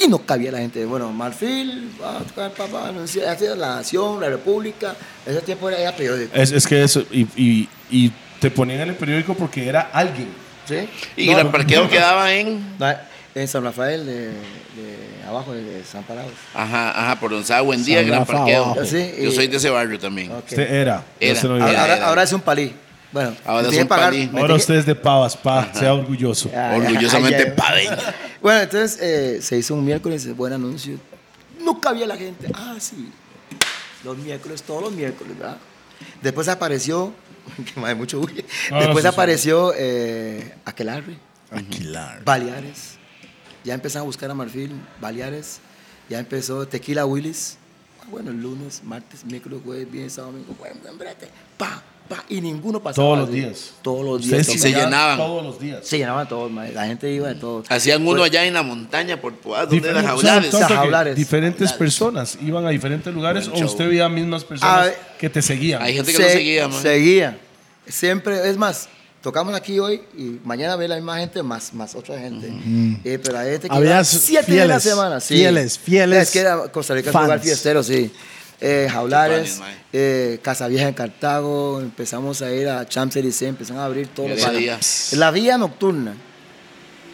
D: Y no cabía la gente. Bueno, Marfil, va a tocar, papá, anuncia- hacía la Nación, la República. Ese tiempo era, era periódico.
B: Es, es que eso, y, y, y te ponían en el periódico porque era alguien.
D: ¿sí?
C: Y
D: No,
C: el
D: no,
C: parqueo quedaba en.
D: no, en San Rafael, de, de abajo de, de San Parados.
C: Ajá, ajá, por donde estaba Buen Día,
A: San
C: Gran
A: Rafa
C: Parqueo.
A: abajo.
D: Sí, y-
C: Yo soy de ese barrio también.
D: Ok.
B: Usted era.
C: Era.
B: Usted no
D: Ahora,
B: era.
D: ahora-
C: era.
D: ahora es un palí. Bueno,
C: Ahora
D: me
C: es
D: tiene que
C: un
D: pagar-
C: palí.
D: me
B: Ahora
D: tiene-
B: usted es de Pavas, pa. Sea orgulloso.
D: Ah,
C: Orgullosamente
D: ya.
C: padeño.
D: Bueno, entonces eh, se hizo un miércoles, buen anuncio. No cabía la gente. Ah, sí. Los miércoles, todos los miércoles, ¿verdad? Después apareció, que madre, mucho bulla.
B: No, no,
D: Después
B: Ah, sí, sí.
D: apareció eh, Aquelarre,
A: Aquilar.
D: Baleares. Ya empezaron a buscar a Marfil, Baleares. Ya empezó Tequila Willis. Ah, Bueno, el lunes, martes, miércoles, jueves, viernes, sábado, domingo, jueves, hombrete, pa, pa, y ninguno pasaba.
B: Todos los
D: así.
B: días.
D: Todos los días.
B: Ustedes
C: sí
D: todos
C: se
D: los días.
B: tocaban
C: llenaban.
B: Todos los días.
D: Se llenaban todos, mae, la gente iba de todo.
C: Hacían uno
D: Pues,
C: allá en la montaña, por Poás, donde
B: Diferente-
C: eran
B: o sea,
C: jaulares.
B: tanto que
D: Jaulares.
B: Diferentes
C: Jaulares.
B: personas iban a diferentes lugares
C: Buen
B: o
C: show.
B: usted veía mismas personas
D: ver.
B: que te seguían.
C: Hay gente que no
D: se-
C: seguía, man.
D: Seguía. Siempre, es más, tocamos aquí hoy y mañana ve la misma gente más, más otra gente. Eh, pero hay gente que
A: Mm. Había
D: iba
A: s-
D: siete días a la
A: fieles,
D: semana. sí.
A: fieles, fieles
D: Es que era Costa Rica es un lugar
A: fans.
D: fiestero, sí. Eh,
C: Qué
D: jaulares,
C: panes, mae.
D: eh, Casa Vieja en Cartago, empezamos a ir a Champs-Élysées, empezaron a abrir todos los
C: Ese
D: bares.
C: día.
D: La vía nocturna.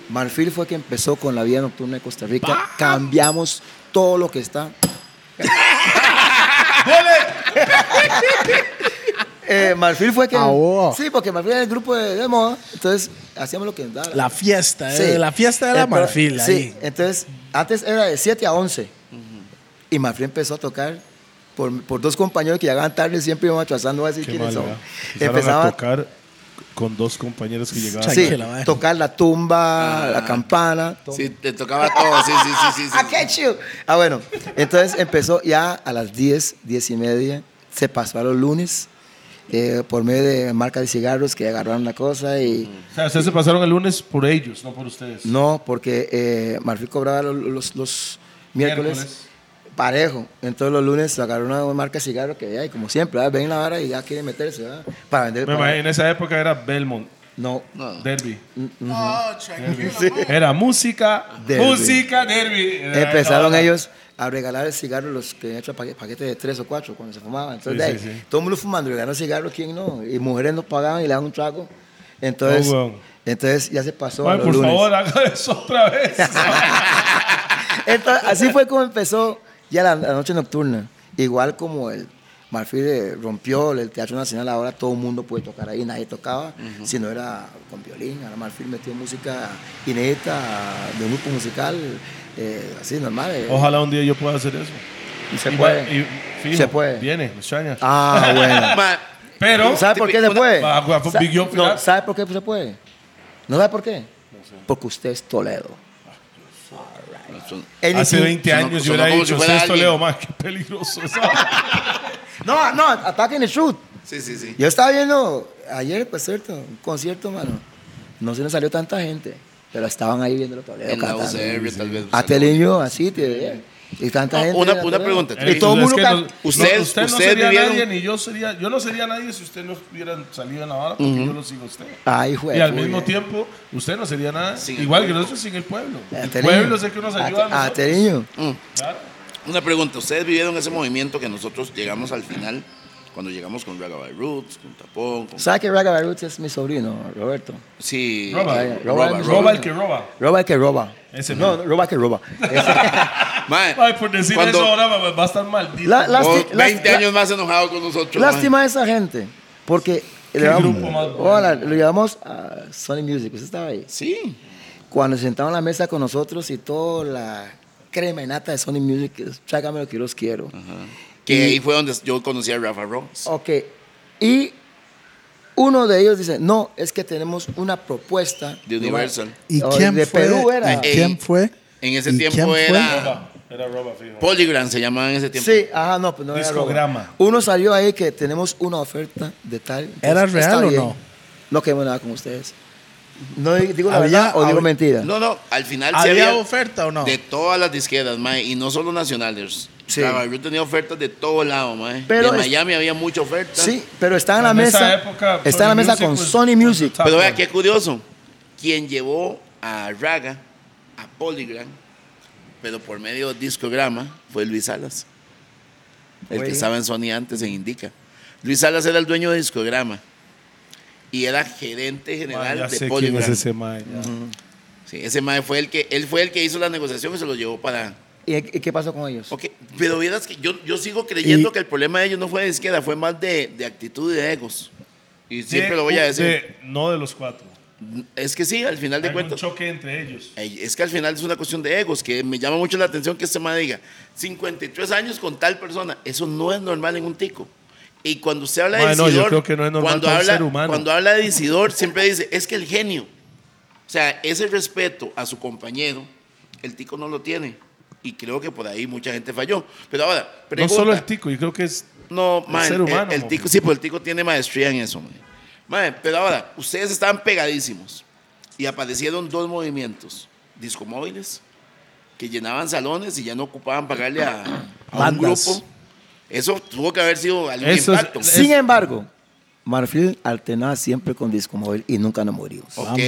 D: Marfil fue que empezó con la vía nocturna de Costa Rica. Cambiamos todo lo que está. Eh, Marfil fue que.
A: Ah, oh.
D: Sí, porque Marfil era el grupo de, de moda. Entonces hacíamos lo que daba.
A: La fiesta,
D: Sí.
A: eh, la fiesta de la
D: Eh, pero-
A: Marfil.
D: Sí,
A: ahí.
D: entonces antes era de 7 a 11. Y Marfil empezó a tocar por, por dos compañeros que llegaban tarde siempre iban atrasando a decir
B: Qué mal,
D: quiénes son.
B: ¿verdad? Empezaron a
D: Empezaban
B: tocar con dos compañeros que llegaban.
A: Chay.
D: sí,
A: que la vaina.
D: tocar la tumba, la campana. todo.
C: Sí, te tocaba todo, sí, sí, sí, sí. sí.
D: I catch you. Ah, bueno. Entonces empezó ya a las 10, 10 y media. Se pasó a los lunes eh, por medio de marca de cigarros que agarraron la cosa y
B: O sea, ustedes se pasaron el lunes por ellos, no por ustedes.
D: no, porque eh, Marfil cobraba los, los- los miércoles,
B: Miércoles.
D: parejo. Entonces los lunes agarraron una marca de cigarros que hay, como siempre, ¿verdad? ven la vara y ya quieren meterse ¿verdad? para vender.
B: Me
D: para-
B: imagino, en esa época era Belmont,
D: No,
C: No.
B: Derby.
D: Mm,
A: tranquilo.
B: Era música,
D: Derby.
B: música, Derby. Era-
D: Empezaron
B: era-
D: ellos a regalar el cigarro los que han hecho paque- paquetes de tres o cuatro cuando se fumaban. Entonces,
B: Sí,
D: de
B: sí,
D: ahí,
B: sí.
D: todo el mundo fumando, regalaron cigarros, ¿quién no? Y mujeres no pagaban y le daban un trago. Entonces,
B: Oh, weón.
D: entonces ya se pasó. a
B: Ay,
D: los
B: por
D: lunes.
B: favor, haga eso otra vez.
D: Entonces, así fue como empezó ya la, la noche nocturna. Igual como el Marfil eh, rompió el Teatro Nacional, ahora todo el mundo puede tocar ahí, nadie tocaba, si no era con violín. Ahora Marfil metió música inédita de un grupo musical, eh, así normal. eh,
B: Ojalá un día yo pueda hacer eso.
D: se
B: Y
D: puede.
B: va- y fijo,
D: Se puede.
B: Viene, me extraña.
D: Ah, bueno.
C: Ma,
B: Pero,
D: ¿Sabe por qué se
C: Una-
D: puede?
B: Va a jugar por
D: Sa-
B: Big Young,
D: no,
B: ¿verdad?
D: ¿Sabe por qué se puede? ¿No sabe por qué? Porque usted es Toledo.
C: son-
B: Hace
D: Anything.
B: 20
C: Sonó-
B: años yo
C: sonó
B: hubiera
C: como si
B: dicho,
C: fuera
B: esto
C: alguien".
B: Leo, más qué peligroso. esa vara".
D: No, no, ataquen el shoot.
C: Sí, sí, sí.
D: Yo estaba viendo ayer, pues cierto, un concierto, mano. No se nos salió tanta gente, pero estaban ahí viendo los
C: En la UCR tal vez.
D: A Teleño, así, te- y tanta
C: No,
D: gente.
C: una-
D: era
C: una
D: todo.
C: pregunta,
D: Y todo el
B: Entonces, Eh, es
D: mundo.
B: que
D: can-
B: no-
C: Ustedes-
B: no, usted no
C: ustedes
B: sería
C: vivieron-
B: nadie, ni yo sería, yo no sería nadie si usted no hubiera salido en la vara, porque yo lo sigo a usted.
D: Ay, juez.
B: Y al mismo tiempo, usted no sería nada.
C: Pues, Sin el
B: Igual que
C: pueblo.
B: nosotros sin el pueblo. El
D: Teleño.
B: pueblo es el que nos
D: A-
B: ayuda.
D: A,
B: a nosotros,
D: Teleño.
B: claro.
C: Mm. Una pregunta, ¿ustedes vivieron ese movimiento que nosotros llegamos al final cuando llegamos con Ragabay Roots, con Tapón, con...
D: ¿Sabes que Raga Baruch es mi sobrino, Roberto?
C: Sí,
B: Roba.
C: eh,
D: Roba,
C: Roba,
D: mi
C: Roba.
B: Roba el
D: sobrino.
B: que roba.
D: Roba el que roba.
B: Ese
D: no,
B: mismo.
D: no, roba el que roba.
C: Mae,
B: Ay, por decir
C: cuando-
B: eso ahora va- va a estar maldito.
D: La- la-
C: vos
D: Lasti-
C: 20
D: lasti-
C: años más enojado con nosotros. mae.
D: Lástima a esa gente, porque le
B: grupo más bueno.
D: Hola, lo llevamos a Sony Music, usted estaba ahí.
C: Sí.
D: Cuando se sentaron a la mesa con nosotros y toda la crema y nata de Sony Music, tráigame lo que yo los quiero.
C: Que
D: Y-
C: ahí fue donde yo conocí a Rafa Ross.
D: Ok, y uno de ellos dice, no, es que tenemos una propuesta.
C: De Universal.
A: ¿Y
D: O
A: quién
D: de
A: fue?
D: Perú era.
A: ¿Y ¿Quién
C: Ey,
A: fue?
C: En ese
A: ¿Y quién
C: tiempo
A: fue?
C: era
B: Roba. Era roba, fijo.
C: Polygram, se llamaba en ese tiempo.
D: Sí, ajá, no, pues no era
B: Discograma.
D: robo. Uno salió ahí que tenemos una oferta de tal. entonces,
A: ¿Era
D: está
A: real o
D: bien.
A: no?
D: No quedó nada con ustedes. No di- digo la
A: Había-
D: verdad o digo
A: había-
D: mentira.
C: No, no, al final sí
A: ¿Había
C: había
A: oferta o no?
C: de todas las disqueras, mae, y no solo nacionales.
D: Sí.
C: Rafa Ross tenía ofertas de todo lado, mae.
D: Pero
C: en
D: es-
C: Miami había mucha oferta.
D: Sí, pero está en la
B: En esa
D: mesa.
B: época,
D: está en la
B: Sony
D: mesa
B: Music
D: con
B: was-
D: Sony Music.
B: was the top.
C: Pero vea qué curioso. Quien llevó a Raga a Polygram, pero por medio de discograma, fue Luis Salas. El
D: Oye.
C: que estaba en Sony antes en Indica. Luis Salas era el dueño de discograma. Y era gerente
B: Ma,
C: general
B: ya
C: de
B: sé quién
C: Polygram.
B: es ese mae. ya.
C: Sí, ese mae fue el que, él fue el que hizo la negociación y se lo llevó para.
D: ¿Y, y qué pasó con ellos?
C: Ok, pero vieras que yo, yo sigo creyendo
A: Y-
C: que el problema de ellos no fue de izquierda, fue más de, de actitud y de egos. Y siempre
B: De-
C: lo voy a decir.
B: de- no de los cuatro.
C: Es que sí, al final de
B: Hay un
C: cuentas.
B: choque entre ellos.
C: Ey, Es que al final es una cuestión de egos, que me llama mucho la atención que este man diga 53 años con tal persona. Eso no es normal en un tico. Y cuando usted habla de
B: Mae, no, yo
C: Isidor,
B: creo que no es normal
C: cuando,
B: para un
C: habla,
B: ser humano.
C: cuando habla de Isidor, siempre dice, es que el genio. O sea, ese respeto a su compañero, el tico no lo tiene. Y creo que por ahí mucha gente falló. Pero ahora,
B: No
C: pregunta.
B: solo el tico, yo creo que es
C: No, mae,
B: ser
C: el,
B: humano,
C: el
B: mo.
C: tico, sí, pero el tico tiene maestría en eso, mae. Mae, pero ahora, ustedes estaban pegadísimos y aparecieron dos movimientos, discomóviles, que llenaban salones y ya no ocupaban pagarle a, a un
A: Bandas.
C: grupo. Eso tuvo que haber sido algún
B: Eso es-
C: impacto.
D: Sin embargo, Marfil alternaba siempre con Disco Móvil y nunca nos murió.
C: Ok.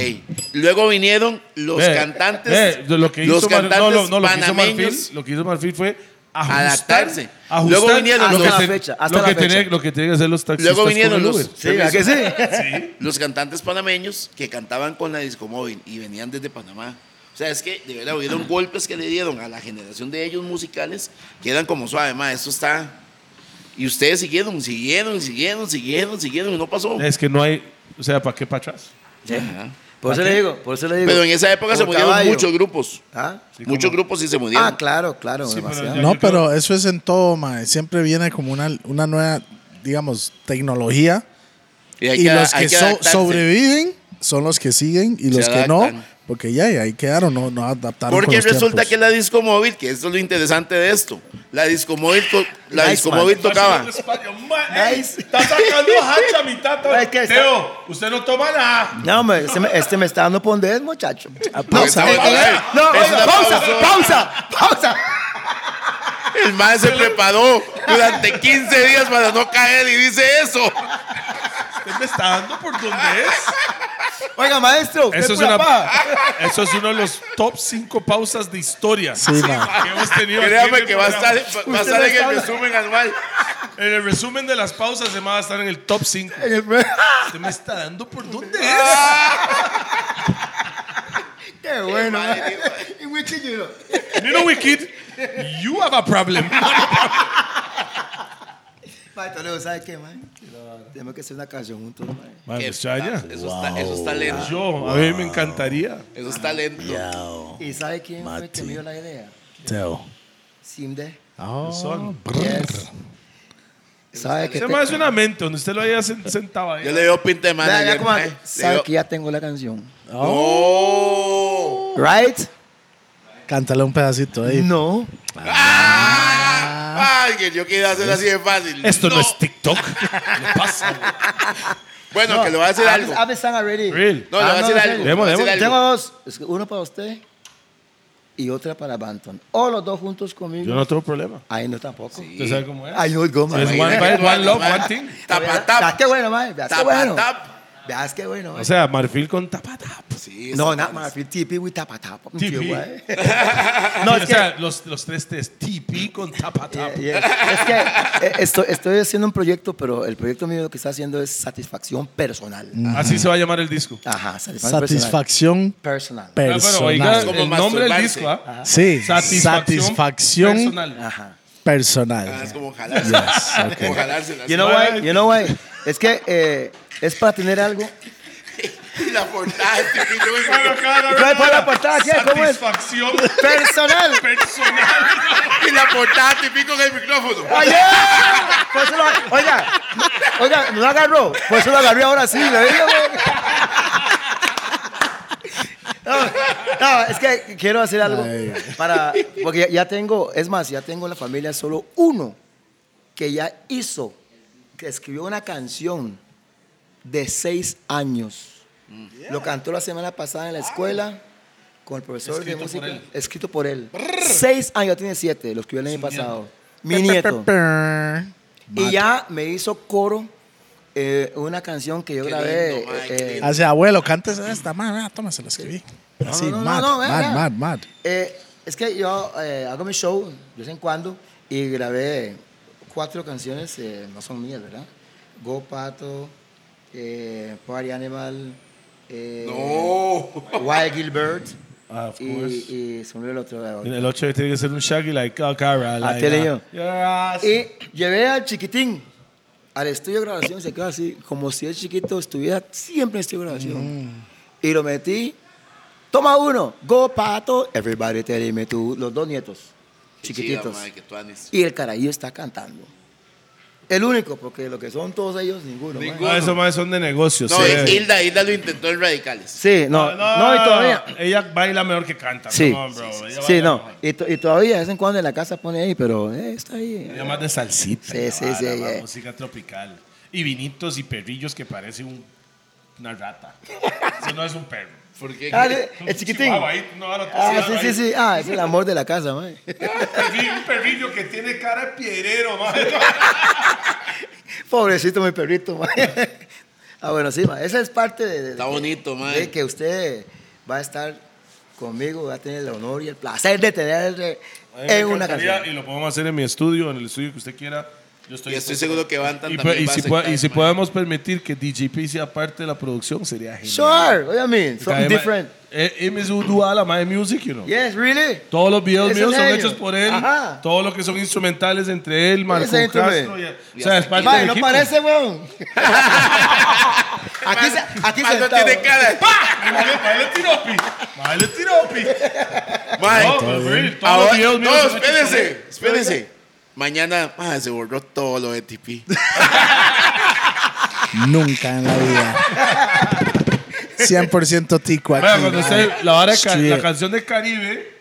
C: Luego vinieron los
B: Ve,
C: cantantes.
B: ve, lo que hizo
C: los
B: Mar-
C: cantantes
B: no, lo- no, lo que hizo
C: panameños.
B: Marfil, lo que hizo Marfil fue ajustar,
C: Adaptarse.
B: ajustar
C: Luego vinieron
B: lo
C: los-
B: que
D: Hasta la
B: ten-
D: fecha, hasta
B: lo que
D: la fecha.
B: tenía- lo que tienen que hacer los taxistas.
C: Luego
B: con
C: vinieron
B: el
C: los,
B: Uber.
D: Sí, ¿a que sí?
C: los cantantes panameños que cantaban con la discomóvil y venían desde Panamá. O sea, es que de verdad hubieron golpes que le dieron a la generación de ellos musicales que eran como suave, ma, esto está. Y ustedes siguieron, siguieron, siguieron, siguieron, siguieron y no pasó.
B: Es que no hay, o sea, ¿para qué para atrás?
C: Ajá.
D: Por eso
B: ¿Para
D: le
B: qué?
D: digo, por eso le digo.
C: Pero en esa época se
D: Como
C: murieron
D: caballo.
C: muchos grupos.
D: ¿Ah?
B: Sí, como-
C: muchos grupos sí se murieron.
D: Ah, claro, claro,
B: Sí, pero
D: demasiado.
B: ya-
A: No,
B: yo
A: pero eso es en todo, mae. Siempre viene como una, una nueva, digamos, tecnología.
C: Y, hay
A: y
C: que-
A: los
C: hay
A: que, so-
C: adaptarse.
A: sobreviven son los que siguen y los
C: Se
A: que no,
C: adaptan.
A: porque ya, ya ahí quedaron, no, no adaptaron. con
C: Porque
A: los
C: resulta que
A: tiempos.
C: la discomóvil, que esto es lo interesante de esto, la discomóvil, co- la
D: Nice,
C: discomóvil
D: man.
C: tocaba.
D: Nice.
B: Está sacando hacha, mi tata.
D: Es que está-
B: Teo, usted no toma nada.
D: No, hombre, este me, este me está dando pondés, muchacho. Ah,
C: No,
D: pausa.
C: estamos- a ver,
D: No,
C: es una
D: pausa,
C: pausa.
D: pausa, pausa.
C: El man se preparó durante 15 días para no caer y dice eso.
B: Usted me está dando por donde es.
D: Oiga, maestro, usted
B: Eso es,
D: pura
B: una,
D: paja.
B: eso es uno de los top 5 pausas de historia
A: Sí, mae.
B: que hemos tenido. aquí en
C: Créame
B: el
C: que va a estar,
B: programa.
C: va a estar en el resumen anual.
B: Ah, En el resumen de las pausas, se va a estar en el top 5.
D: En el-
B: Usted me está dando por dónde es.
D: Qué bueno.
C: madre,
D: man. Y Wiki Junior.
B: You know, Wicked, you have a problem.
D: Mae, Toledo, ¿sabes qué, man? Tenemos que hacer una canción juntos, man.
B: Man,
C: Qué
B: pues, Chaya.
C: ta- Eso, está, eso está lento.
B: Yo, a mí me encantaría.
C: Eso está lento.
D: ¿Y sabe quién fue que
A: Mati.
D: me dio la idea?
A: Teo.
D: Simde.
A: Oh,
B: Son.
D: Yes. ¿Sabe que
B: Se
D: te-
B: me hace una mente donde usted lo haya sen- sentado ahí.
C: Yo le veo pinta de
D: Vea, vea
C: manager.
D: cómo-
C: mae. Le
D: ¿Sabe
C: veo-
D: que ya tengo la canción?
C: ¡Oh!
D: Right?
A: Cántale un pedacito ahí.
D: No. Ah.
C: Ay, que yo quería hacer así de fácil.
B: Esto no, es TikTok. ¿Qué pasa? güey?
C: Bueno, que le voy a hacer algo.
D: Aves están already.
B: Real.
C: No, le
D: ah,
C: voy a hacer algo. le
B: Demo,
C: voy a hacer
B: demo.
C: algo.
D: Tengo dos. Es que Uno para usted y otra para Banton. O los dos juntos conmigo.
B: Yo no tengo problema.
D: Ahí no tampoco.
B: ¿Usted sabe cómo es?
D: Ay, no, goma.
B: Es one bite, one love, one thing.
C: Tapa,
D: Veas
C: tap.
D: qué bueno, mae. Veas qué
C: Tapa,
D: bueno.
C: tap.
D: Veas qué bueno, mae.
B: O sea, marfil con tapatap.
C: Sí,
D: No,
C: sí,
D: nada más. TP with tapatapa.
B: TP.
D: tío, güey.
B: No, Ah, o sea, los, los tres T's. TP con tapatap.
D: Yeah, yeah. Es que eh, estoy, estoy haciendo un proyecto, pero el proyecto mío lo que está haciendo es satisfacción personal.
B: Así se va a llamar el disco.
D: Ajá, satisfacción
A: Satisfacción
D: personal. Personal.
B: Ah,
A: personal.
B: Pero oiga,
C: Como
B: el nombre del
C: masturbarse.
B: disco, ¿ah?
A: sí,
B: Satisfacción,
A: satisfacción,
B: personal.
D: Ajá.
A: personal.
C: Ah, Es como jalársela. Como jalársela.
D: You know why? You know why? Es que eh, es para tener algo.
C: Y la portada de este pillo, güey,
D: ¿Cuál fue la portada? ¿Qué? ¿Cómo es?
B: Satisfacción
D: Personal.
B: personal.
C: Y la portada de este con el micrófono.
D: ¡Oye! Por eso lo- oiga, oiga, no lo agarró. Por eso lo agarré ahora sí, le digo, güey. No, no, es que quiero hacer algo
A: Ay.
D: para. Porque ya, ya tengo, es más, ya tengo en la familia solo uno que ya hizo, que escribió una canción de seis años. Lo cantó la semana pasada en la escuela con el profesor de
B: Escrito por
D: música,
B: él.
D: escrito por él. Seis años, tiene siete, lo escribió el año pasado. Mi nieto. Y ya me hizo coro eh, una canción que yo
C: Qué
D: grabé.
C: lindo, Mike, qué
D: eh,
C: lindo.
A: Hace Ah, abuelo, cantes esta, man, ah, toma, se la escribí. Así,
D: no, no,
A: mad,
D: no,
A: mad,
D: venga.
A: mad, mad.
D: eh, es que yo eh, hago mi show de vez en cuando y grabé cuatro canciones, eh, no son mías, ¿verdad? Go Pato, eh, Party Animal, eh,
C: No.
D: Wild Gilbert
B: Ah, of
D: y,
B: course.
D: y se me olvidó el otro. eh, la otra.
B: El 8 tiene que ser un shaggy like oh, Cara. Like,
D: te leyó.
B: ah, yes.
D: Y llevé al chiquitín al estudio de grabación, se quedó así, como si el chiquito estuviera siempre en el estudio de grabación. Y lo metí, toma uno, go pato, everybody tell me tú, los dos nietos, chiquititos.
C: Chida, Mike, tuanis.
D: y el carajillo está cantando. El único, porque lo que son todos ellos, ninguno.
C: Ninguno.
D: man.
B: No, esos más son de negocios.
C: No,
B: sí.
C: Hilda, Hilda lo intentó en Radicales.
D: Sí, no, no, y todavía.
B: Ella baila mejor que canta.
D: Sí,
B: come on, bro. Ella
D: sí,
B: baila
D: no.
B: mejor.
D: Y, to- y todavía de vez en cuando en la casa pone ahí, pero eh, está ahí.
B: Ella más de salsita.
D: Sí,
B: y la
D: sí,
B: vara,
D: sí,
B: la
D: yeah.
B: Música tropical. Y vinitos y perrillos que parece un- una rata. Eso no es un perro.
C: ¿Por qué?
D: Ah, el-
B: Un
D: el chiquitín.
B: chihuahua ahí, una vara
D: Ah, sí,
B: tosida
D: sí,
B: ahí.
D: sí. Ah, es el amor de la casa, man.
B: Perri- Un perrillo que tiene cara de piedrero, madre.
D: Pobrecito mi perrito, ma. Ah, bueno, sí, ma. Esa es parte de, de-
C: Está
D: de
C: bonito, Mike.
D: que usted va a estar conmigo, va a tener el honor y el placer de tenerle
B: A mí me
D: en una
B: encantaría,
D: canción.
B: Y lo podemos hacer en mi estudio, en el estudio que usted quiera. Yo estoy
C: Y estoy
B: dispuesto.
C: seguro que Bantan
B: Y,
C: también
B: pe- y
C: va a
B: si,
C: aceptar,
B: pue- y si
C: man.
B: podemos permitir que DJP sea parte de la producción, sería genial.
D: Sure, what do you mean?
B: Porque además,
D: Something different.
B: eh, Él es un dual a My Music, you know.
D: Yes, really?
B: Todos los videos
D: Es
B: míos
D: el
B: son
D: genio.
B: hechos por él.
D: Ajá.
B: Todo lo que son instrumentales entre él, Marco
D: Ese instrumento.
B: Castro. y-
C: Y
B: o sea, es
C: hasta
B: parte
D: Ma,
B: del
D: no
B: equipo.
D: parece, weón. aquí se, aquí
C: Mike Ah, no
D: sentado.
C: tiene cara.
B: ¡Pah! Madre, madre, tiropi. Madre, tiropi. No,
C: Mike,
B: pero real, todos los
C: ahora-
B: videos míos
C: no,
B: son hechos por él.
C: espérense, espérense. Mañana, ah, se borró todo lo de TP.
A: Nunca en la vida. 100% tico aquí.
B: Vea, cuando usted, la, vara de ca-
A: Sí.
B: la canción de Caribe.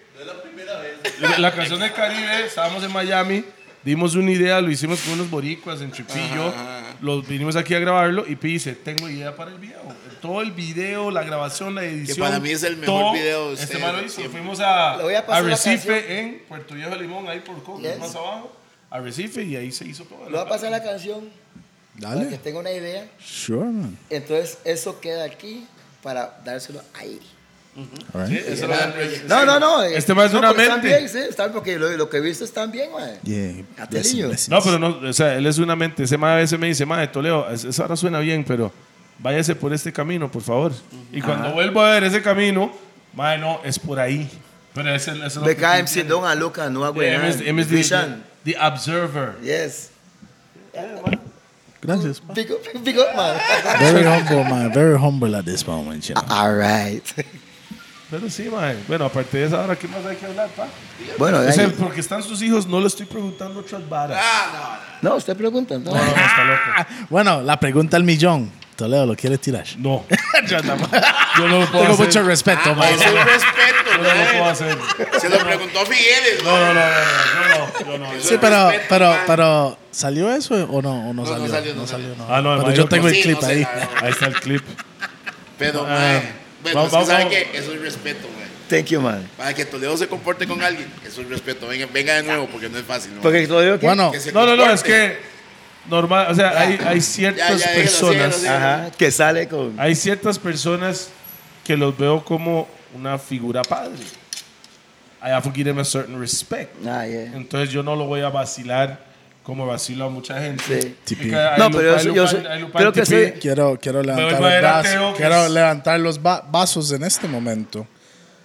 B: la canción de Caribe, estábamos en Miami, dimos una idea, lo hicimos con unos boricuas en Tripillo. Los vinimos aquí a grabarlo y Pi dice: Tengo idea para el video. Todo el video, la grabación, la edición.
C: para mí es el mejor
B: todo,
C: video de
B: Este
C: ustedes,
B: man lo
C: de
B: hizo.
C: siempre.
B: Fuimos a,
D: Le voy a
B: a
D: pasar la canción.
B: Recife en Puerto Viejo de Limón, ahí por Coco,
D: Yes.
B: más abajo. A Recife y ahí se hizo todo.
D: Le voy a pasar la canción para que
A: Dale.
D: tenga una idea.
A: Sure, man.
D: Entonces, eso queda aquí para dárselo ahí.
A: All right.
B: Sí, eso lo-
D: No, no, no. eh,
B: Este man es
D: no,
B: una
D: pero Están
B: mente.
D: bien, sí, están porque lo, lo que he visto están bien, güey.
A: Yeah.
D: Atelillo.
A: Blessings,
B: No, pero no, o sea, él es una mente. Ese mae a veces me dice, mae, Toledo, es- esa ahora suena bien, pero váyase por este camino, por favor. Y cuando vuelvo a ver ese camino, mae, no, es por ahí. Pero ese, ese es lo que
D: Beca
B: tú
D: MC
B: tienes.
D: Don a Luca, no hago nada.
B: MS, MS,
D: Vision.
B: the, the Observer.
D: Yes.
A: Gracias. man.
D: Pick up, pick up, man.
A: Very humble, man. Very humble at this moment, you know.
D: All right.
B: Pero sí, mae. Bueno, aparte de esa, ahora, ¿qué más hay que hablar, pa?
D: Bueno,
B: O sea,
D: ahí-
B: porque están sus hijos, no le estoy preguntando otras varas.
D: no, usted pregunta. No,
B: No, no, está loco.
A: Bueno, la pregunta al millón. Toledo lo quiere tirar.
B: No. Ya está, ma. Yo no lo puedo
A: Tengo
B: hacer.
A: mucho respeto,
C: Ah,
A: mae.
C: es un respeto,
B: Yo no lo puedo
C: mae.
B: hacer.
C: Se lo preguntó Figueres.
B: No, no, no, no, no, yo no, yo no.
A: Sí, pero, pero, pero, ¿salió eso o no? ¿O no,
C: no
A: salió?
C: salió, no
A: no.
B: Ah, no,
A: pero
B: imagino
A: yo
B: que
A: tengo el
C: sí,
A: clip
C: no sé,
A: ahí.
C: ah,
B: Ahí está el clip.
C: Pero,
B: Ah.
C: mae. Bueno,
B: Vamos,
C: es que
B: vamos,
C: sabe
B: vamos.
C: que eso es respeto, mae.
D: Thank you, man.
C: Para que Toledo se comporte con alguien, eso es respeto. Venga, venga de nuevo, porque no es fácil. ¿no?
D: Porque todo digo que.
A: Bueno,
C: Que se
B: No, no, no,
C: comporte.
B: es que normal, o sea, hay, hay ciertas
C: Ya, ya, déjalo,
B: personas,
C: sí, déjalo, sí.
D: Ajá, que sale
C: Ah.
D: con.
B: hay ciertas personas que los veo como una figura padre. I have to give them a certain respect.
D: Ah, yeah.
B: Entonces yo no lo voy a vacilar como vacilo a mucha gente.
D: Sí.
A: Tipi.
B: Porque hay
D: No,
B: Lupán,
D: pero yo- yo
B: Lupán,
D: soy-
B: hay Lupán,
D: creo que
B: Tipi.
D: soy-
A: Quiero, quiero levantar
B: Pero el
A: los
B: Maderateo,
A: brazos.
B: que
A: Quiero
B: es-
A: levantar los va- vasos en este momento.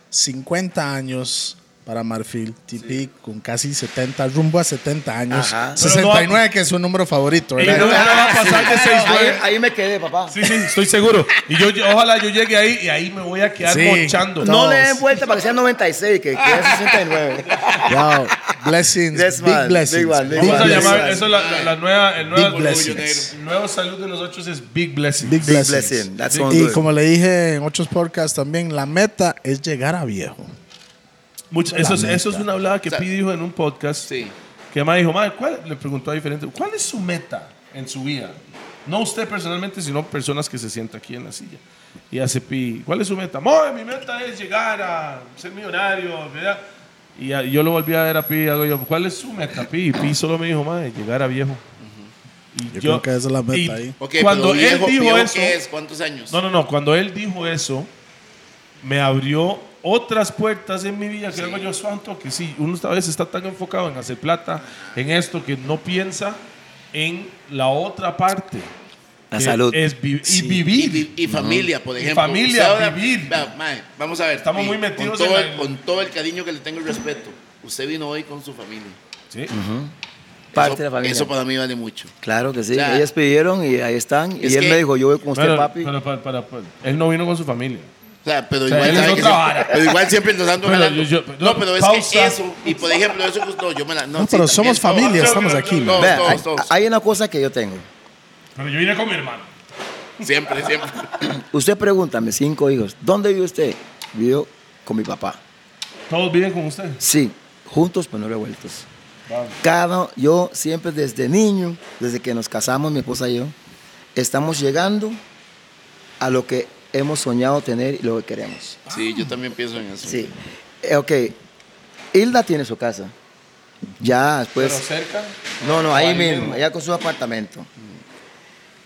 A: 50 años para Marfil TP con casi 70, rumbo a 70 años.
D: Ajá.
A: 69 que es su número favorito,
B: Y no
A: ¿verdad?
B: me va a pasar de seis,
D: ahí,
B: nueve.
D: ahí me quedé, papá.
B: Sí, sí, estoy seguro. Y yo, yo- ojalá yo llegue ahí y ahí me voy a quedar
A: Sí.
B: mochando.
D: No le den
A: Todos.
D: vuelta para que sea 96, que quede 69.
A: Wow. Blessings.
D: Yes,
A: big
D: man.
A: blessings.
D: Big one, big
B: Vamos a
D: one.
A: blessings.
B: llamar, eso es la, la- la nueva, el nuevo,
A: Big blessings.
B: el nuevo salud de nosotros es Big Blessing.
A: Big
D: Big
A: blessings.
D: blessing. That's one
A: Y
D: good.
A: como le dije en otros podcasts también, la meta es llegar a viejo.
B: Mucho- eso, es,
A: La neta.
B: eso es una hablada que Pi dijo en un podcast.
C: Sí.
B: Que más dijo, "Mae, ¿cuál? le preguntó a diferente, ¿cuál es su meta en su vida? No usted personalmente, sino personas que se sientan aquí en la silla. Y hace Pi, ¿cuál es su meta? "Mae, mi meta es llegar a ser millonario, ¿verdad? Y a- yo lo volví a ver a Pi y hago yo, ¿cuál es su meta, Pi? Y Pi solo me dijo, "Mae, llegar a viejo. Y
A: Yo creo que esa es la meta
B: y
A: ahí.
C: Ok,
B: cuando
C: pero viejo,
B: él dijo
C: viejo,
B: eso,
C: ¿qué es? ¿Cuántos años?
B: no, no, no. Cuando él dijo eso, me abrió otras puertas en mi vida. Que digo yo, santo, que sí, uno a veces está tan enfocado en hacer plata, en esto, que no piensa en la otra parte.
D: La
B: que
D: salud.
B: Es vi- y
C: Y,
B: vivir.
C: vi- y familia, por ejemplo.
B: familia,
C: Usted ahora-
B: vivir.
C: Vea, mae, vamos a ver.
B: Estamos
C: Pi,
B: muy metidos
C: con todo,
B: en la-
C: el, con todo el cariño que le tengo y respeto. Usted vino hoy con su familia.
B: Sí.
D: Parte de
C: eso,
D: la familia.
C: Eso para mí vale mucho.
D: Claro que sí.
C: Ya.
D: Ellas pidieron y ahí están.
C: Es
D: Y él
C: que-
D: me dijo, yo voy con usted,
B: Pero-
D: papi.
B: pero para- para- para- él no vino con su familia.
C: O sea, pero
B: O sea,
C: igual
B: él es
C: sabe que
B: otra
C: siempre-
B: vara.
C: pero igual siempre nos dando
B: Pero
C: jalando.
B: yo- yo-
C: No, pero es que
B: pausa.
C: eso y por ejemplo eso pues, no, yo me la
A: No,
C: no, sí,
A: pero
C: también
A: somos
C: todo.
A: familia,
B: no,
A: estamos
B: no,
A: aquí.
B: no,
A: man.
D: Vea,
C: todos,
D: hay,
C: todos.
D: hay una cosa que yo tengo.
B: Pero yo vine con mi hermano.
C: Siempre, siempre.
D: Usted pregunta, mis cinco hijos, ¿dónde vive usted? Vivo con mi papá.
B: Todos viven con usted.
D: Sí, juntos pero no revueltos.
B: Vamos.
D: Cada, yo siempre desde niño, desde que nos casamos, mi esposa y yo, estamos llegando a lo que hemos soñado tener y lo que queremos.
C: Sí, yo también pienso en eso.
D: Sí. Eh, ok, Hilda tiene su casa. Ya después...
B: pero cerca.
D: No, no,
B: o
D: ahí
B: ahí
D: mismo,
B: mismo.
D: allá con su apartamento.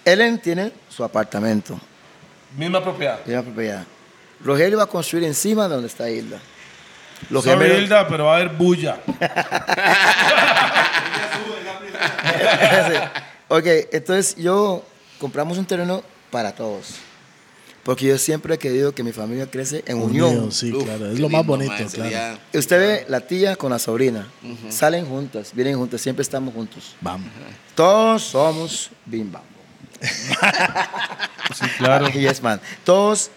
D: Ellen tiene su apartamento,
B: Misma propiedad.
D: tiene la propiedad. Rogelio va a construir encima de donde está Hilda. Los
B: Sorry,
D: gemelos-
B: Hilda, pero va a haber bulla.
D: Sí. ok, entonces yo compramos un terreno para todos. Porque yo siempre he querido que mi familia crece en unión.
A: Unión, sí,
C: Uf,
A: claro. Es
C: qué
A: lo más
C: lindo,
A: bonito,
C: mae,
A: claro.
C: sería-
D: Usted ve la tía con la sobrina. Salen juntas, vienen juntas, siempre estamos juntos.
A: Vamos.
D: Todos somos bim bam.
B: Sí, claro.
D: Yes, man. Todos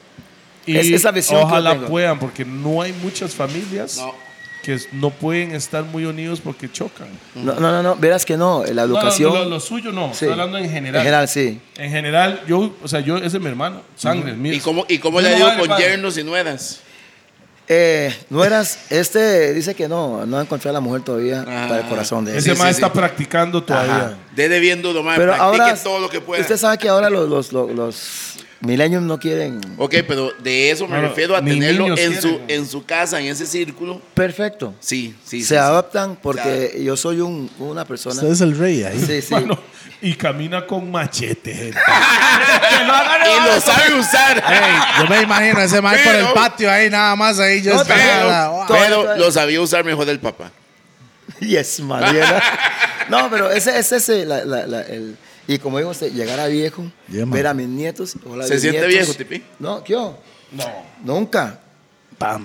B: Y
D: Es- esa visión que yo
B: ojalá
D: tengo.
B: puedan, porque no hay muchas familias
C: No.
B: que s- no pueden estar muy unidos porque chocan.
D: No, no, no, no, verás que no, la
B: No, no,
D: educación.
B: lo, lo suyo no,
D: Sí.
B: estoy hablando en general.
D: En general, sí.
B: En general, yo, o sea, yo, ese es mi hermano, sangre, es mío.
C: ¿Y cómo, y cómo
B: Yo
C: le
B: no
C: ha ido
B: vale,
C: con
B: padre.
C: yernos y nueras?
D: Eh, no eras, este dice que no, no ha encontrado a la mujer todavía
C: Ah,
D: para el corazón de él.
B: Ese
C: Sí,
B: más
C: sí,
B: está
C: sí.
B: practicando todavía.
C: Debe viendo lo más,
D: Pero
C: practique
D: ahora,
C: todo lo que pueda.
D: usted sabe que ahora los, los, los, los millennials no quieren.
C: Ok, pero de eso me
B: Bueno,
C: refiero a
B: ni
C: tenerlo en
B: niños quieren,
C: su
B: güey.
C: en su casa, en ese círculo.
D: Perfecto.
C: Sí, sí.
D: Se
C: sí, sí.
D: adaptan porque yo soy un, una persona.
A: Usted es el rey ahí.
D: Sí, sí.
B: Mano, y camina con machete, gente.
C: Y lo sabe usar.
A: Ey, yo me imagino ese Mike por el
C: Pero-
A: patio ahí, nada más ahí. Yo
D: No,
A: esperaba,
D: pero-
A: wow.
C: Pero lo sabía usar mejor el papá.
D: Yes, Mariela. No, pero ese es ese. La, la, la- el, y como digo, usted, llegar a viejo,
A: Yeah, man.
D: ver a mis nietos. ojalá
C: ¿Se
D: mis
C: siente
D: nietos.
C: viejo, Tipi?
D: No, yo,
B: No.
D: nunca.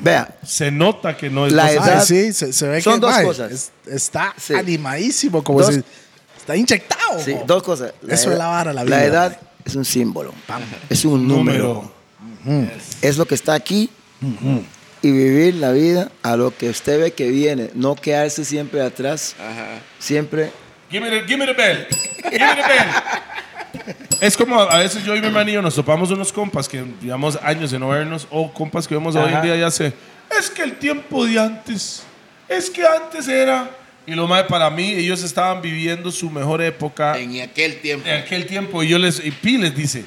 D: Vea,
B: Se nota que no es.
D: La
B: no
A: Ay,
B: se-
D: edad-
A: sí, se, se ve
D: son
A: que
D: dos
A: mae,
D: cosas.
A: es- está
D: Sí.
A: animadísimo, como
D: Dos-
A: si está inyectado.
D: Sí,
A: como.
D: dos cosas.
A: Eso es la vara, la vida,
D: edad es un símbolo. Es un número.
B: Número.
D: Es lo que está aquí. Y vivir la vida a lo que usted ve que viene. No quedarse siempre atrás.
C: Ajá.
D: Siempre.
B: Give me the, give me the bell. Give me the bell. Es como a veces yo y mi hermanillo nos topamos unos compas que digamos años de no vernos o compas que vemos hoy en
E: Ajá.
B: día ya se. Es que el tiempo de antes, es que antes era. Y lo más para mí, ellos estaban viviendo su mejor
D: Ah.
B: época en,
C: En aquel tiempo.
B: aquel tiempo. Y yo les, y Pi les dice,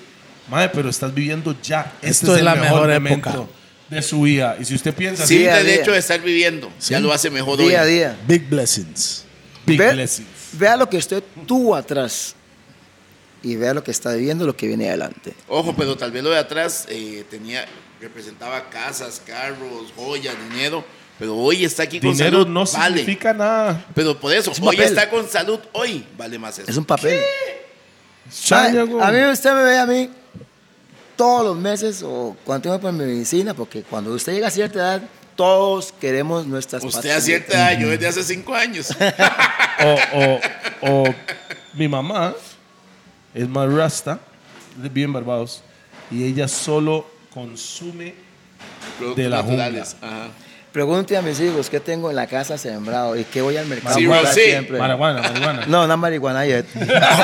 B: madre, pero estás viviendo ya. Este
A: Esto es la
B: el
A: mejor
B: momento
A: época".
B: de su vida. Y si usted piensa
C: Sí,
D: Día a
C: el
D: día.
C: hecho de estar viviendo. Ya lo hace mejor hoy.
D: Día a día.
A: Big blessings.
B: big
D: Ve-
B: blessings.
D: Vea lo que usted tuvo atrás y vea lo que está viviendo, lo que viene adelante.
C: Ojo, pero tal vez lo de atrás eh, tenía, representaba casas, carros, joyas, dinero. Pero hoy está aquí con
B: Dinero
C: salud.
B: no
C: vale.
B: significa nada.
C: Pero por eso,
D: Es un
C: hoy
D: papel.
C: está con salud, hoy vale más eso.
D: Es un papel. Mae,
B: Santiago.
D: a mí usted me ve a mí todos los meses o cuando tengo para mi medicina, porque cuando usted llega a cierta edad, todos queremos nuestras
C: Usted
D: pastillas.
C: a cierta edad, yo desde hace cinco años.
B: o, o- o mi mamá es más rasta, vive en Barbados, y ella solo consume.
C: Productos
B: De la
C: naturales. Ajá.
D: Pregunte a mis hijos qué tengo en la casa sembrado y qué voy al mercado
C: Sí,
D: a comprar
C: Rosy.
D: siempre.
B: Marihuana, marihuana.
D: No, no marihuana yet.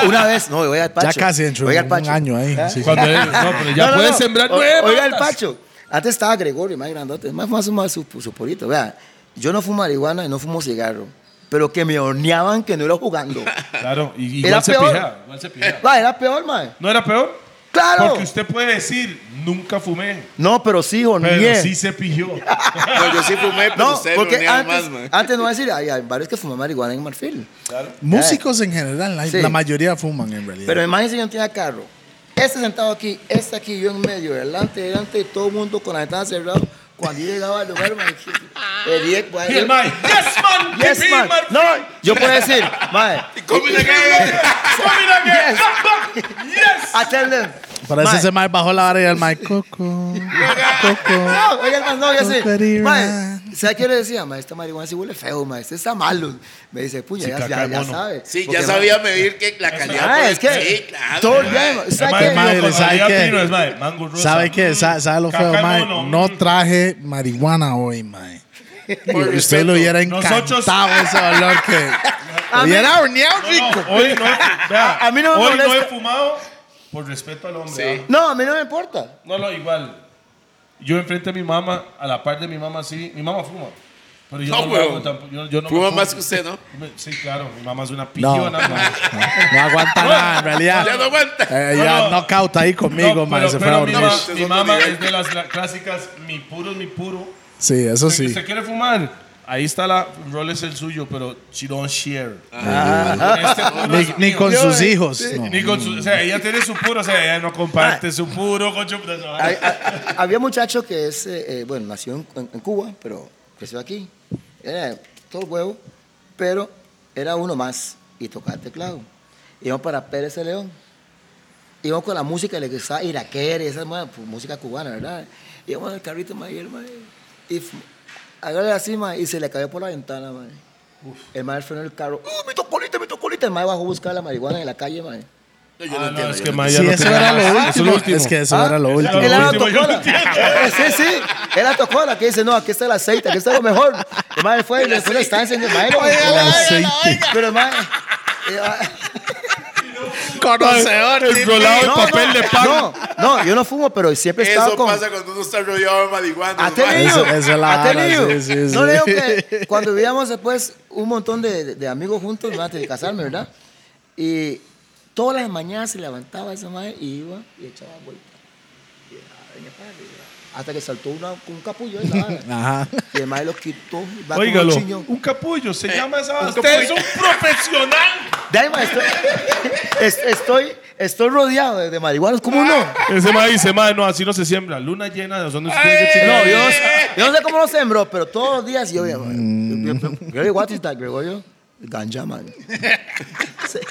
D: Una vez, no, voy al pacho.
A: Ya casi dentro
D: Voy
A: de
D: al
A: un
D: pacho.
A: año ¿eh? ahí.
D: ¿Ah?
A: sí.
B: Cuando es- no, pero ya
D: No, no,
B: puedes
D: no.
B: sembrar
D: O-
B: nueve
D: Oiga el
B: matas.
D: Pacho. Antes estaba Gregorio, más grandote, más más, más su, su purito. Vea, yo no fumo marihuana y no fumo cigarro, pero que me horneaban que no era jugando.
B: Claro, y igual
D: Era
B: se
D: peor.
B: pijea, igual se pijea.
D: Va, era peor, mae.
B: ¿No era peor?
D: Claro.
B: Porque usted puede decir, nunca fumé,
D: No, pero sí
B: pero
D: horneé.
B: sí se pijó.
C: No, yo sí fumé, pero
D: no,
C: ustedes
D: porque
C: roneaban
D: antes, Ah,
C: más, man.
D: antes no voy a decir, hay, hay varios que fuman marihuana en Marfil.
A: Músicos en general, la,
D: Sí.
A: la mayoría fuman en realidad.
D: Pero imagínense que yo no tenía carro. Este sentado aquí, este aquí, yo en medio, delante, delante, todo el mundo con la ventana cerrada. Cuando yo llegaba al lugar, mae, el día-
B: Y el mae, yes man,
D: Yes,
B: pipí,
D: man.
B: man.
D: No, yo puedo decir, mae,
C: ¿Cómo le cae?
B: Coming again.
D: Yes. I tell them.
A: Para eso
D: mae,
A: ese mae bajó la vara y el mae Coco. Coco.
D: No, oiga, hermano, no, yo sé.
A: Cocaína.
D: Mae, ¿sabes qué le decía? Mae, esta marihuana sí huele feo, mae, este está malo. Me dice, puña,
B: Sí,
D: ya,
B: caca
D: ya,
B: de
D: ya
B: mono.
D: sabe.
C: Sí,
D: Porque,
C: ya sabía medir que la
D: mae,
C: calidad.
D: Ah,
C: pues,
D: es que
C: Sí, claro.
D: todo el
C: ¿verdad?
D: día, o
B: El
D: sea
B: mae,
D: que-
A: mae,
B: vino con
A: ¿sabe
B: María
A: qué?
B: Pino, es mae, mango rosa.
A: ¿Sabe qué?
B: Mm,
A: Sa- ¿Sabe, lo
B: caca
A: feo,
B: de
A: mae?
B: mono,
A: No
B: mm.
A: traje marihuana hoy, mae.
C: Por
A: Usted lo
C: respeto.
A: hubiera encantado
B: Nosotros-
A: ese valor que...
D: A mí-
A: hubiera horneado
B: No,
A: rico.
B: hoy no, vea,
D: A- a mí no me
B: hoy no he
D: molesta.
B: fumado por respeto al hombre.
C: Sí.
B: ¿ah?
D: No, a mí no me importa.
B: No, no, igual. Yo enfrente a mi mamá, a la par de mi mamá, sí. Mi mamá fuma. Pero yo
C: No,
B: no, lo
C: huevón.
B: hago tampoco. Yo, yo no
C: Fuma
B: me
C: más
B: fumo.
C: que usted, ¿no?
B: Sí, claro. Mi mamá es
A: No,
B: una
A: no,
B: pillona.
A: no,
B: No,
A: no aguanta nada, en realidad.
C: Ya no aguanta.
A: Eh,
B: No,
A: ya
B: no.
A: knockout ahí conmigo,
B: No,
A: mae.
B: pero,
A: se fue a
B: pero mi,
A: dormir.
B: ma-
C: Este es
B: mi
C: otro
B: mamá
C: nivel.
B: es de las la- clásicas, mi puro es mi puro.
A: Sí, eso
B: Si
A: sí.
B: usted quiere fumar, ahí está la... Rol es el suyo, pero she don't share. Este puro
A: Ah. Ni,
B: es
A: ni
B: mío.
A: con sus hijos. no.
B: Ni con su... O sea, ella tiene su puro, o sea, ella no comparte su puro con su...
D: Hay- hay- había un muchacho que es, eh, eh, bueno, nació en, en- en Cuba, pero creció aquí. Era todo huevo, pero era uno más y tocaba teclado. Íbamos para Pérez de León. Íbamos con la música le gustaba Iraquer y esa ma, pues, música cubana, ¿verdad? Íbamos en el carrito, ma, y el ma, y fu- agarré así, ma, y se le cayó por la ventana, ma. El ma frenó el carro. ¡Uh, mi tocolita, mi tocolita! El ma bajó a buscar la marihuana en la calle, ma.
C: No,
B: Ah,
C: yo no
B: no,
C: entiendo.
B: es
C: yo
B: que
C: no
B: ma,
A: Sí,
B: ya no
A: eso
B: tiene
A: era
B: nada.
A: lo
B: Eso es
A: último. Es que eso
D: Ah,
A: era lo
D: era
A: último.
D: Él
B: Lo
D: la
B: último, yo
D: tocola.
B: no
D: sí, sí. Él la tocola que dice, no, aquí está el aceite, aquí está lo mejor. El madre fue y le fue la estancia en el madre.
A: El aceite.
D: Pero el madre... eh, ah,
A: Conocedor,
B: Enrolado en papel de pan.
D: eh, no, no, yo no fumo, pero siempre he estado
C: Eso
D: con...
C: pasa cuando uno está rodeado de marihuana.
D: ¿Ha
C: hermano.
D: tenido?
A: Eso- eso es la
D: ¿Ha
A: vara,
D: tenido?
A: sí, sí,
D: No
A: sí.
D: le digo que cuando vivíamos después un montón de, de- de amigos juntos antes de casarme, ¿verdad? Y todas las mañanas se levantaba esa madre y iba y echaba vuelta. Y, ah, venga, padre, ya. Hasta que saltó una, con un capullo de la vara.
A: Ajá.
D: Y el madre lo quitó. y va con un
B: Óigalo,
D: chiñón.
B: un capullo, se llama esa.
C: un
B: Usted es
C: capullo.
B: un profesional.
D: De ahí, mae, estoy, es- estoy, estoy rodeado de, de marihuanos. ¿Cómo no?
B: Ese madre dice, madre, no, así no se siembra. Luna llena de ozono.
D: No, yo, no sé- yo no sé cómo lo sembró, pero todos los días yo veía. Gregorio, what is that, Gregorio? Ganja, man. Se- se-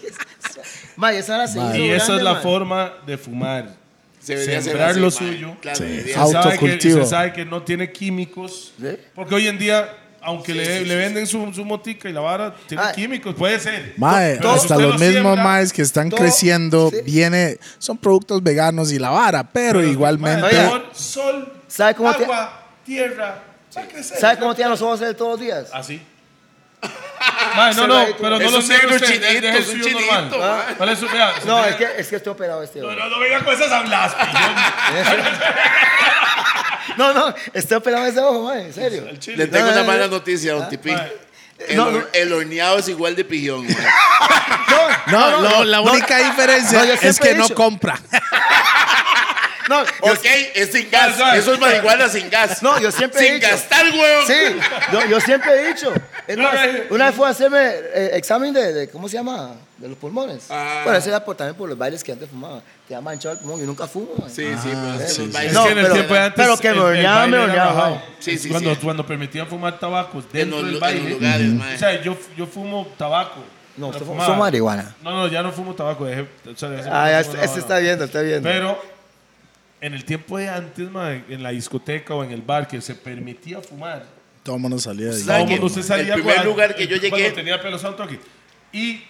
D: Mae, esa era se hizo
B: Y esa
D: grande,
B: es la
D: man.
B: forma de fumar.
C: Se debería hacer
B: Sembrar
C: así,
B: lo
C: ma.
B: suyo.
C: Claro,
A: Sí.
C: debería
B: Se
A: Au-
C: ser.
B: sabe que-
A: Autocultivo.
B: Se sabe que no tiene químicos.
D: ¿Sí?
B: Porque hoy en día, aunque le, le venden su, su motica y la vara, tiene
D: Ay.
B: químicos. Puede ser.
A: Mae,
B: Pero si
A: hasta
B: usted
A: los
B: lo
A: mismos
B: siembra,
A: maes que están
D: todo-
A: creciendo,
D: sí.
A: viene, son productos veganos y la vara, pero,
B: pero,
A: igualmente.
B: mae,
D: Oiga.
B: amor, sol,
D: ¿Sabe cómo te-
B: agua, tierra. va a crecer. Ah,
D: ¿Sabes cómo tienen los ojos él todos los días?
B: Así. Mae, no, no, pero no
C: Es
B: lo
C: un
B: sé.
C: negro
B: usted,
C: chinito,
B: deje el
C: es un
B: suyo
C: chinito,
B: normal.
C: mae.
B: ¿Cuál es su? Vea.
D: No, es que, es que estoy operado este
B: No,
D: hombre.
B: no, no venga con esas hablas, pillón.
D: No, no, estoy operado ese ojo, mae, en serio.
B: Al chile.
C: Le tengo
D: No,
C: una
D: no,
C: mala
D: no.
C: noticia, don Tipi.
B: mae.
C: El,
D: No,
C: hor-
D: no.
C: el horneado es igual de pijón. mae.
A: No, lo- la única diferencia
D: No, yo
A: es
D: siempre
A: que
D: he
A: no
D: dicho.
A: compra.
D: No, yo, Ah,
C: ok, es sin gas.
B: suave.
C: Eso es marihuana sin gas.
D: No, yo siempre he
C: Sin
D: dicho.
C: gastar, huevón.
D: sí, yo, yo siempre he dicho. Es
B: No,
D: más,
B: no, no.
D: una vez fue a hacerme eh, examen de, de- ¿cómo se llama? De los pulmones.
C: Ah.
D: Bueno, eso era por, también por los bailes que antes fumaba. Te ha manchado el pulmón, yo nunca fumo, mae.
C: Sí, sí, pero es que los
B: Es
C: bailes-
B: que
D: Ah, No,
B: en el
D: pero-
B: tiempo de antes.
D: pero que
B: el-
D: me
B: el
D: horneaba, me
B: baile era
D: horneaba.
B: bajado.
C: Sí, sí,
B: cuando,
C: sí.
B: Cuando permitían fumar tabacos
C: En
B: dentro del
C: los, lu- en los
B: baile.
C: lugares,
B: O
C: mae.
B: sea, yo, yo fumo tabaco.
D: No, usted fuma-
B: fumaba.
D: fuma marihuana.
B: No, no, ya no fumo tabaco. Dejé, o sea, hace
D: Ah, ya,
B: mucho que no
D: este
B: fumo
D: está viendo, está viendo.
B: Pero en el tiempo de antes, mae, en la discoteca o en el bar que se permitía fumar,
A: Todo el mundo salía de ahí.
C: Sabe
B: todo el
C: que
B: mundo se salía
C: el primer
B: con-
C: lugar que yo llegué-
B: cuando tenía pelo santo aquí. Y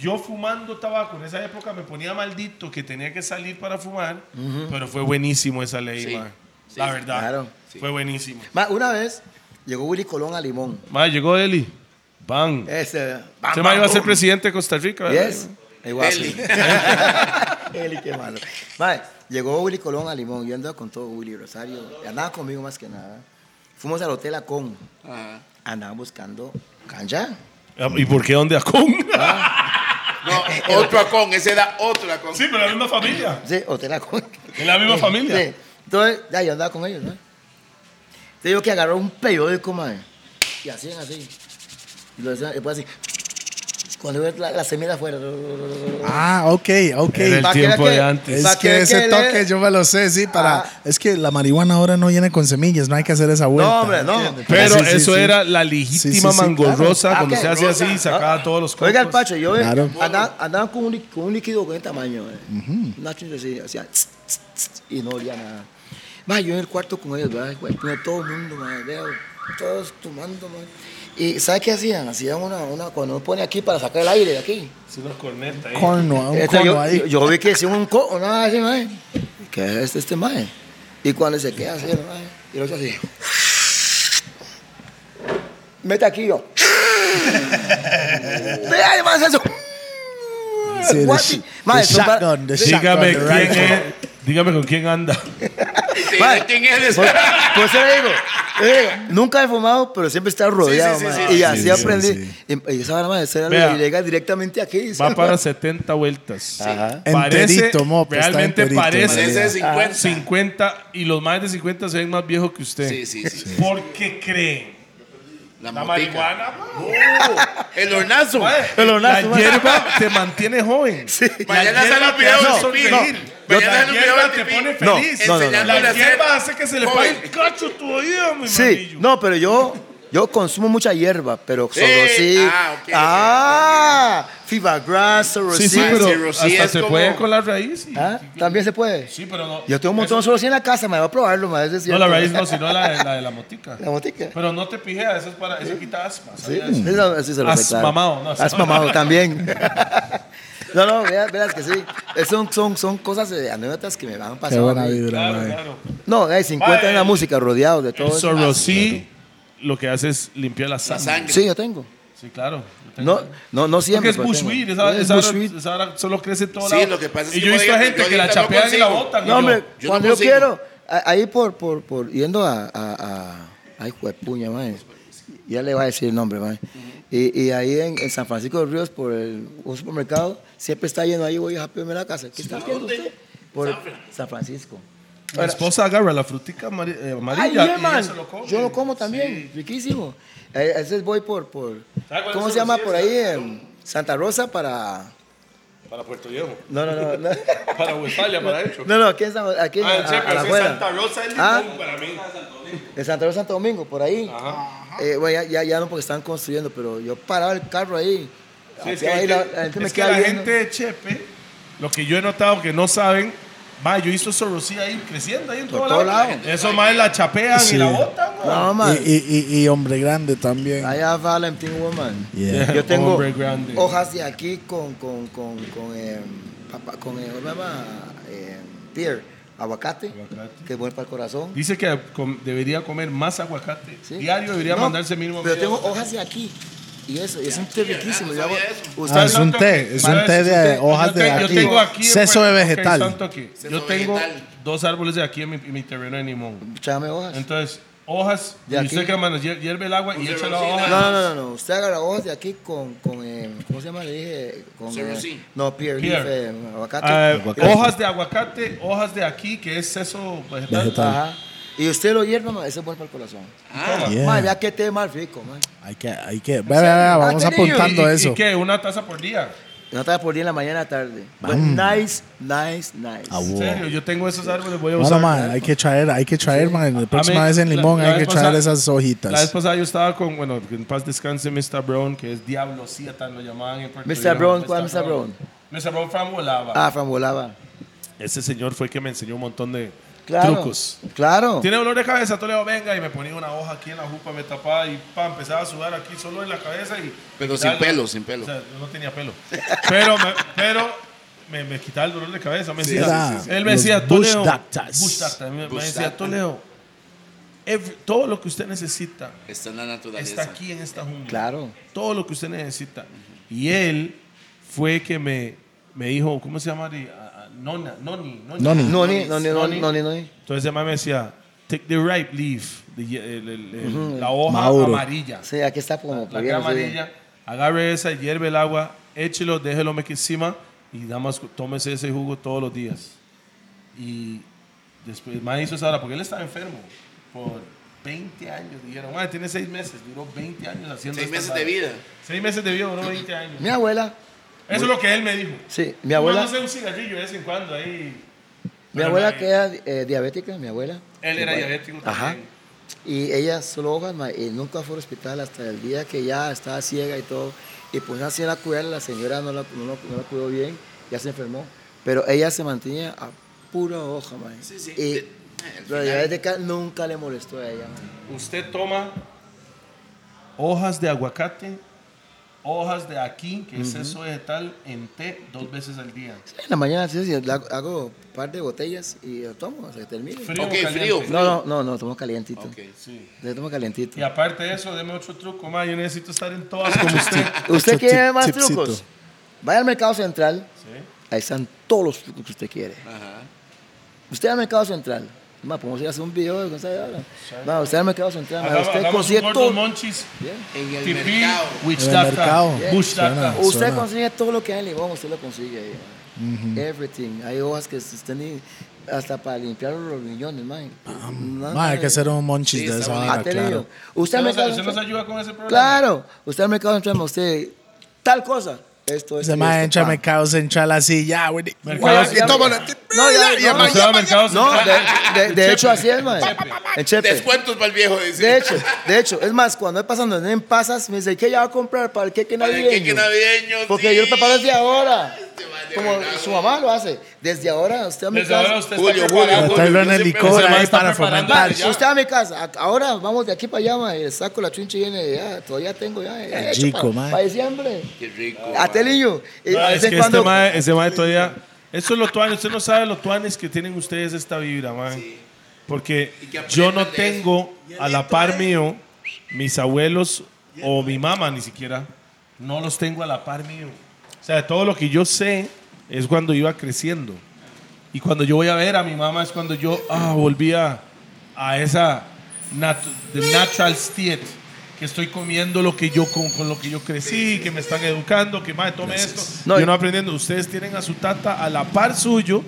B: yo fumando tabaco en esa época me ponía maldito que tenía que salir para fumar, pero fue buenísimo esa ley,
C: Sí,
B: mae.
C: sí,
B: la verdad.
D: claro.
B: Fue buenísimo.
D: Ma, una vez llegó Willy Colón a Limón.
B: Mae, llegó Eli. Bang.
D: Ese,
B: Se me iba a ser presidente de Costa Rica. ¿verdad?
D: Yes. El guapo.
C: Eli.
D: Eli, qué malo. Mae, llegó Willy Colón a Limón. Yo andaba con todo Willy Rosario. Andaba conmigo más que nada. Fuimos al hotel Acón.
C: Ah.
D: Andaba buscando cancha.
B: Ah, ¿Y por qué dónde Acón?
D: Eh,
C: No, otro acón, ese era otro acón.
B: sí, pero la misma familia.
D: Sí, hotel Acón.
B: Es la misma familia.
D: Sí. Entonces, ya yo andaba con ellos, ¿no? Te digo que agarró un periódico, mae. Y hacían así. Y lo hacían, después así. Cuando veo la, la semilla afuera.
A: Ah, ok, ok.
B: Era el
D: Pa' que vea
B: tiempo
D: que-
B: de antes.
A: Es
D: pa'
A: que ese
D: quede-
A: toque yo me lo sé, sí, para...
D: Ah.
A: Es que la marihuana ahora no viene con semillas, no hay que hacer esa vuelta.
D: No, hombre, no.
A: ¿entiendes?
B: Pero
A: Sí, sí,
B: eso
A: sí.
B: era la legítima
A: Sí, sí, sí,
B: mangorrosa
D: claro.
B: cuando
D: Ah,
B: se
D: ok,
B: hacía así
C: rosa.
B: y sacaba todos los cocos.
D: Oiga el Pacho, yo
A: Claro.
D: andaba, andaba con, un, li- con un líquido con este tamaño, eh. una chincha así, hacía tss, tss, tss, y no olía nada. Ma, yo en el cuarto con ellos, ¿verdad? Güey, tenía todo el mundo, ma, veo, todos tomando. ma. ¿Y sabes qué hacían? Hacían una, una, cuando uno pone aquí para sacar el aire de aquí.
B: Sí, una corneta ahí.
A: Corno, un
D: Entonces,
A: corno
D: Este, yo,
A: ahí.
D: yo- yo vi que hacían un coco, nada así, ma. ¿Qué es este, este ma? Y cuando se queda así, ma, y lo hace así. Mete aquí yo. Vea, además eso.
A: Sí, the
D: Guati.
A: sh-
D: Ma,
A: the
D: eso para-
A: shotgun, the shotgun,
B: Dígame
A: the
B: quién
A: rifle.
B: es. Dígame con quién anda.
C: Sí,
D: Mae.
C: ¿Quién eres?
D: Por, por eso Pues, le digo, le digo, nunca he fumado, pero siempre está rodeado,
C: sí,
D: ma.
C: sí, sí.
D: y
C: Sí,
D: así
A: sí,
D: aprendí.
A: sí.
D: Y, y esa vara, ma, esa era
B: Vea.
D: la- y llega directamente aquí.
B: Va
D: ¿sí?
B: para 70 vueltas.
D: Ajá.
B: Parece-
A: Enterito, mopo, está
B: Realmente
A: enterito,
B: parece.
C: Ese es 50.
B: 50 y los más de 50 se ven más viejos que usted.
C: Sí, sí, sí.
B: ¿Por qué creen?
C: La,
B: La
C: motica.
B: marihuana, ma.
C: El hornazo.
D: El hornazo,
B: La
D: ma.
B: hierba te mantiene joven.
C: Mañana
B: hierba
C: sale un
B: te
C: video
B: hace
C: de
B: sonreír.
C: Tipi.
B: No, la
C: Mañana sale un video
B: hierba
C: de
B: te
C: Tipi.
B: pone feliz.
D: No, no, no, no.
C: Enseñándole a
B: La
C: hacer-
B: hierba hace que se le pague
C: Joven.
B: el cacho todavía, mi
D: Sí,
B: manillo.
D: no, pero yo, yo consumo mucha hierba, pero solo sí.
C: ah, ok, ok.
D: Ah, fibagras, solo
B: Sí, sí,
C: Ah,
B: pero
C: sí, Rosy
B: hasta
C: es
B: se
C: como-
B: puede con la raíz. y-
D: Ah, También se puede.
B: Sí, pero no.
D: Yo tengo un montón solo sí en la casa, me voy a probarlo, ma, eso es
B: No,
D: cierto.
B: la raíz no, sino la de la, de la motica.
D: La botica.
B: Pero no te pijea, eso es para, eso quita asma.
D: Sí,
B: ¿sabías?
D: eso- eso se lo
B: Mm. Has
D: sé, claro.
B: mamado, no,
D: Has
B: sí.
D: mamado también. No, no, veas, veas que sí. Eh, Son, son, son cosas, eh, anécdotas que me van
A: Qué
D: pasando.
A: buena
D: a mí.
A: vibra,
B: Claro,
A: mae.
B: claro.
D: No, hay 50 en la
B: Vale.
D: música, rodeados de todo.
B: El
D: eso.
B: Sorosí lo que hace es limpiar la
C: La
B: sangre.
C: sangre.
D: Sí, yo tengo.
B: Sí, claro.
D: No, no, no
B: Porque
D: siempre.
B: es
D: pero pues, tengo.
B: bushweed, esa, esa,
D: Bushweed.
B: esa, hora solo crece en todo
C: Sí,
B: lado.
C: lo que pasa es
B: y
C: que
B: yo he visto
C: todavía-
B: gente
C: yo
B: que la
C: ahorita no
B: chapean y la
C: consigo.
B: botan. y
D: No,
B: yo,
D: hombre,
C: yo no
D: cuando yo
C: consigo.
D: quiero, a- ahí por, por, por yendo a, a, a ay, juepuña, mae. Ya le va a decir el nombre, mae. Y, y ahí en, en San Francisco de los Ríos, por el, un supermercado, siempre está lleno ahí, voy a japearme la casa. ¿Qué está haciendo usted? Por San Francisco.
B: Mi esposa agarra la frutica amari- eh, amarilla
D: Ay,
B: y
D: yeah,
B: ella
D: man.
B: se lo come.
D: Yo lo como también, riquísimo. Eh, A veces voy por, por
B: ¿Sabe cuál
D: ¿cómo
B: es
D: se
B: el
D: llama
B: sí?
D: por ahí? Em, Santa Rosa para...
B: Para Puerto Viejo.
D: No, no, no. No,
B: Para Westfalia, para eso.
D: no, no aquí en San aquí en-
B: Ah,
D: a-
B: che,
D: a
B: pero
D: la
B: ese
D: afuera.
B: Santa Rosa es limón
D: Ah.
B: para mí.
D: En Santa Rosa, Santo Domingo, por ahí. Eh, bueno, ya, ya, ya no porque están construyendo, pero yo paraba el carro ahí.
B: Sí, es que,
D: Ahí
B: hay
D: la,
B: que-
D: la gente eh, me
B: es que
D: queda
B: la
D: viendo.
B: gente de Chepe, lo que yo he notado que no saben, ma, yo hizo sorosía ahí creciendo ahí en
D: Por
B: todo,
D: todo
B: lado.
D: lado.
B: Eso más la chapean
A: Sí.
B: y la botan. ma.
D: No, man.
A: Y, y- y- y hombre grande también.
D: Allá va Valentine Woman.
A: Yeah.
D: Yo tengo
B: Hombre grande.
D: hojas de aquí con, con, con, con, eh, papa- con eh, ¿cómo se llama? Eh, pear, aguacate,
B: Aguacate.
D: que es bueno para el corazón.
B: Dice que com- debería comer más aguacate.
D: Sí.
B: Diario debería
D: No,
B: mandarse mínimo.
D: Pero
B: media
D: tengo
B: docena.
D: hojas de aquí. y eso, y es un té riquísimo. Yo hago,
C: sabía eso.
D: usted,
A: Ah, es un té, es un té de hojas de
B: Yo
A: aquí.
B: tengo aquí.
A: Seso de
B: bueno, ok,
A: vegetal.
B: santo aquí.
C: Seso
B: Yo tengo
C: vegetal.
B: dos árboles de aquí en mi, en mi terreno de limón.
D: tráeme hojas.
B: Entonces, hojas.
D: Pues. De
B: Y
D: aquí.
B: usted que mano, hier- hierve el agua y
C: Usted
B: echa la
C: rocina.
B: hoja.
D: No, no, no, no. Usted agarra hojas de aquí con, con eh, ¿cómo se llama? Le dije, con... eh,
C: Cerrosí.
D: no, Pierre,
B: Pierre.
D: leaf, eh, aguacate.
B: Ah,
D: Y-
B: hojas de aguacate, hojas de aquí, que es seso vegetal.
A: Vegetal.
D: Ajá. Y usted lo hierve, ma, ese es bueno para el corazón.
C: Ah,
A: Yeah.
D: Ma, vea qué té más rico, man.
A: Hay que, hay que. Ve, ve, ve, vamos
D: Ah, tenía.
A: apuntando
B: ¿Y- y-
A: eso.
B: ¿Y qué? ¿Una taza por día?
D: No estaba por día en la mañana tarde. But nice, nice, nice.
A: Ah,
B: En
A: bueno.
B: serio, yo tengo esos árboles, voy a
A: Bueno,
B: usar.
A: man, hay que traer, hay que traer, man. La próxima
B: mí,
A: vez en
B: la-
A: Limón
B: la
A: hay
B: vez
A: que traer
B: pasada-
A: esas
B: La vez
A: hojitas.
B: pasada yo estaba con, bueno, que en paz descanse Mr. Brown, que es Diablo Ciatan, lo llamaban en Puerto
D: Mr.
B: Rico,
D: Brown, ¿cuál Mr. Brown?
B: Mr. Brown Frambolava.
D: Ah, frambolaba.
B: Ese señor fue el que me enseñó un montón de
D: Claro.
B: trucos.
D: Claro.
B: Tiene dolor de cabeza, Toledo, venga, y me ponía una hoja aquí en la jupa, me tapaba y pa, empezaba a sudar aquí solo en la cabeza y...
C: Pero sin
B: Dale.
C: pelo, sin pelo.
B: O sea, yo no tenía pelo. Pero me, pero me, me quitaba el dolor de cabeza. Me
A: Sí,
B: decía,
A: sí, sí, sí.
B: Él me
A: Los
B: decía,
A: Bush
B: Toledo.
A: Dactas.
B: Bush Dactas. Me, me
C: Bush
B: decía,
C: Dactas.
B: Toledo, every- todo lo que usted necesita
C: está en la naturaleza.
B: está aquí en esta jungla.
D: Claro.
B: Todo lo que usted necesita. Y él fue que me, me dijo, ¿cómo se llama? Ari? Ah, ah, Nona, noni, noni.
A: Noni.
D: No, ni, no, ni, no, ni,
B: Noni.
D: no, ni, no, ni.
B: Entonces ella me decía, take the ripe leaf, the ye- el- el- el- la hoja
A: Maduro.
B: amarilla.
D: Sí, aquí está como
B: La
D: para
B: cara
D: bien, sí.
B: amarilla, agarre esa, hierve el agua, échelo, déjelo meque encima y nada más tómese ese jugo todos los días. Y después, más hizo esa hora, porque él estaba enfermo por 20 años. Dijeron, "Mae, tiene 6 meses, duró 20 años haciendo
C: Seis
B: esta
C: meses
B: vara".
C: de vida.
B: Seis meses de vida, duró 20 años.
D: Mi abuela,
B: Eso es lo que él me dijo.
D: sí, mi abuela,
B: Fumándose un cigarrillo de vez en cuando ahí.
D: mi
B: Pero
D: abuela
B: no,
D: que era eh, diabética, mi abuela.
B: Él era diabético
D: Ajá.
B: también.
D: Y ella solo hojas, ma, y nunca fue al hospital hasta el día que ya estaba ciega y todo. Y pues así la cuidar, la señora no la, no, la- no la cuidó bien, ya se enfermó. Pero ella se mantenía a pura hoja, ma.
C: Sí, sí.
D: Y
C: De- al
D: la
C: final-
D: diabética nunca le molestó a ella, ma.
B: Usted toma hojas de aguacate, hojas de aquí, que es eso vegetal, en té dos veces al día.
D: En la mañana sí, sí, la- hago un par de botellas y lo tomo hasta que termine.
B: Frío,
C: Ok,
B: caliente.
C: frío.
D: No, no, no, no, tomo calientito.
C: Ok.
B: Sí.
D: Le tomo calientito.
B: Y aparte de eso, deme otro truco, ma. Yo necesito estar en todas como usted.
D: ¿Usted
A: Otro
D: quiere
A: tip-
D: más
A: tipcito.
D: trucos? Vaya al mercado central,
B: Sí.
D: ahí están todos los trucos que usted quiere.
C: Ajá.
D: Usted va al mercado central. Ma, podemos ir a hacer un video de Gonzalo ahora. Ma, usted va al mercado central. ma,
B: Hagamos-
D: usted
B: hagamos
D: consigue
B: un gordo
D: todo.
B: monchis,
D: Bien.
C: En el
B: tipí,
C: mercado.
B: witch
A: En el
B: data,
A: mercado.
B: bush
A: Suena.
B: data.
A: Uh,
D: Usted
A: Suena.
D: consigue todo lo que hay en Limón, usted lo consigue ahí. ma. Everything. Hay hojas que se están ni- hasta para limpiar los riñones, man. Nada
A: Man, Ah, hay
D: de-
A: que hacer un monchis
C: Sí,
A: de
C: está
A: esa
C: bonito.
A: vara,
D: Ha tenido.
A: claro.
D: Usted al
B: ¿Usted nos-
D: mercado
B: usted nos
D: central-
B: ayuda con ese problema?
D: Claro. Usted al mercado central, ma, usted tal cosa. Esto es.
A: Ese man entra a mercado central así, ya, güey.
B: Mercado
A: Y toma la-
D: No, ya,
A: y
D: no,
A: man,
B: Usted va al mercado
D: No,
B: central.
D: de, de- de hecho así es, man. En Chepe.
C: Descuentos para el viejo, dice.
D: De hecho, de hecho, es más, cuando me pasan donde en pasas, me dice, ¿qué ya va a comprar para el queque
C: Para el
D: navideño?
C: queque navideño,
D: Porque
C: sí.
D: yo lo preparo desde ahora.
C: Este man de
D: Como
C: verdad,
D: su
C: güey.
D: mamá lo hace. Desde ahora, usted a mi
B: Desde
D: casa.
B: ahora usted
C: Julio,
B: está
C: Julio,
B: preparado.
C: Julio.
A: Traerlo en
C: Yo
A: el
C: siempre-
A: licor
B: Ese man
A: ahí
B: está
A: para
B: preparando
A: fomentar.
B: el ya.
D: Usted a mi casa. a- Ahora vamos de aquí para allá, ma, y le saco la chuncha llena de ya, todavía tengo ya. ya hecho
A: rico,
D: pa-
A: man.
D: Para diciembre.
C: Qué rico.
D: A Telillo. Y
B: Ma,
D: de
B: es
D: vez en
B: que
D: cuando-
B: este mae, ese mae todavía. Eso es lo tuanes. Usted no sabe los tuanes que tienen ustedes esta vibra, man. Porque
C: Y que
B: yo
C: aprendan
B: no
C: de eso.
B: tengo a la par mío mis abuelos o mi mamá ni siquiera. No los tengo a la par mío. O sea, todo lo que yo sé es cuando iba creciendo. Y cuando yo voy a ver a mi mamá es cuando yo ah, volvía a esa nat- the natural state. Que estoy comiendo lo que yo con, con lo que yo crecí, que me están educando, que madre, tome esto.
D: No,
B: yo
D: y-
B: no aprendiendo. Ustedes tienen a su tata a la par suyo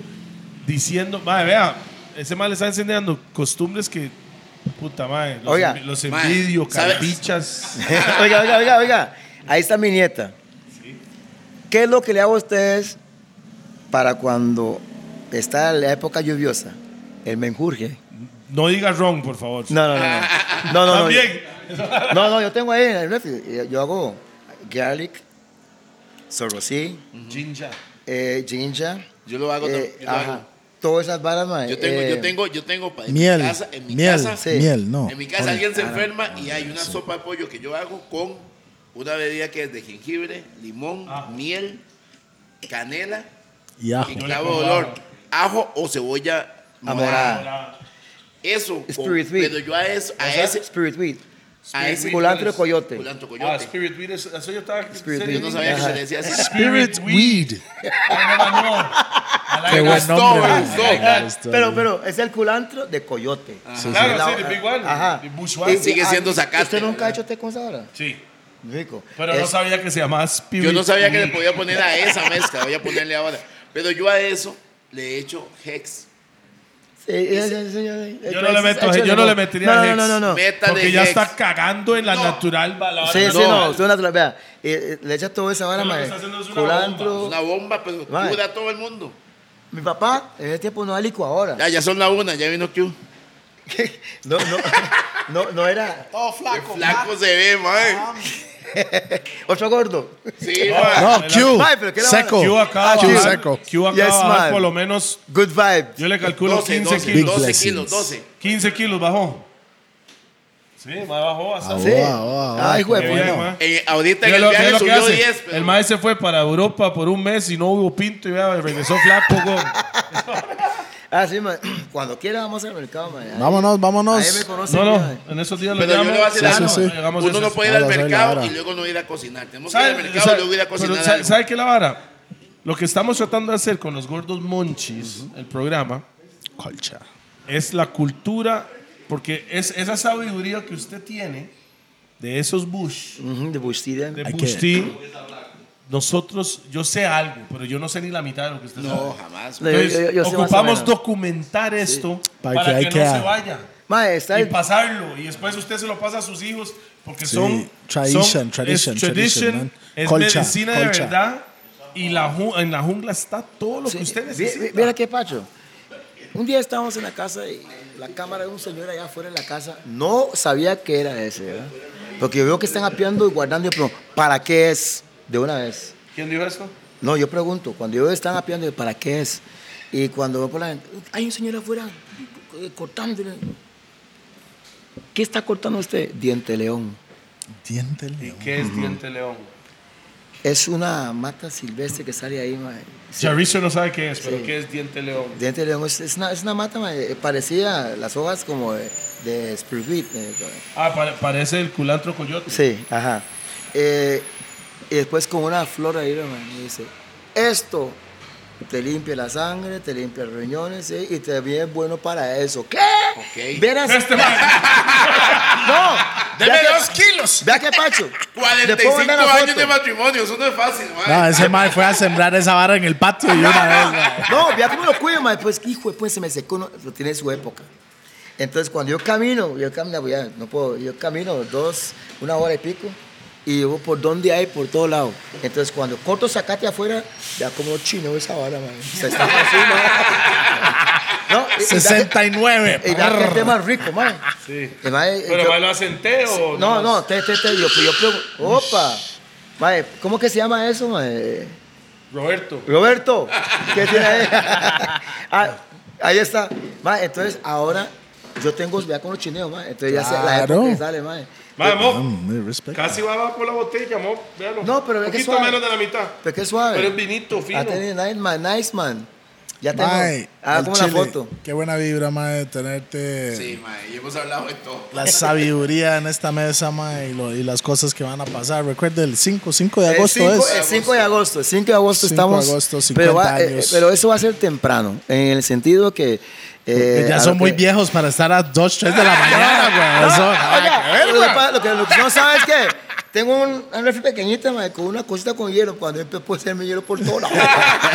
B: diciendo, madre, vea, ese mal le está enseñando costumbres que, puta madre, los,
D: Oiga.
B: envi- los
C: Mae,
B: envidio,
C: ¿sabe?
B: carpichas.
D: oiga, oiga, oiga, oiga. Ahí está mi nieta. ¿Qué es lo que le hago a ustedes para cuando está la época lluviosa? El menjurje.
B: No digas wrong, por favor.
D: No, no, no. No, no, no. no,
B: También.
D: no, no, yo tengo ahí en el refri. Eh, Yo hago garlic, sorrosí,
B: Ginger.
D: eh, ginger.
C: Yo lo hago.
D: eh,
C: tam- yo, lo
D: ajá.
C: hago.
D: Todas esas varas, mae,
C: yo tengo,
D: eh,
C: yo tengo, yo tengo pa- en
A: Miel,
C: mi casa, en mi
A: miel,
C: casa,
D: Sí.
A: miel, no.
C: en mi casa alguien
B: Ah,
C: se enferma y hay una sopa de pollo que yo hago con una bebida que es de jengibre, limón,
B: Ajo.
C: miel, canela
A: Y
D: Ah.
A: ajo.
C: y
B: Ah. le
C: clavo
B: pongo
C: de olor,
B: ajo.
C: ajo o cebolla morada.
D: Amorada.
B: Ahora,
C: Eso, con-
D: Ah, Spirit weed.
C: pero yo a eso, a ese,
D: Spirit weed.
C: A ese
D: Culantro Coyote.
C: culantro
B: Ah,
C: coyote.
B: Spirit Weed, eso, eso yo estaba.
D: Spirit
B: sí,
C: Yo
D: Weed.
C: no sabía que se le decía así.
A: Spirit Weed.
B: Ay, no, no.
A: Qué buen
C: gastó,
A: nombre.
C: me
A: güey.
C: gustó.
A: Ay, me gustó,
D: Pero,
A: güey.
D: pero, es el culantro de coyote.
B: Claro,
D: La-
B: sí, de Big One.
D: Ajá.
B: de Bushwhack.
C: Sí. Sigue
D: Ah,
C: siendo zacate.
D: ¿Usted nunca ha hecho té con sabora?
B: Sí.
D: Rico.
B: Pero no
D: Es-
B: sabía que se llamaba Spirit
C: Yo no sabía que le
B: Weed.
C: podía poner a esa mezcla, voy a ponerle ahora. Pero yo a eso le he hecho Hex.
D: Sí, es- es- es- es-
B: Yo no le, meto,
D: es- es-
B: yo no le
D: no.
B: metería
D: No,
B: Hex,
D: no, no, no. no.
C: Métale
B: Porque ya
C: Hex.
B: está cagando en la
C: No.
B: natural balada.
D: Sí, sí,
C: No.
D: no. Usted una- vea, eh, eh, le echa toda esa
B: Lo
D: vara,
B: que
D: mae.
B: está haciendo es una
D: Culantro.
C: Una bomba, pero
D: Mae.
C: cura a todo el mundo.
D: Mi papá en ese tiempo no era licuadora.
C: Ya, ya son la una, ya vino Q.
D: No, no, no, no era.
E: Todo flaco.
C: Flaco se ve, mae.
D: Otro gordo.
C: Sí, mae.
A: No, Q.
D: Ay, pero qué la
A: Seco.
B: Q acaba
A: Q
B: de bajar,
A: seco.
B: Q acaba
D: Ah, Yes,
B: de bajar
D: man.
B: por lo menos,
D: Good vibe.
B: yo le calculo 15
A: Big
B: kilos.
C: 12
A: blessings.
C: kilos, 12.
B: 15 kilos bajó. Sí, más bajó hasta.
D: Sí.
A: Ah, ah, ah, qué
D: Ay, juez,
B: Qué bien,
D: oh, bueno.
B: ma.
C: Eh, ahorita en
B: Mira
C: el
B: lo- mira
C: viaje
B: lo que
C: subió
B: hace.
C: 10. pero-
B: El maestro se fue para Europa por un mes y no hubo pinto y vea, regresó flaco. güey.
D: Ah, sí, man. Cuando quiera vamos al mercado, man. Ahí-
A: Vámonos, vámonos.
D: Ahí me conocen.
B: No, no,
D: man.
B: en esos días
C: Pero yo le voy a decir
A: Sí,
C: algo.
A: sí, sí.
B: Hagamos
C: Uno
B: eso.
C: no puede ir al
A: Ahora, soy la
C: mercado
A: hora.
C: y luego no ir a cocinar. Tenemos que ir al
B: ¿Sabe,
C: mercado y
B: sabe-
C: luego ir a
B: pero
C: cocinar.
B: sabe-
C: algo.
B: sabe qué la vara? Lo que estamos tratando de hacer con los gordos monchis, el programa,
A: Colcha.
B: es la cultura, porque es esa sabiduría que usted tiene de esos Bush,
D: Ujú, De Bush City.
B: de
A: Hay que-
B: Bush Tea. Nosotros, yo sé algo, pero yo no sé ni la mitad de lo que usted
C: No,
B: sabe.
C: jamás.
D: No, yo-
B: Entonces,
D: yo- yo sé más o
B: ocupamos
D: menos.
B: documentar esto
A: Para
B: para,
A: que ahí
B: que, no
A: queda.
B: se vaya.
D: Ma, está
B: y
D: el-
B: pasarlo y después usted se lo pasa a sus hijos porque
A: Sí,
B: son
A: tradition,
B: son-
A: tradition,
B: es,
A: tradition,
B: tradition,
A: man.
B: es
A: Colcha,
B: medicina de
A: colcha.
B: verdad y la ju- en la jungla está todo lo que usted
D: Sí, vi- vi-
B: necesita
D: Mira qué pacho. Un día estábamos en la casa y la cámara de un señor allá afuera de la casa no sabía qué era ese, ¿verdad? Porque yo veo que están apiando y guardando. y Yo pregunto, ¿para qué es? De una vez.
B: ¿quién dijo esto?
D: No, yo pregunto. Cuando yo están apiando, ¿para qué es? Y cuando veo por la gente, hay un señor afuera eh, cortándole. ¿Qué está cortando usted? Diente león.
A: Diente león.
B: ¿qué es diente león?
D: Es una mata silvestre que sale ahí, mae.
B: Jaricio no sabe qué es pero
D: Sí.
B: ¿qué es diente león?
D: Diente de león es, es una, es una mata mae, eh, parecida a las hojas como de, de spirulina, eh,
B: ah pa- parece el culantro coyote
D: Sí, ajá. Eh, y después con una flor ahí, mae, y dice, esto te limpia la sangre, te limpia los riñones sí, y te viene bueno para eso. ¿Qué?
C: Ok.
D: Verás,
B: este man
D: no.
C: Deme
D: Vea que-
C: dos kilos.
D: Vea qué pacho. Le puedo
C: 45
D: mandar la
C: años
D: foto.
C: de matrimonio. Eso no es fácil,
A: No,
C: mae.
A: ese mae fue a sembrar esa vara en el patio y una vez. mae.
D: No, vea cómo lo cuido, mae. Pues, hijo, pues se me secó, no, lo tiene su época. Entonces, cuando yo camino, yo camino, ya, no puedo, yo camino dos, una hora y pico, y yo por donde hay, por todo lado. Entonces, cuando corto sacate afuera, ya como chino esa vara, man. Se está así, mae. No, y- y vea que-
A: 69.
D: Y vea que el tema es rico, man.
B: sí
D: Y, mae,
B: pero
D: yo-
B: ¿más lo hacen té o
D: no,
B: nomás?
D: no, te, te, te, yo, yo pregunto, opa, mae, ¿cómo que se llama eso, mae?
B: Roberto
D: Roberto, ¿qué tiene ahí? Ah, ahí está. Ma, entonces ahora yo tengo, vea con los chineos, ma. Entonces ya sé la
A: Claro.
D: época que sale, ma.
B: vamos
A: Mm, me respecta.
B: casi va abajo por la botella mo véalo
D: No, pero
B: un
D: ve que
B: poquito
D: suave.
B: menos de la mitad
D: Pero qué suave.
B: pero es vinito fino
D: Ha tenido nice, man. Nice, man. Ya tengo.
A: Mae,
D: Ah,
A: al
D: como la
A: chile,
D: foto.
A: Qué buena vibra, mae, de tenerte.
C: Sí, mae. Y hemos hablado de todo.
A: La sabiduría en esta mesa, mae, y, lo- y las cosas que van a pasar. Recuerda, el 5, 5 de agosto
D: el eh, 5,
A: es.
D: El 5 de agosto, el 5 de agosto
A: 5 de
D: estamos.
A: agosto, 50
D: pero, va- eh,
A: años.
D: pero eso va a ser temprano, en el sentido que. eh, a
A: Pues ya
D: lo
A: son muy
D: que-
A: viejos para estar a 2, 3 de la mañana,
B: Ah,
A: güey. Eso,
D: Oiga, lo, que pasa- lo que, lo que no sabes es que tengo un, un refri pequeñito, mae, con una cosita con hielo. Cuando yo puedo hacerme hielo por todo lado.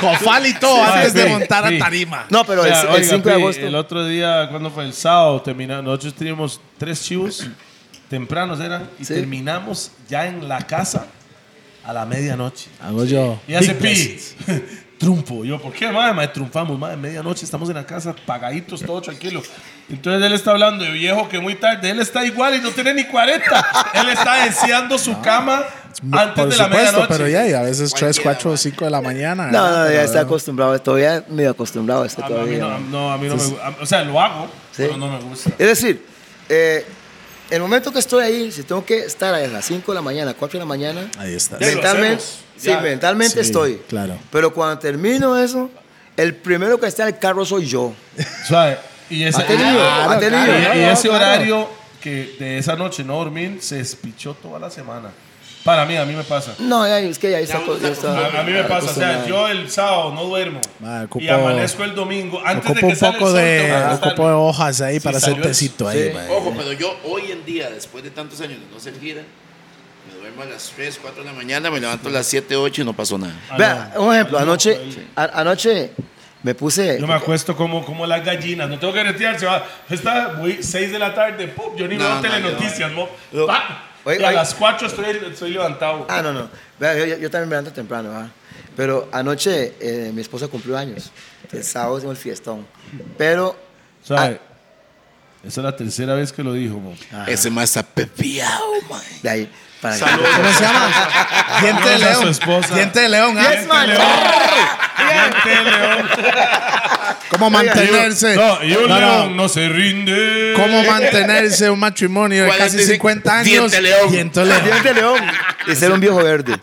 A: Cofal y todo
B: Sí,
A: antes de
B: sí,
A: montar
B: sí.
A: a tarima.
D: No, pero
B: O sea,
D: el, el
B: oiga,
D: 5 de
B: pi,
D: agosto.
B: El otro día, cuando fue el sábado, terminamos, nosotros teníamos tres chivos tempranos eran y
D: Sí.
B: terminamos ya en la casa a la medianoche.
A: Hago yo.
B: Y hace
A: Big
B: pi.
A: blessings.
B: Trumpo. Yo, ¿por qué, madre? Madre, trunfamos, madre. Medianoche estamos en la casa, pagaditos, todo tranquilo. Entonces él está hablando de viejo que muy tarde. Él está igual y no tiene ni 40. él está deseando su cama antes
A: Por
B: de la
A: supuesto,
B: medianoche.
A: pero ya, y a veces 3,
C: Cualquiera,
A: 4 o
C: mae.
A: 5 de la mañana.
D: no,
A: ¿verdad?
D: no, ya
A: Pero,
D: está acostumbrado. Todavía medio acostumbrado a esto
B: A mí, a mí
D: todavía.
B: no,
D: mae.
B: no, a mí no me gusta. O sea, lo hago,
D: Sí.
B: pero no me gusta.
D: Es decir, eh, el momento que estoy ahí, si tengo que estar a las 5 de la mañana, 4 de la mañana,
A: Ahí está.
B: Ya lo
D: mentalmente,
B: hacemos,
D: sí,
B: ya.
D: mentalmente
A: Sí,
D: estoy.
A: claro.
D: Pero cuando termino eso, el primero que está en el carro soy yo.
B: Suave. Y ese,
D: Ha tenido,
A: Ah,
D: ha
A: claro,
D: tenido.
A: claro.
B: Y, y ese
A: claro.
B: horario que de esa noche no dormir se despichó toda la semana. Para mí, a mí me pasa.
D: No, ya, es que ya está.
C: Ya uno está
D: ya está-
B: A, a mí me pasa, o sea,
D: acostumbrado.
B: yo el sábado no duermo
A: Ma, Ah, ocupo-
B: y amanezco el domingo antes de
A: Ocupo
B: que
A: un
B: salga el
A: poco
B: sol.
A: de,
B: tengo que acostarme.
A: ocupo de hojas ahí para hacer
B: salió el-
A: tecito ahí,
D: sí.
A: man.
C: Ojo, pero yo hoy en día, después de tantos años de no ser gira, me duermo a las 3, 4 de la mañana, me levanto a las 7, 8 y no pasó nada.
B: Ah,
D: Vea,
B: no.
D: un ejemplo,
B: Ah, no,
D: anoche,
B: ahí.
D: a- anoche me puse.
B: Yo me acuesto como, como las gallinas, no tengo que retirarse. Va. Está muy 6 de la tarde, ¡pum! yo ni
C: No,
B: veo
C: no,
B: telenoticias, mo.
D: No.
B: Pa.
D: Oye,
B: Y a
D: oye.
B: las 4 estoy, estoy levantado.
D: Ah, no, no. Vea, yo, yo- yo también me levanto temprano, ¿verdad? Pero anoche eh, mi esposa cumplió años. El sábado hicimos el fiestón. Pero.
B: ¿Sabe? Esa es la tercera vez que lo dijo, mo.
C: Ese más está pepiado, man.
D: ah, de ahí. Para
C: Saludos.
A: ¿Cómo se llama? Diente de
B: Saludos a su
A: león.
B: esposa.
A: Diente de león, ¿ah?
D: Yes, man.
B: Diente león.
A: ¿Cómo mantenerse?
B: No, y un
A: No, no.
B: león no se rinde.
A: ¿Cómo mantenerse un matrimonio de casi
C: 45
A: 50 años?
C: Diente león.
A: Diente
D: El
A: león.
D: Diente de león. Y ser un viejo verde.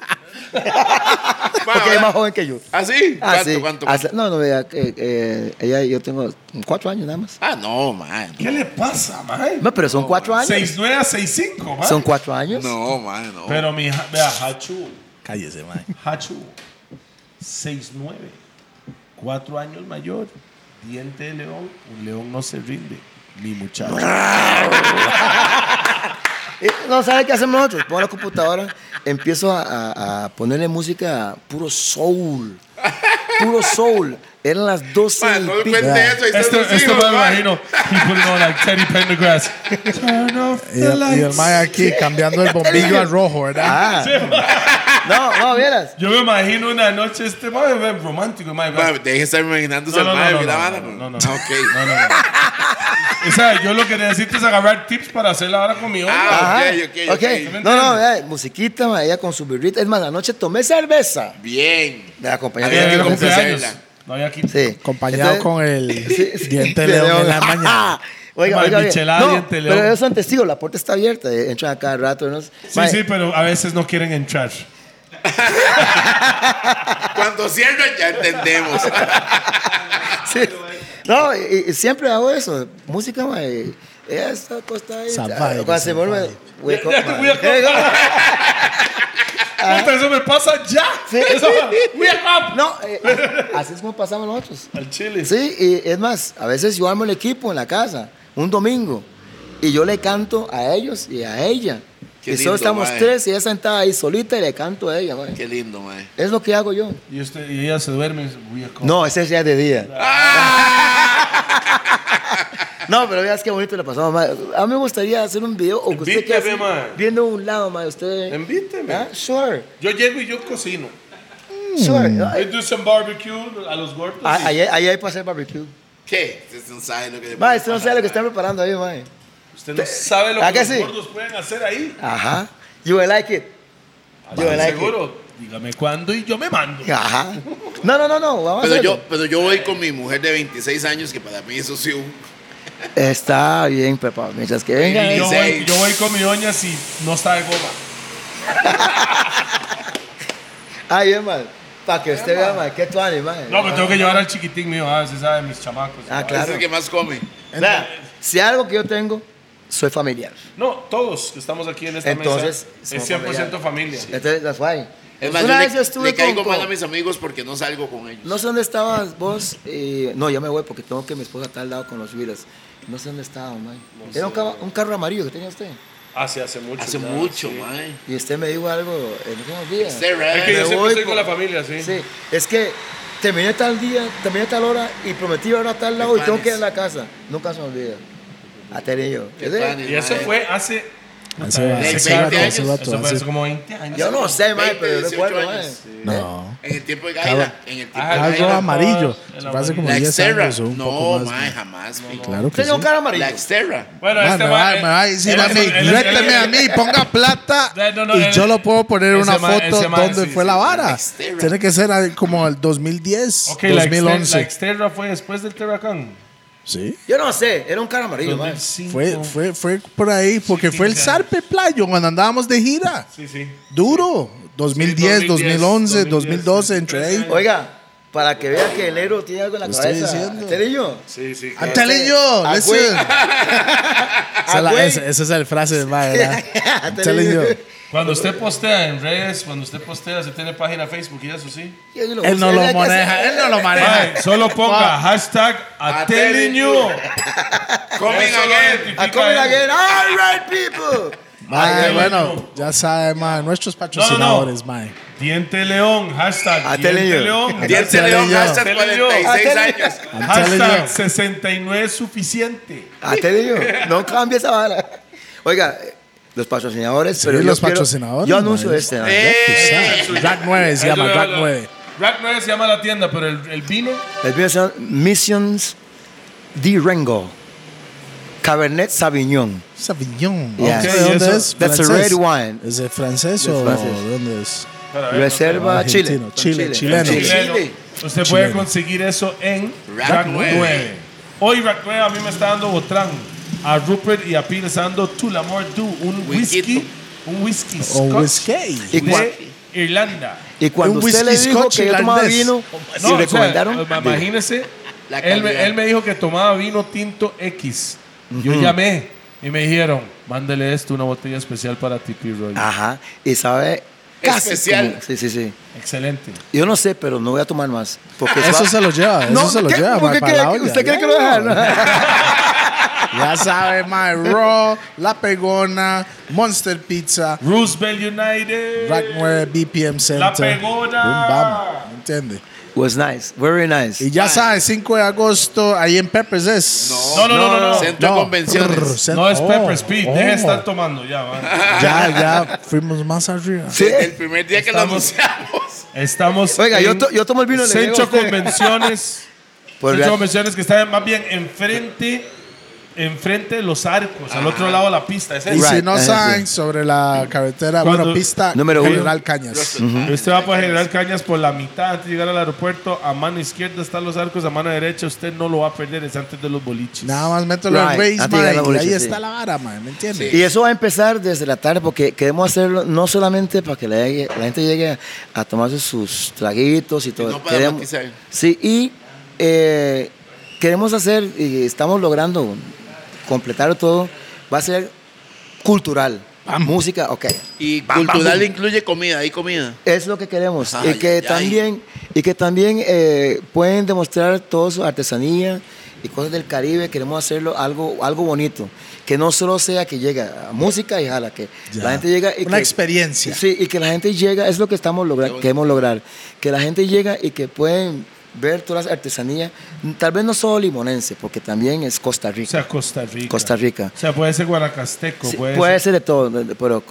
D: Porque es más joven que yo.
C: ¿Ah, sí?
D: Ah,
C: ¿Cuánto,
D: sí.
C: cuánto?
D: Hasta- no, no, vea, eh, eh, ella y yo tengo cuatro años nada más.
C: Ah, no, man.
B: ¿Qué le pasa, mae?
D: No, pero son cuatro años.
B: 6-9 a 6-5, mae.
D: Son cuatro años.
C: No, man, no.
B: Pero mi hija, vea, Hachu,
A: Cállese, man.
B: Hachu, 6-9, 4 años mayor, diente de león, un león no se rinde, mi muchacho.
A: Ah,
D: Eh, No sabe qué hacemos nosotros. Pongo la computadora, empiezo a, a- a ponerle música puro soul. Puro soul. Eran las 12
C: Man,
D: y
C: no le
D: pico.
C: cuente eso.
A: este
C: ahí están
B: esto
C: sus
B: esto
C: hijos,
B: me lo
C: man.
B: imagino, people know like Teddy Pendergrass. Turn off
A: Y
B: the
A: el, y el
B: lights.
A: mae aquí cambiando el bombillo a rojo, ¿verdad?
D: Ah. No, no, vieras.
B: Yo me imagino una noche este mae ve, romántico, mae. ve,
C: Man, Deje de estar
B: No,
C: imaginándose
B: no,
C: al madre,
B: no, no,
C: mira,
B: no,
C: vara,
B: no,
C: man.
B: no, no.
C: Ah, ok.
B: No, no, no. O sea, yo lo que necesito es agarrar tips para hacer la hora con mi hombre.
C: Ah,
D: Ajá.
C: ok, ok, ok.
D: Ok. No, no, vea, musiquita, ma, ella con su birrita. Es más, anoche tomé cerveza
C: Bien.
D: de la compañía.
C: Había
D: que
B: Eh,
D: yo
C: que
D: compré.
B: cumpleaños.
C: hacerla.
B: No había aquí.
D: Sí.
A: Acompañado
D: Entonces-
A: con el
D: Sí, sí.
A: diente de león en la mañana.
D: Ajá. Oiga,
B: Ma,
D: oiga, oiga.
B: michelada,
D: No,
B: diente de león.
D: pero ellos son testigos, la puerta está abierta, eh, entran a cada rato. ¿no?
B: Sí,
D: Ma,
B: sí, pero a veces no quieren entrar.
C: Cuando cierran ya entendemos.
D: Sí. No, y, y siempre hago eso. Música, mae. Esta costa ahí.
A: Salvaje,
D: Cuando se
A: salvaje.
D: vuelve. hueco,
B: Ya te
D: mae.
B: voy a contar. Puta, eso me pasa ya.
D: Ah. Sí.
B: Eso, we are up.
D: No, eh, a- así es como pasamos nosotros.
B: Al chile.
D: Sí, y es más, a veces yo armo el equipo en la casa, un domingo, y yo le canto a ellos y a ella.
C: Qué
D: y solo
C: lindo,
D: estamos
C: mae.
D: tres y ella sentada ahí solita y le canto a ella, mae.
C: Qué lindo, man.
D: Es lo que hago yo.
B: Y, usted, y ella se duerme. We are up.
D: No, ese es ya de día.
C: Ah.
D: No, pero veas qué bonito le pasamos, mae. A mí me gustaría hacer un video o que usted quede
B: Invíteme,
D: así,
B: mae.
D: viendo un lado, mae, usted.
B: Invíteme.
D: ¿Ah? Sure,
B: Yo llego y yo cocino.
D: sure.
B: I
D: Ay,
B: do some barbecue a los gordos.
D: ah,
B: y-
D: Mm. Ahí ahí hay para hacer barbecue.
C: ¿Qué? Usted no sabe lo que le
D: Mae, usted
C: puede
D: este no
C: pasar,
D: sabe lo que
C: man.
D: están preparando ahí, mae.
B: Usted no sabe lo
D: ¿Ah,
B: que
D: que
B: los
D: sí?
B: gordos pueden hacer ahí.
D: Ajá. You will like it. You will like it.
B: Seguro. Dígame cuándo y yo me mando.
D: Ajá. No, no, no, no. Vamos a
C: Pero
D: hacerlo.
C: yo, pero yo voy con mi mujer de 26 años, que para mí eso sí un...
D: Está bien, Pepa. Mientras que venga.
B: Y yo,
D: eh.
B: voy, yo voy con mi doña si no está de goma.
D: Ay, bien, man. Para que usted vea, man. Qué tuani, man.
B: No, pero tengo que llevar al chiquitín mío, a veces sabe mis chamacos.
D: Ah,
C: Ese
D: claro.
C: Es el que más come.
D: Vea, si algo que yo tengo, soy familiar.
B: No, todos que estamos aquí en esta
D: Entonces,
B: mesa es 100% familia.
D: Entonces, that's why.
B: Pues
C: Es más,
D: Una
C: yo
D: vez yo
C: le,
D: estuve
C: le caigo
D: con. con-
C: mal a mis amigos porque no salgo con ellos.
D: No sé dónde estabas vos. eh, no, yo me voy porque tengo que mi esposa está al lado con los vidas. No sé dónde estaba, man. Era un, caba- un carro amarillo que tenía usted.
B: Hace, Ah, hace mucho.
C: Hace
B: ya,
C: mucho,
B: sí.
C: man.
D: Y usted me dijo algo en unos días.
C: Usted,
B: Es que yo
C: right?
D: Me
B: siempre
D: voy
B: estoy con
D: con-
B: la familia, sí.
D: Sí, es que terminé tal día, terminé tal hora y prometí ahora a tal lado y
C: planes?
D: tengo que ir a la casa. Nunca se me olvida. Ha tenido.
C: ¿Qué planes,
B: Y eso
C: mae?
B: fue hace. Ah,
A: Hace, hace
C: Hace
A: rato,
C: 20
A: hace
C: años.
A: rato,
B: Eso fue
A: hace-
B: hace como 20 años.
D: Yo no sé, mae,
C: 20,
D: pero yo
C: 18
D: recuerdo,
C: años.
D: mae.
A: No.
C: En el tiempo de Gaila. En el tiempo
B: Ah,
C: de
B: Gaila.
A: Algo
C: Gaila.
A: amarillo.
B: El
A: Se fue hace como
C: La
A: 10
C: Xterra.
A: años o un
C: No,
A: poco más.
C: mae,
A: man.
C: jamás. mae.
A: Claro que sí.
D: Tenía un carro amarillo.
C: La Xterra.
B: Bueno,
A: Man,
B: este
A: me, va,
B: mae-
A: me va a decir
B: él
A: a
B: es-
A: mí,
B: él es-
A: réteme
B: él-
A: a mí, ponga plata
B: No, no,
A: y
B: él-
A: yo lo puedo poner
B: ese
A: una
B: mae-
A: foto
B: ese mae,
A: donde
B: sí,
A: fue
B: sí,
A: la
B: sí,
A: vara.
C: la Xterra.
A: Tiene que ser al- como el 2010,
B: Ok, la Xter-
A: 2011.
B: La Xterra fue después del Terracán.
A: sí.
D: Yo no sé, era un carro amarillo, mae.
B: 2005.
A: Fue, fue, fue por ahí, porque
B: sí,
A: fue el
B: ya.
A: zarpe playo cuando andábamos de gira.
B: Sí, sí.
A: Duro. 2010,
B: 2010,
A: 2011, 2012,
B: 2012,
A: entre ahí.
B: sí.
D: Oiga, Para que vea que el héroe tiene algo en la
A: Lo estoy
D: cabeza.
A: diciendo.
D: Telillo.
B: Sí, sí.
A: I'm telling you,
D: Ah,
A: listen.
D: güey. Ah,
A: Esa es la-
D: güey.
A: esa- esa es la frase de Mae, ¿verdad? I'm telling you.
B: Cuando usted postea en redes, cuando usted postea, se tiene página Facebook y eso sí.
A: Él no lo maneja, él no lo maneja.
B: Mae, solo ponga hashtag a telling you.
C: Coming
B: Eso lo
C: again.
B: identifica
D: A coming
B: él.
D: again. All right, people.
A: Mae,
B: Ay,
A: bueno,
B: bueno.
A: ya sabe, Mae, nuestros
B: no.
A: patrocinadores, Mae.
B: Diente León, hashtag
D: A
B: Diente
D: telling you.
B: León.
C: Diente
A: Telling
C: León
A: you.
C: hasta
B: Telling you.
C: 46
D: Ah,
C: años.
A: I'm telling
B: Hashtag
A: you.
B: 69 es suficiente.
D: A Telillo. No cambia esa vara. Oiga, eh, los patrocinadores.
A: Sí,
D: pero yo
A: los
D: quiero-
A: patrocinadores, Eh.
D: Yo anuncio
A: man.
D: este. ¿no?
B: Eh.
A: Tú sabes. Rack 9 se llama, Rack 9.
B: Rack 9 se llama la tienda, pero el, el vino.
D: El vino se llama Missions de Rengo. Cabernet Sauvignon.
A: Sauvignon.
D: Yes.
A: Ok,
B: Okay,
A: ¿De
B: y
A: dónde
B: eso-
A: es?
D: That's a
A: ¿Francés?
D: red wine.
A: ¿Es de francés
D: Yes,
A: o
D: francés.
A: de dónde es?
B: Para ver,
D: Reserva Chile.
A: Ah, Argentino, Chile,
D: Chile.
A: chileno.
D: Chile.
B: Chile. Usted puede conseguir eso en
C: Rack
B: Rack 9.
C: nueve.
B: Hoy Rack 9 a mí me está dando Botrán. A Rupert y a Pete les está dando Tulamore Dew, un
C: Whisquito.
B: whisky, un whisky
A: O
B: Scotch
A: whisky.
D: Y cua-
B: de Irlanda.
D: Y cuando
A: Un
D: usted le
A: whisky
D: dijo
A: scotch
D: que yo tomaba
A: irlandés.
D: vino,
B: No,
D: si
B: o sea,
D: recomendaron.
B: ma- imagínese,
C: La
B: él me,
C: calidad.
B: él me dijo que tomaba vino tinto X. Yo llamé y me dijeron, mándele esto, una botella especial para Tipi Roy.
D: Ajá. Y sabe. Casi
C: Especial.
D: como- sí, sí, sí.
B: Excelente.
D: Yo no sé, pero no voy a tomar más. Porque
A: Ah, Eso
D: sabe-
A: se lo lleva, eso se lo
D: ¿qué?
A: lleva,
D: ¿Por
A: mae,
D: qué
A: para
D: cree
A: la
D: que-
A: olla.
D: ¿Usted cree
A: Ya.
D: que lo dejaron?
A: Ya sabe, Mae, Raw, La Pegona, Monster Pizza,
B: Roosevelt United.
A: Rack 9, BPM Center.
B: La Pegona.
A: Boom, bam, ¿me entiende?
D: Was nice. Very nice.
A: Y ya sabe, 5 de agosto, ahí en Peppers es.
B: No, no, no, no, no.
C: Centro de
A: Prr,
C: convenciones.
A: cent-
B: No es
A: oh,
B: Pepper Speed, deje de
A: oh.
B: estar tomando ya, man.
A: Ya, ya, fuimos más arriba.
D: Sí.
C: El primer día que lo
B: Estamos-
C: anunciamos.
B: Estamos.
D: Oiga, yo,
B: en
D: to- yo tomo el vino le digo a
B: Centro
D: usted.
B: Convenciones.
D: Pues,
B: Centro
D: vea-
B: Convenciones que está más bien enfrente, enfrente de los arcos, al
D: Ah.
B: otro lado de la pista. Ese
A: Y
B: es-
A: si
D: Right,
A: no
D: ajá,
A: saben sobre la carretera,
B: Cuando-
A: bueno, pista
D: Número uno.
A: General Cañas.
B: Usted va para General Cañas por la mitad antes de llegar al aeropuerto. A mano izquierda están los arcos, a mano derecha usted no lo va a perder, es antes de los boliches.
A: Nada más mételo en
D: Right,
A: Waze,
D: antes de
A: mae,
D: llegar a la
A: y ahí
D: boliche,
A: está
D: sí.
A: la vara, mae, ¿me entiendes?
D: Y eso va a empezar desde la tarde porque queremos hacerlo no solamente para que la, llegue- la gente llegue a, a tomarse sus traguitos y todo.
C: no para
D: Queremos-
C: matizar.
D: sí, y eh, queremos hacer, y estamos logrando completar todo, va a ser cultural. Música, ok.
C: Y
D: Bam, bam,
C: cultural
D: boom.
C: incluye comida, hay comida.
D: Es lo que queremos.
C: Ay,
D: y, que
C: ay.
D: también, y que también eh, pueden demostrar toda su artesanía y cosas del Caribe. Queremos hacerlo algo, algo bonito. Que no solo sea que llega a música y jala, que
A: Ya.
D: la gente llega. Y
A: Una
D: que-
A: experiencia.
D: Sí, y que la gente llega, es lo que estamos
C: Qué
D: logrando,
C: bonito.
D: queremos lograr. Que la gente llega y que pueden ver todas las artesanías. Tal vez no solo limonense, porque también es Costa
B: O
D: Rica.
B: sea, Costa Rica.
D: Costa Rica.
B: O sea, puede ser guanacasteco.
D: Sí,
B: puede
D: puede
B: ser-
D: ser de todo, pero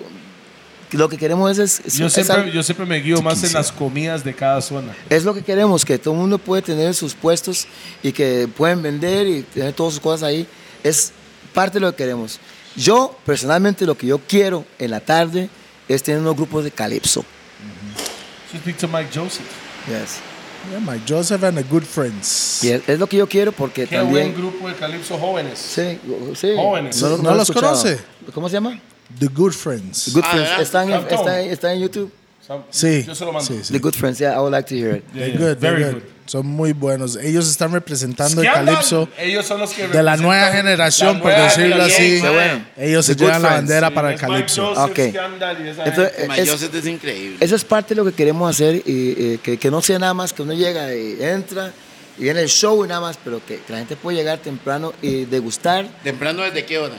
D: lo que queremos es. es-
B: Yo
D: es
B: siempre,
D: algo-
B: yo siempre me guío más en las comidas de cada zona.
D: Es lo que queremos, que todo el mundo puede tener sus puestos y que pueden vender y tener todas sus cosas ahí. Es parte de lo que queremos. Yo, personalmente, lo que yo quiero en la tarde es tener unos grupos de calipso.
B: Yo speak to Mike Joseph.
D: Yes.
A: Yeah, my Joseph and the good friends.
D: Y es, es lo que yo quiero porque
B: Qué buen
D: también...
B: grupo de calipso jóvenes.
D: Sí, sí.
B: Jóvenes. Ah,
A: ¿No
D: he
A: los
D: escuchado.
A: conoce?
D: ¿Cómo se llama?
A: The good friends.
D: Good
C: Ah,
D: Friends.
C: ¿verdad?
D: Están en,
B: Cantón.
D: están en- están en YouTube.
A: Sí,
B: Yo se lo mando.
A: sí, sí.
D: The Good Friends, yeah, I would like to hear it.
B: Yeah,
A: They're
B: yeah.
A: good, they're
B: Very
A: good. Son muy buenos. Ellos están representando el
B: ¿Qué andan?
A: Calypso
B: Ellos son los que
A: de la
B: representan
A: nueva generación,
B: la
A: por
B: nueva
A: decirlo así.
B: generación.
D: Qué bueno.
A: Ellos se
D: The Good
A: llevan la
D: Friends.
A: bandera
B: Sí,
A: para el
B: es Mike
A: Calypso.
B: Joseph,
D: Ok.
B: Scandal y esa
D: Entonces,
B: gente.
D: eh,
C: My
D: es-
C: Joseph es increíble.
D: Eso es parte de lo que queremos hacer y eh, que, que no sea nada más que uno llega y entra y viene el show y nada más, pero que, que la gente puede llegar temprano y degustar.
C: ¿Temprano desde qué hora?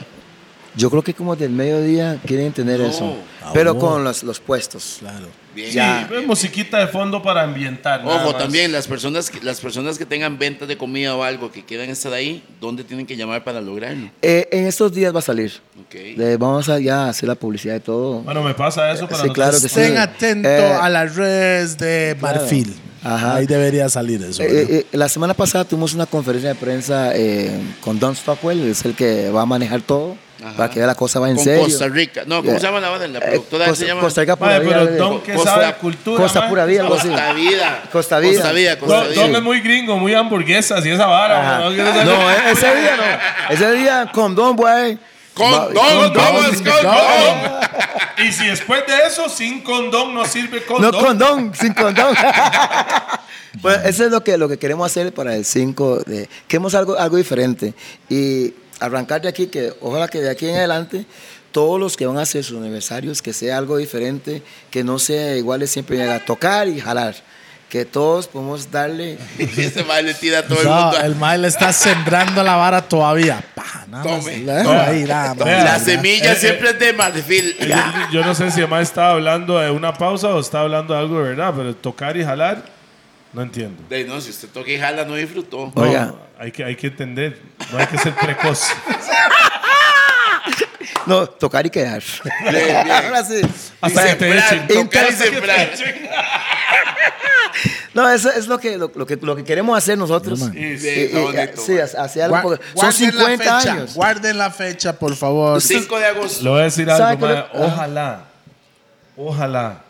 D: Yo creo que como del mediodía quieren tener
C: No.
D: eso,
A: Ah,
D: pero
A: bueno.
D: con los, los puestos.
A: Claro.
D: eh,
C: Bien.
B: Sí, ve musiquita de fondo para ambientar. nada
C: Ojo,
B: más.
C: también las personas, que, las personas que tengan ventas de comida o algo que quieran estar ahí, ¿dónde tienen que llamar para lograrlo?
D: Eh, en estos días va a salir.
C: Ok. Ah,
D: Le vamos a ya hacer la publicidad de todo.
B: Bueno, me pasa eso para
D: Sí, claro que
B: nosotros.
D: sí.
A: Estén atentos
D: Eh,
A: a las redes de Marfil.
D: Ajá.
A: Ahí debería salir eso.
D: Eh,
A: ¿verdad?
D: eh, eh, la semana pasada tuvimos una conferencia de prensa eh, con Don Stockwell, es el que va a manejar todo,
C: Ajá.
D: para que vea la cosa va en
C: Con
D: serio.
C: Costa Rica. No, ¿cómo
D: Yeah.
C: se llama la banda? La
D: Eh,
C: productora
D: Costa,
C: se llama
D: Costa Rica Pura
B: Mae,
D: Vida,
B: pero
D: algo
B: Don
D: así.
B: que
C: Costa-
B: sabe de cultura.
D: Costa
B: mae.
D: Pura Vida, algo así.
C: Costa Vida.
D: Costa Vida.
C: Costa Vida, Costa
B: Don,
C: Vida.
B: Don es muy gringo, muy hamburguesas y esa vara. No,
D: Ajá. No, e- ese día no. Ese día con Don, güey.
C: Condón, vamos, condón.
B: Y si después de eso, sin condón no sirve
D: No
B: condón.
D: con Don, sin condón. Bueno, Pues, eso es lo que, lo que queremos hacer para el 5 de... Queremos algo, algo diferente. Y arrancar de aquí, que ojalá que de aquí en adelante todos los que van a hacer sus aniversarios, que sea algo diferente, que no sea igual de siempre a tocar y jalar. Que todos podemos darle...
C: Y ese mae le tira a todo el
A: No,
C: mundo.
A: el mae le está sembrando la vara todavía. Pa, nada más.
C: Tome,
A: La-
C: tome,
A: ahí, nada más.
B: tome.
C: La
B: Ya,
C: semilla
B: Eh,
C: siempre es de marfil.
B: Yo, yo no sé si además estaba hablando de una pausa o estaba hablando de algo de verdad, pero tocar y jalar, no entiendo.
C: De, no, si usted toca y jala, no disfrutó.
B: No,
D: Oiga.
B: Hay que, hay que entender, no hay que ser precoz.
D: No, tocar y quedar.
C: Bien, bien.
D: Ahora sí.
B: Hasta que te
C: Sembrar,
B: echen.
C: tocar y
D: Entonces-
C: sembrar.
D: No, eso es lo que, lo, lo que, lo que queremos hacer nosotros.
A: man.
C: Sí,
D: Y- y-
C: está bonito,
D: sí,
C: mae.
D: hacia algo.
A: Gua-
D: porque son
A: guarden la
D: 50
A: fecha,
D: años.
A: Guarden la fecha, por favor.
C: 5 de agosto.
B: Le voy a decir
D: ¿Sabe
B: algo,
D: qué
B: mae,
D: le-
B: Ojalá, ojalá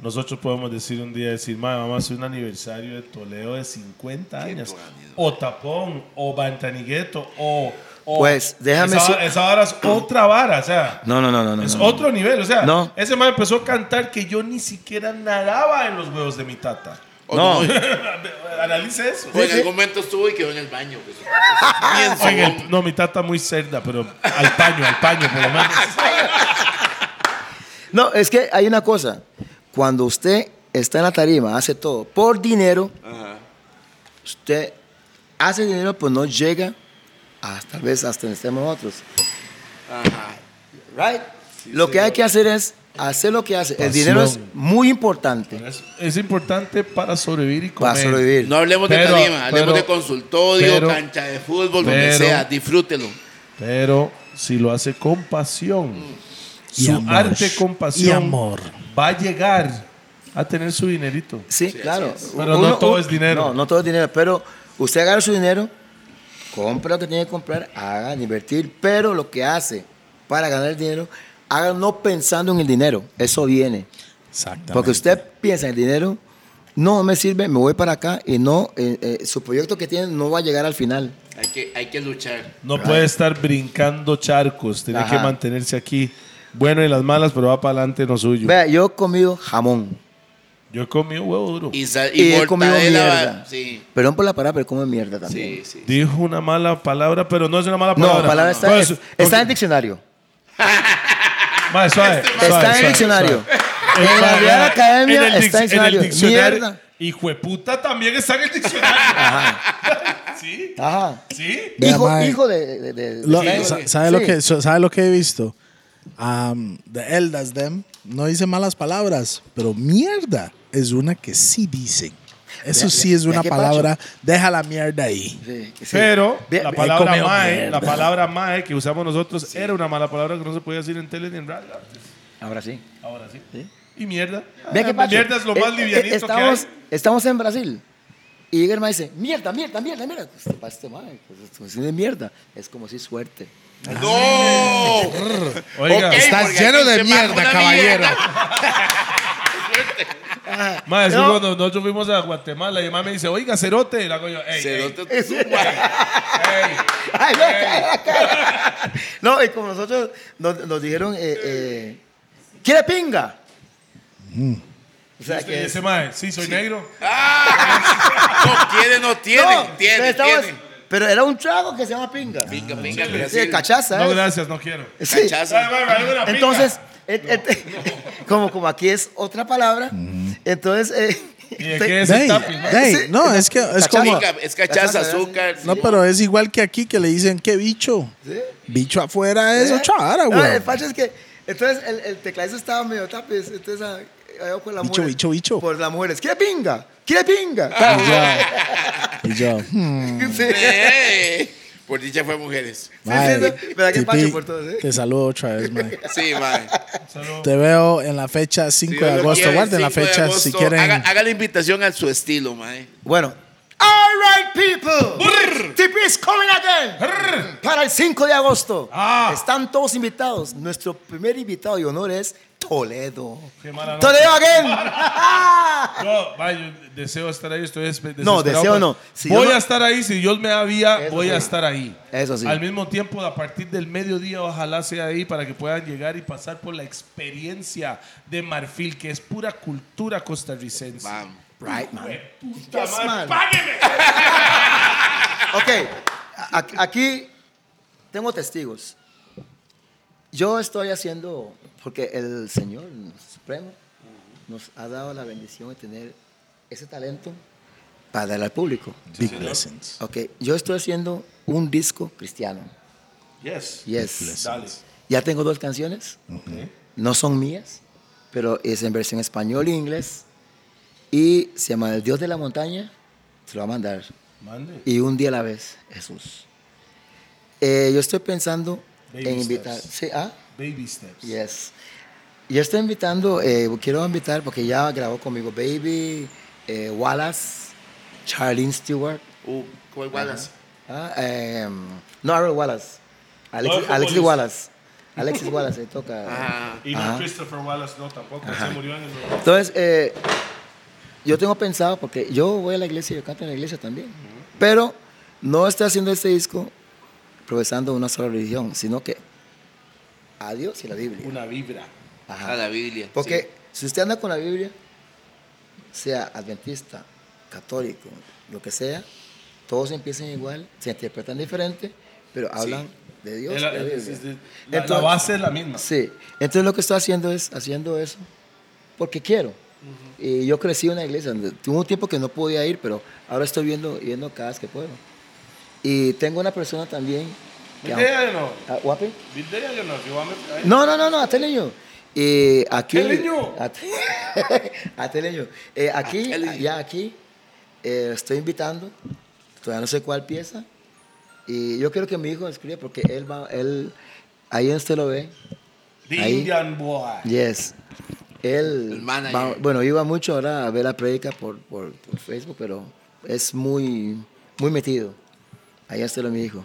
B: nosotros podemos decir un día, decir, mae, vamos a hacer un aniversario de Toledo de 50 años. O Tapón, o Bantanigueto, o... o-
D: Pues, déjame
B: Esa,
D: su-
B: esa vara es otra vara, o sea...
D: No, no, no, no. no,
B: es
D: no.
B: otro nivel, o sea,
D: No.
B: ese man empezó a cantar que yo ni siquiera nadaba en los huevos de mi tata.
C: O
D: No.
B: Analice eso.
C: O en algún momento estuvo y quedó en el baño. pues. Pienso,
B: Oiga, el- no, mi tata muy cerda, pero al paño, al paño, por lo menos.
D: No, es que hay una cosa. Cuando usted está en la tarima, hace todo por dinero,
C: Ajá.
D: usted hace dinero, pues no llega hasta tal vez hasta donde estemos nosotros.
C: Ajá.
D: Right? lo que hay que hacer es hacer lo que hace. El dinero es
B: Pasión.
D: muy importante
B: Es, es importante para sobrevivir y comer.
D: para sobrevivir.
C: No hablemos de
B: Pero-
C: tarima, hablemos
B: pero-
C: de consultorio,
B: pero-
C: cancha de fútbol, donde
B: pero-
C: sea, disfrútelo.
B: Pero si lo hace con pasión,
A: Y
B: su
A: amor.
B: arte con pasión
A: Y amor.
B: va a llegar a tener su dinerito.
D: Sí, claro.
B: Pero no todo es dinero.
D: No, no todo es dinero. Pero usted agarra su dinero, compra lo que tiene que comprar, haga invertir, pero lo que hace para ganar el dinero, haga no pensando en el dinero. Eso viene.
A: Exactamente.
D: Porque usted piensa en el dinero, no me sirve, me voy para acá y no, eh, eh, su proyecto que tiene no va a llegar al final.
C: Hay que, hay que luchar.
B: No puede estar brincando charcos, tiene
D: Ajá.
B: que mantenerse aquí. Bueno, y las malas, pero va para adelante no suyo.
D: Vea, yo he comido jamón,
B: Yo he comido huevo duro.
C: Y, sal,
D: Y
C: y,
D: he comido
C: mortadela,
D: mierda.
C: Sí,
D: perdón por la palabra, pero como mierda también.
C: sí, sí.
B: Dijo una mala palabra, pero no es una mala
D: No,
B: palabra.
D: palabra está,
B: Pues,
D: es- está en
B: ok.
D: diccionario.
B: Mae, suave, suave,
D: Está en
B: suave,
D: diccionario.
B: suave.
D: En la
B: mae,
D: Real Academia
B: en el
D: está
B: dic- en el
D: en diccionario.
B: diccionario.
D: Mierda.
B: Hijo de puta también está en el diccionario. ¿Sí?
D: Ajá.
B: ¿Sí?
A: Vea,
D: Hijo,
A: mae.
D: hijo de... de- de-
A: Lo-
D: de-
A: sa-
D: sí.
A: ¿sabe, lo que, so- ¿Sabe lo que he visto? Am, the Eldas Them no dice malas palabras, pero mierda es una que sí dicen. Eso
D: Vea-
A: sí es
D: vea
A: una
D: qué
A: palabra, deja la mierda ahí.
D: Sí, sí.
B: Pero
D: Ve-
B: la
D: ve-
B: palabra
D: comió
B: mae,
D: mierda.
B: la palabra mae que usamos nosotros era una mala palabra que no se podía decir en tele ni en radio.
D: Ahora sí.
B: Ahora sí. Y mierda.
D: Vea qué
B: Ah,
D: pacho.
B: mierda es lo más
D: Eh, eh,
B: livianito
D: estamos,
B: que hay.
D: estamos en Brasil. Y llega el maestro y dice, mierda, mierda, mierda, mierda. Pues, para este mae, pues, esto es de mierda. Es como si suerte.
C: ¡No!
B: Oiga,
C: Ok,
A: Estás
C: porque
A: lleno
C: aquí
A: de
C: se
A: mierda,
C: baja una
A: caballero.
C: mierda.
B: mae, eso
D: No.
B: cuando nosotros fuimos a Guatemala y mamá me dice, oiga, cerote. Y la hago yo, "Ey,
C: Se
B: ey,
C: nota tu madre.
B: ey".
D: Ay,
B: Eh.
D: la cara, la cara. No, y como nosotros nos, nos dijeron, eh, eh, ¿quiere pinga?
A: Mm.
D: O sea,
B: Y
D: que
B: ese mae, sí, soy negro.
C: No tiene, no tiene.
D: No, pero
C: tiene,
D: estamos-
C: tiene.
D: Pero era un trago que se llama pinga.
C: Venga, venga,
D: Sí,
C: Brasil.
D: cachaza,
B: No,
D: ¿eh?
B: gracias, no quiero.
D: Sí.
C: Cachaza.
B: Ay, mae, mae, una pica.
D: Entonces, et- et- como, como aquí es otra palabra, entonces... eh,
B: ¿Y de
D: te-
B: qué es
A: Dey,
B: el tapping? mae?
A: dey,
D: Sí.
A: no, es que es
D: Cachaza.
A: como.
C: Venga, Es cachaza, azúcar.
A: No, pero es igual que aquí que le dicen que bicho. Bicho afuera es ocho horas,
D: Eh, No,
A: güey.
D: el facho es que, entonces el, el tecladista estaba medio tapiz, entonces ah, ah, con la
A: Bicho,
D: mujer.
A: bicho, bicho. Ah.
D: Por las mujeres. ¿Quiere pinga? ¿Quiere pinga?
A: Y yo- y yo, hmm,
D: Sí.
C: Eh, Por dicha fue mujeres.
A: mae,
D: sí, pero qué
A: Titi,
D: pacho por todo, ¿eh?
A: Te saludo otra vez, mae.
C: Sí, madre.
B: Salud.
A: Te veo en la fecha 5 de agosto. Guarden la fecha si quieren.
C: Haga, haga la invitación a su estilo, madre.
D: Bueno. All right, people. TP is coming again. Para el 5 de agosto.
B: Ah.
D: Están todos invitados. Nuestro primer invitado de honor es Toledo.
B: Qué mala
D: Toledo again.
B: No, no, ma, yo deseo estar ahí, estoy despe- desesperado.
D: No, deseo no. Si
B: voy
D: yo no-
B: a estar ahí, si Dios me da vía,
D: Eso
B: voy a
D: sí.
B: estar ahí.
D: Eso sí.
B: Al mismo tiempo, a partir del mediodía, ojalá sea ahí para que puedan llegar y pasar por la experiencia de Marfil, que es pura cultura costarricense.
C: Vamos.
D: Right, man.
B: Puta
D: Yes,
B: madre,
D: man.
B: págueme.
D: Ok, a- aquí tengo testigos. Yo estoy haciendo, porque el Señor Supremo nos ha dado la bendición de tener ese talento para dar al público.
A: Big blessings.
D: Ok, yo estoy haciendo un disco cristiano.
B: Yes.
D: Yes.
B: Dale.
D: Ya tengo dos canciones,
B: Mm-hmm.
D: no son mías, pero es en versión español e inglés. Y se llama El Dios de la Montaña, se lo va a mandar.
B: Mande.
D: y un día a la vez, Jesús. Eh, yo estoy pensando
B: Baby
D: en invitar.
B: steps.
D: Sí, ah,
B: Baby steps.
D: yes. Yo estoy invitando, eh, quiero invitar porque ya grabó conmigo Baby, eh, Wallace, Charlene Stewart,
C: Uh, ¿Cuál Wallace?
D: ah, em, no, Harold Wallace, Alexis,
B: Ojo,
D: Alexis
B: Wallace.
D: Wallace, Alexis Wallace, le toca.
C: Ajá.
B: Y
D: Ajá.
B: no Christopher Wallace, no, tampoco. Se murió en el
D: Entonces, eh, yo tengo pensado, porque yo voy a la iglesia, yo canto en la iglesia también, pero no estoy haciendo este disco profesando una sola religión, sino que a Dios y la Biblia.
B: Una vibra.
D: Ajá.
C: A Ah, la Biblia.
D: Porque si usted anda con la Biblia, sea adventista, católico, lo que sea, todos empiezan igual, se interpretan diferente, pero hablan de Dios. y
B: El-
D: la,
B: el-
D: Biblia.
B: es- es- la- la
D: Entonces-
B: base es la misma.
D: Sí, entonces lo que estoy haciendo es haciendo eso porque quiero. Y yo crecí en una iglesia, donde tuve un tiempo que no podía ir, pero ahora estoy viendo, yendo cada vez que puedo. Y tengo una persona también. que-
B: Bildea yo no.
D: Ah, ¿Guapi?
B: Bildea yo no. Yo voy a meter-
D: No, no, no, no, Ateleño. Y aquí.
B: Ateleño.
D: At- Ateleño. Eh, aquí,
C: Ateleño.
D: ya aquí, eh, estoy invitando, todavía no sé cuál pieza. Y yo quiero que mi hijo escriba porque él va, él, ahí en usted lo ve,
B: The
D: Ahí.
B: Indian Boy.
D: Yes. Él,
C: El manager.
D: va- bueno, iba mucho ahora a ver la predica por, por, por Facebook, pero es muy, muy metido. Allá se lo me dijo.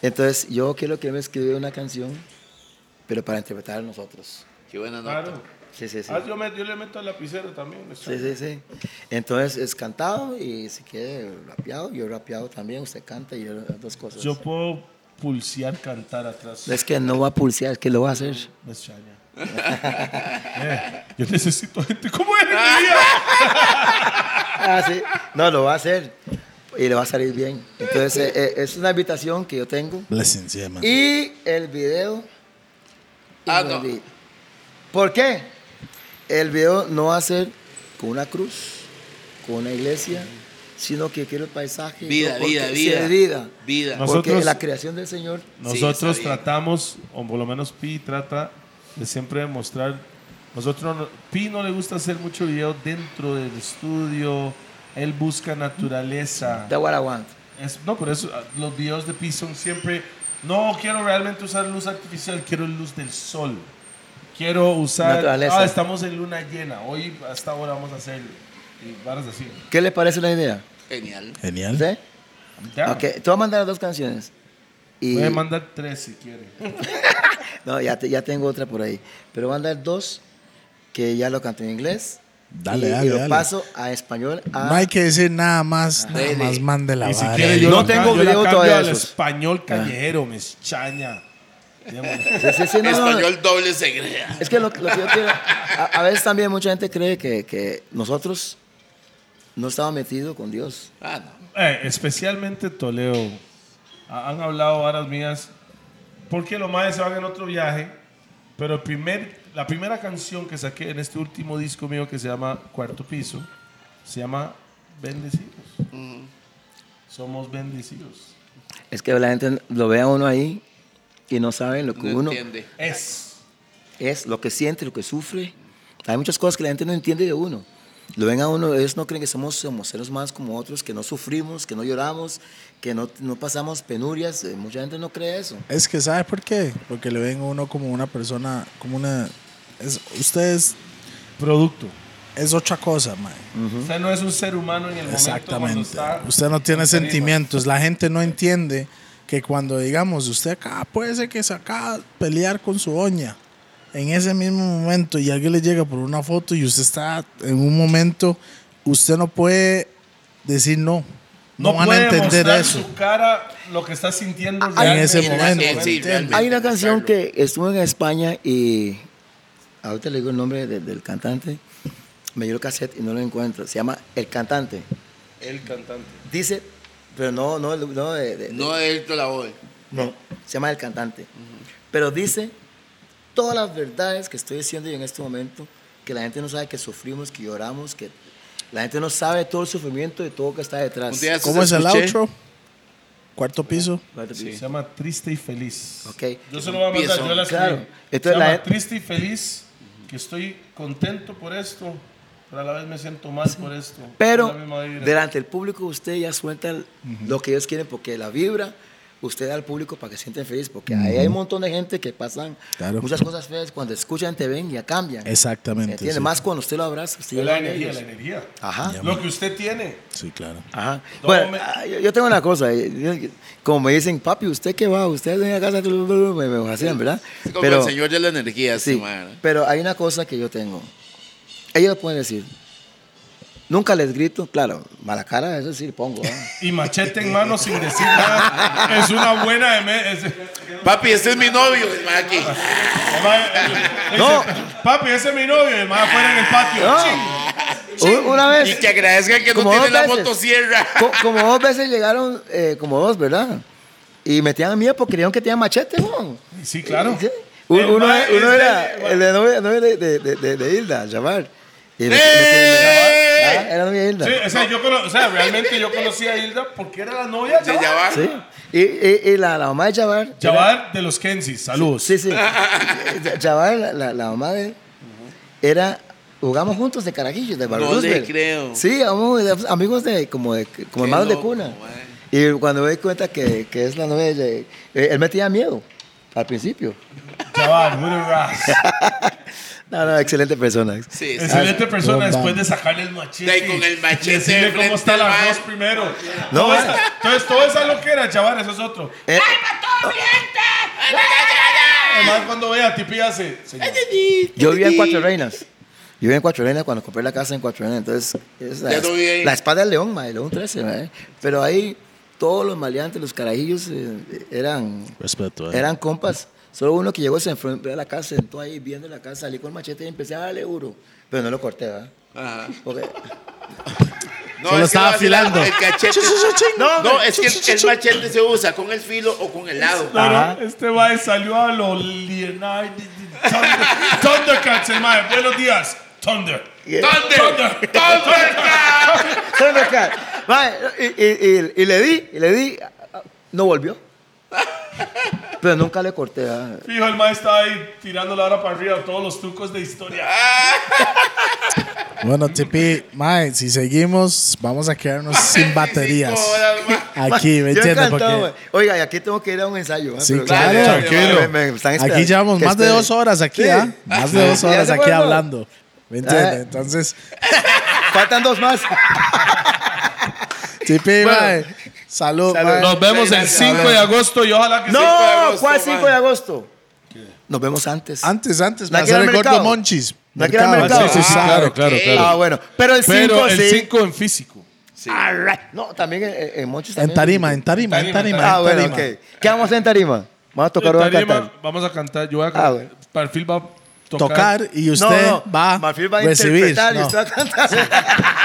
D: Entonces, yo quiero que él me escriba una canción, pero para interpretar a nosotros.
C: sí. Qué buena nota.
B: Claro.
D: Sí, sí, sí.
B: Ah, yo, me- yo le meto el lapicero también. está
D: Sí, sí, sí. Entonces, es cantado y si quiere rapeado, yo rapeado también, usted canta y yo las dos cosas.
B: Yo puedo pulsear cantar atrás.
D: Es que no va a pulsear, que lo va a hacer.
B: Me extraña. Eh, yo necesito gente como él. mía.
D: Ah, sí. No, lo va a hacer y le va a salir bien. Entonces, eh, eh, es una invitación que yo tengo.
A: Blessings, yeah, man.
D: Y el video.
C: Ah,
D: y
C: no.
D: volví. ¿Por qué? El video no va a ser con una cruz, con una iglesia, sino que quiero el paisaje.
C: Vida,
D: porque-
C: vida,
D: sí,
C: vida.
D: vida.
C: Vida.
B: No,
D: Porque
B: Nosotros-
D: la creación del Señor.
B: Nosotros
C: está bien.
B: tratamos, o por lo menos Pi trata de siempre demostrar. Nosotros, no- Pi no le gusta hacer mucho video dentro del estudio. Él busca naturaleza.
D: That's what I want.
B: Es- no, por eso ah, los videos de Pi son siempre. No quiero realmente usar luz artificial, quiero luz del sol. Quiero usar.
D: Naturaleza.
B: Ah, estamos en luna llena. Hoy hasta ahora vamos a hacerlo. Y varas así.
D: ¿Qué le parece la idea?
C: Genial.
A: Genial.
D: ¿Sí?
B: Ya.
D: Ok, te voy a mandar las dos canciones. Y,
B: Voy a mandar tres si quiere.
D: no, ya, te- ya tengo otra por ahí. Pero voy a mandar dos que ya lo canto en inglés.
A: Dale,
D: y, y
A: dale,
D: lo
A: dale.
D: paso a español. Ah, A,
A: No hay que decir nada más, nada
C: Dele.
A: más mande la
B: Y si
A: vara.
B: quiere, yo
D: No
B: la
D: tengo
B: ca- yo la
D: video
B: cambio
D: todavía
B: al
D: de esos. Ah.
B: español callejero, mis chaña.
D: Sí, sí, sí, no, no, no.
C: Español doble segreda.
D: Es que lo, lo que yo quiero. A, a veces también mucha gente cree que, que nosotros no estábamos metidos con Dios.
C: Ah, no.
B: Eh, especialmente Toledo. Ha- Han hablado varas mías. Porque los maes se van en otro viaje. Pero el primer, la primera canción que saqué en este último disco mío que se llama Cuarto Piso se llama Bendecidos.
C: Mm.
B: Somos bendecidos.
D: Es que la gente lo ve a uno ahí y no saben lo que
C: No
D: uno
C: entiende.
B: Es.
D: es, lo que siente, lo que sufre. Hay muchas cosas que la gente no entiende de uno. Lo ven a uno, ellos no creen que somos, somos seres más como otros, que no sufrimos, que no lloramos, que no, no pasamos penurias. Eh, Mucha gente no cree eso.
A: Es que, ¿sabe por qué? Porque le ven a uno como una persona, como una... Es, usted es,
B: Producto.
A: es otra cosa, man.
B: Usted no es un ser humano en el momento cuando
A: Exactamente.
B: está.
A: Usted no tiene
B: en tarima.
A: sentimientos. La gente no entiende que cuando digamos, usted acá puede ser que se acaba de pelear con su doña en ese mismo momento y alguien le llega por una foto y usted está en un momento usted no puede decir no. No, van a
B: puede
A: entender
B: mostrar
A: eso.
B: su cara lo que está sintiendo
D: Ah, en
A: ese
C: En la-
A: momento,
C: en- sí,
A: ¿entiendes?
C: realmente,
D: Hay una canción
C: claro.
D: que estuvo en España y ahorita le digo el nombre de- del cantante. Me dio el cassette y no lo encuentro. Se llama El Cantante.
B: El cantante.
D: Dice, pero no, no, no, de- de-
C: No es esto la voz.
D: no, se llama El Cantante. Pero dice todas las verdades que estoy diciendo yo en este momento, que la gente no sabe que sufrimos, que lloramos, que la gente no sabe todo el sufrimiento y todo lo que está detrás.
C: Un día estos
A: ¿Cómo es el
C: escuché-
A: outro? Cuarto piso.
D: Espérate,
C: Sí.
D: please.
B: Se llama Triste y Feliz.
D: Ok.
B: Yo se lo voy a mandar,
C: Piezón,
B: yo la escribo.
D: claro.
B: se
D: Entonces,
B: llama
D: la-
B: Triste y Feliz, que estoy contento por esto, pero a la vez me siento mal por esto. Es
D: Pero
B: la misma vibra.
D: delante del público usted ya suelta el- lo que ellos quieren porque la vibra usted da al público para que se sienten felices porque ahí hay un montón de gente que pasan
A: Claro.
D: muchas cosas feas cuando escuchan te ven ya cambian.
A: Exactamente.
D: ¿Entiende?
A: sí.
D: Más cuando usted lo abraza, usted
B: Es
D: llega
B: la
D: a
B: energía, la
D: ellos.
B: energía.
D: Ajá.
A: Ya.
B: Lo que usted tiene.
A: Sí, claro.
D: Ajá.
B: No,
D: Bueno,
B: me-
D: ah, yo, yo tengo una cosa, eh, yo- como me dicen, papi, ¿usted qué va? Usted viene a casa, me, me hacían, ¿verdad?
C: Es como
D: Pero,
C: el señor de la energía, este sí.
D: sí, pero hay una cosa que yo tengo. Ellos pueden decir, nunca les grito, claro, mala cara, eso sí le pongo. ¿ah?
B: Y machete en mano sin decir nada. es una buena. M- es-
C: Papi, este es mi novio. el man Aquí.
B: el ma- el-
D: No.
B: dice, Papi, ese es mi novio. El más afuera en el patio.
D: No.
B: Ching.
D: U- Una
C: Y
D: vez,
C: que agradezcan que no
D: Pues, Como dos
C: tiene la
D: veces.
C: motosierra.
D: co- como dos veces llegaron, eh, como dos, ¿verdad? Y metían a mí porque creían que tenían machete, weón.
B: Sí, claro.
D: Sí. U-
B: El
D: Uno,
B: mae
D: uno
B: es
D: era
B: del-
D: el de novia, novia de, de, de, de- de Hilda, llamar. Y me- me-
C: ¡Eh!
D: ah, era novia de Hilda.
B: Sí, o sea, yo cono- o sea, realmente yo conocí a Hilda porque era la novia de
C: Se llama.
D: Sí. Y, y- y la, la mamá de Jabbar.
B: Chaval de los Kensis, saludos.
D: Sí, sí. Jabbar, la, la, la mamá de él, era. Jugamos juntos de carajillos, de Barrio
C: No le
D: Roosevelt.
C: creo.
D: Sí, amigos de, amigos de como, de, como
C: Qué
D: hermanos de
C: loco,
D: cuna.
C: mae.
D: Y cuando me di cuenta que, que es la novia, de- eh, él me tenía miedo al principio.
B: Chaval, what a ras.
D: No, no, excelente persona.
C: Sí, sí.
D: Ah,
B: Excelente persona
A: no,
B: después
A: no.
B: de sacarle el machete.
C: Ahí con el machete
B: y
C: de
B: Decirle
C: frente
B: cómo está
C: al
B: la
C: man.
B: voz primero.
D: No,
B: No,
D: man.
B: entonces, todo esa loquera, chaval, eso es otro.
D: Eh,
C: Ah.
B: Además, cuando vea a Tipi hace. señor.
D: yo vivía en Cuatro Reinas. Yo vivía en Cuatro Reinas cuando compré la casa en Cuatro Reinas. Entonces, es la,
C: Ya no vive ahí.
D: la espada del león, ma, el león 13. ma, eh. Pero ahí todos los maleantes, los carajillos, eh, eran,
A: Respeto. eh.
D: eran compas. Solo uno que llegó se enfrentó a la casa, se sentó ahí viendo la casa, salí con el machete y empecé a darle duro. Pero no lo corté, ¿verdad?
C: Ajá.
D: Porque-
C: No,
A: Solo
C: es que
A: estaba
C: no, así la-
A: afilando.
C: El cachete.
D: No,
C: No, es que el, el machete se usa con el filo o con el lado.
B: No, no,
D: Ajá.
B: este mae salió a los Leonardo Thunder- Thundercats, el mae. Buenos días, Thunder.
C: ¡Thunder!
B: Thunder.
C: ¡Thundercat!
D: Son los car- Ma, y, y- y- y le di, y le di, no volvió. Pero nunca le corté. ¿verdad?
B: Fijo, el mae estaba ahí tirando la hora para arriba todos los trucos de historia.
A: Bueno, Tipi, mae, si seguimos, vamos a quedarnos sin baterías.
C: Cinco horas más.
A: Aquí, ¿me
D: Yo
A: entiendes?
D: encantado,
A: Porque
D: güey. Oiga, y aquí tengo que ir a un ensayo. ¿eh?
A: Sí,
D: Pero-
A: claro.
D: Dale,
C: Tranquilo.
D: me- me están esperando.
A: aquí llevamos
D: Que
A: más de
D: esperen.
A: dos horas aquí,
D: Sí.
A: ¿ah? Más de dos
D: Ya
A: horas
D: se
A: aquí
D: fueron.
A: hablando. ¿Me
D: Ah.
A: entiendes? Entonces,
D: Faltan dos más.
A: Tipi,
D: Bueno.
A: mae, salud,
D: Salud.
A: mae.
B: Nos vemos el
C: Ah, Gracias.
B: 5 de agosto y ojalá que
D: No,
B: sí.
C: agosto,
D: ¿cuál
C: man.
D: 5 de agosto? Nos vemos antes.
A: Antes, antes,
D: ¿La
A: para
D: quiere
A: hacer el
D: al
A: gordo
D: mercado?
A: monchis.
D: ¿La quiere al mercado?
A: sí, sí,
C: Ah,
A: claro.
C: ok.
E: claro, claro.
D: Ah, bueno. Pero el 5
E: Pero el
D: sí.
E: 5 en físico.
C: Sí.
D: No, también en, en Monchis
A: En
D: también.
A: tarima, en tarima, en
B: Tarima,
A: tarima.
D: Ah,
A: en
D: bueno,
A: tarima.
D: ok. ¿Qué vamos a hacer en tarima? Vamos a tocar o a
B: Tarima,
D: cantar.
B: Vamos a cantar. Yo voy a
D: Ah,
B: cantar.
D: bueno.
B: Perfil va a tocar.
A: Tocar y usted va a
D: Marfil va a
A: recibir.
D: interpretar y
A: No.
D: usted va a cantar.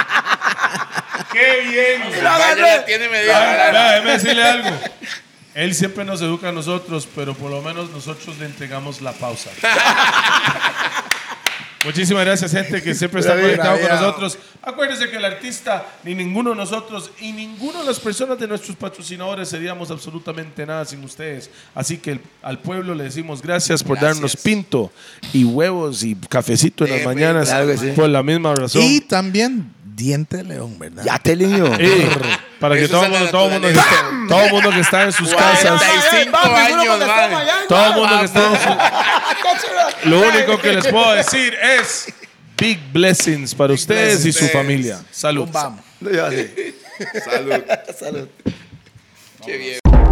B: ¡Qué bien!
C: La madre la tiene media
B: Vea,
C: hora.
B: vea, déjeme decirle algo. Él siempre nos educa a nosotros, pero por lo menos nosotros le entregamos la pausa. Muchísimas gracias, gente, que siempre está
A: Braviado,
B: conectado con
A: braviado.
B: nosotros. Acuérdense que el artista, ni ninguno de nosotros, y ninguno de las personas de nuestros patrocinadores seríamos absolutamente nada sin ustedes. Así que el- al pueblo le decimos gracias por darnos
C: Gracias.
B: pinto y huevos y cafecito en las
C: Eh,
B: mañanas
D: claro que sí.
B: por la misma razón.
A: Y también Diente de León, ¿verdad?
D: Ya te niño.
B: Ey, para que
C: Eso
B: todo
C: es
B: el
C: la
B: mundo, todo el mundo, que
C: naturaleza.
B: está, todo el mundo que está en sus casas,
C: 45 años, madre.
B: todo el mundo que está en sus-
D: Ah,
B: Lo único que les puedo decir es big blessings para ustedes y su
C: blessings.
B: familia. Salud.
A: Vamos.
D: Yo así.
C: Salud.
D: Salud.
C: Qué bien.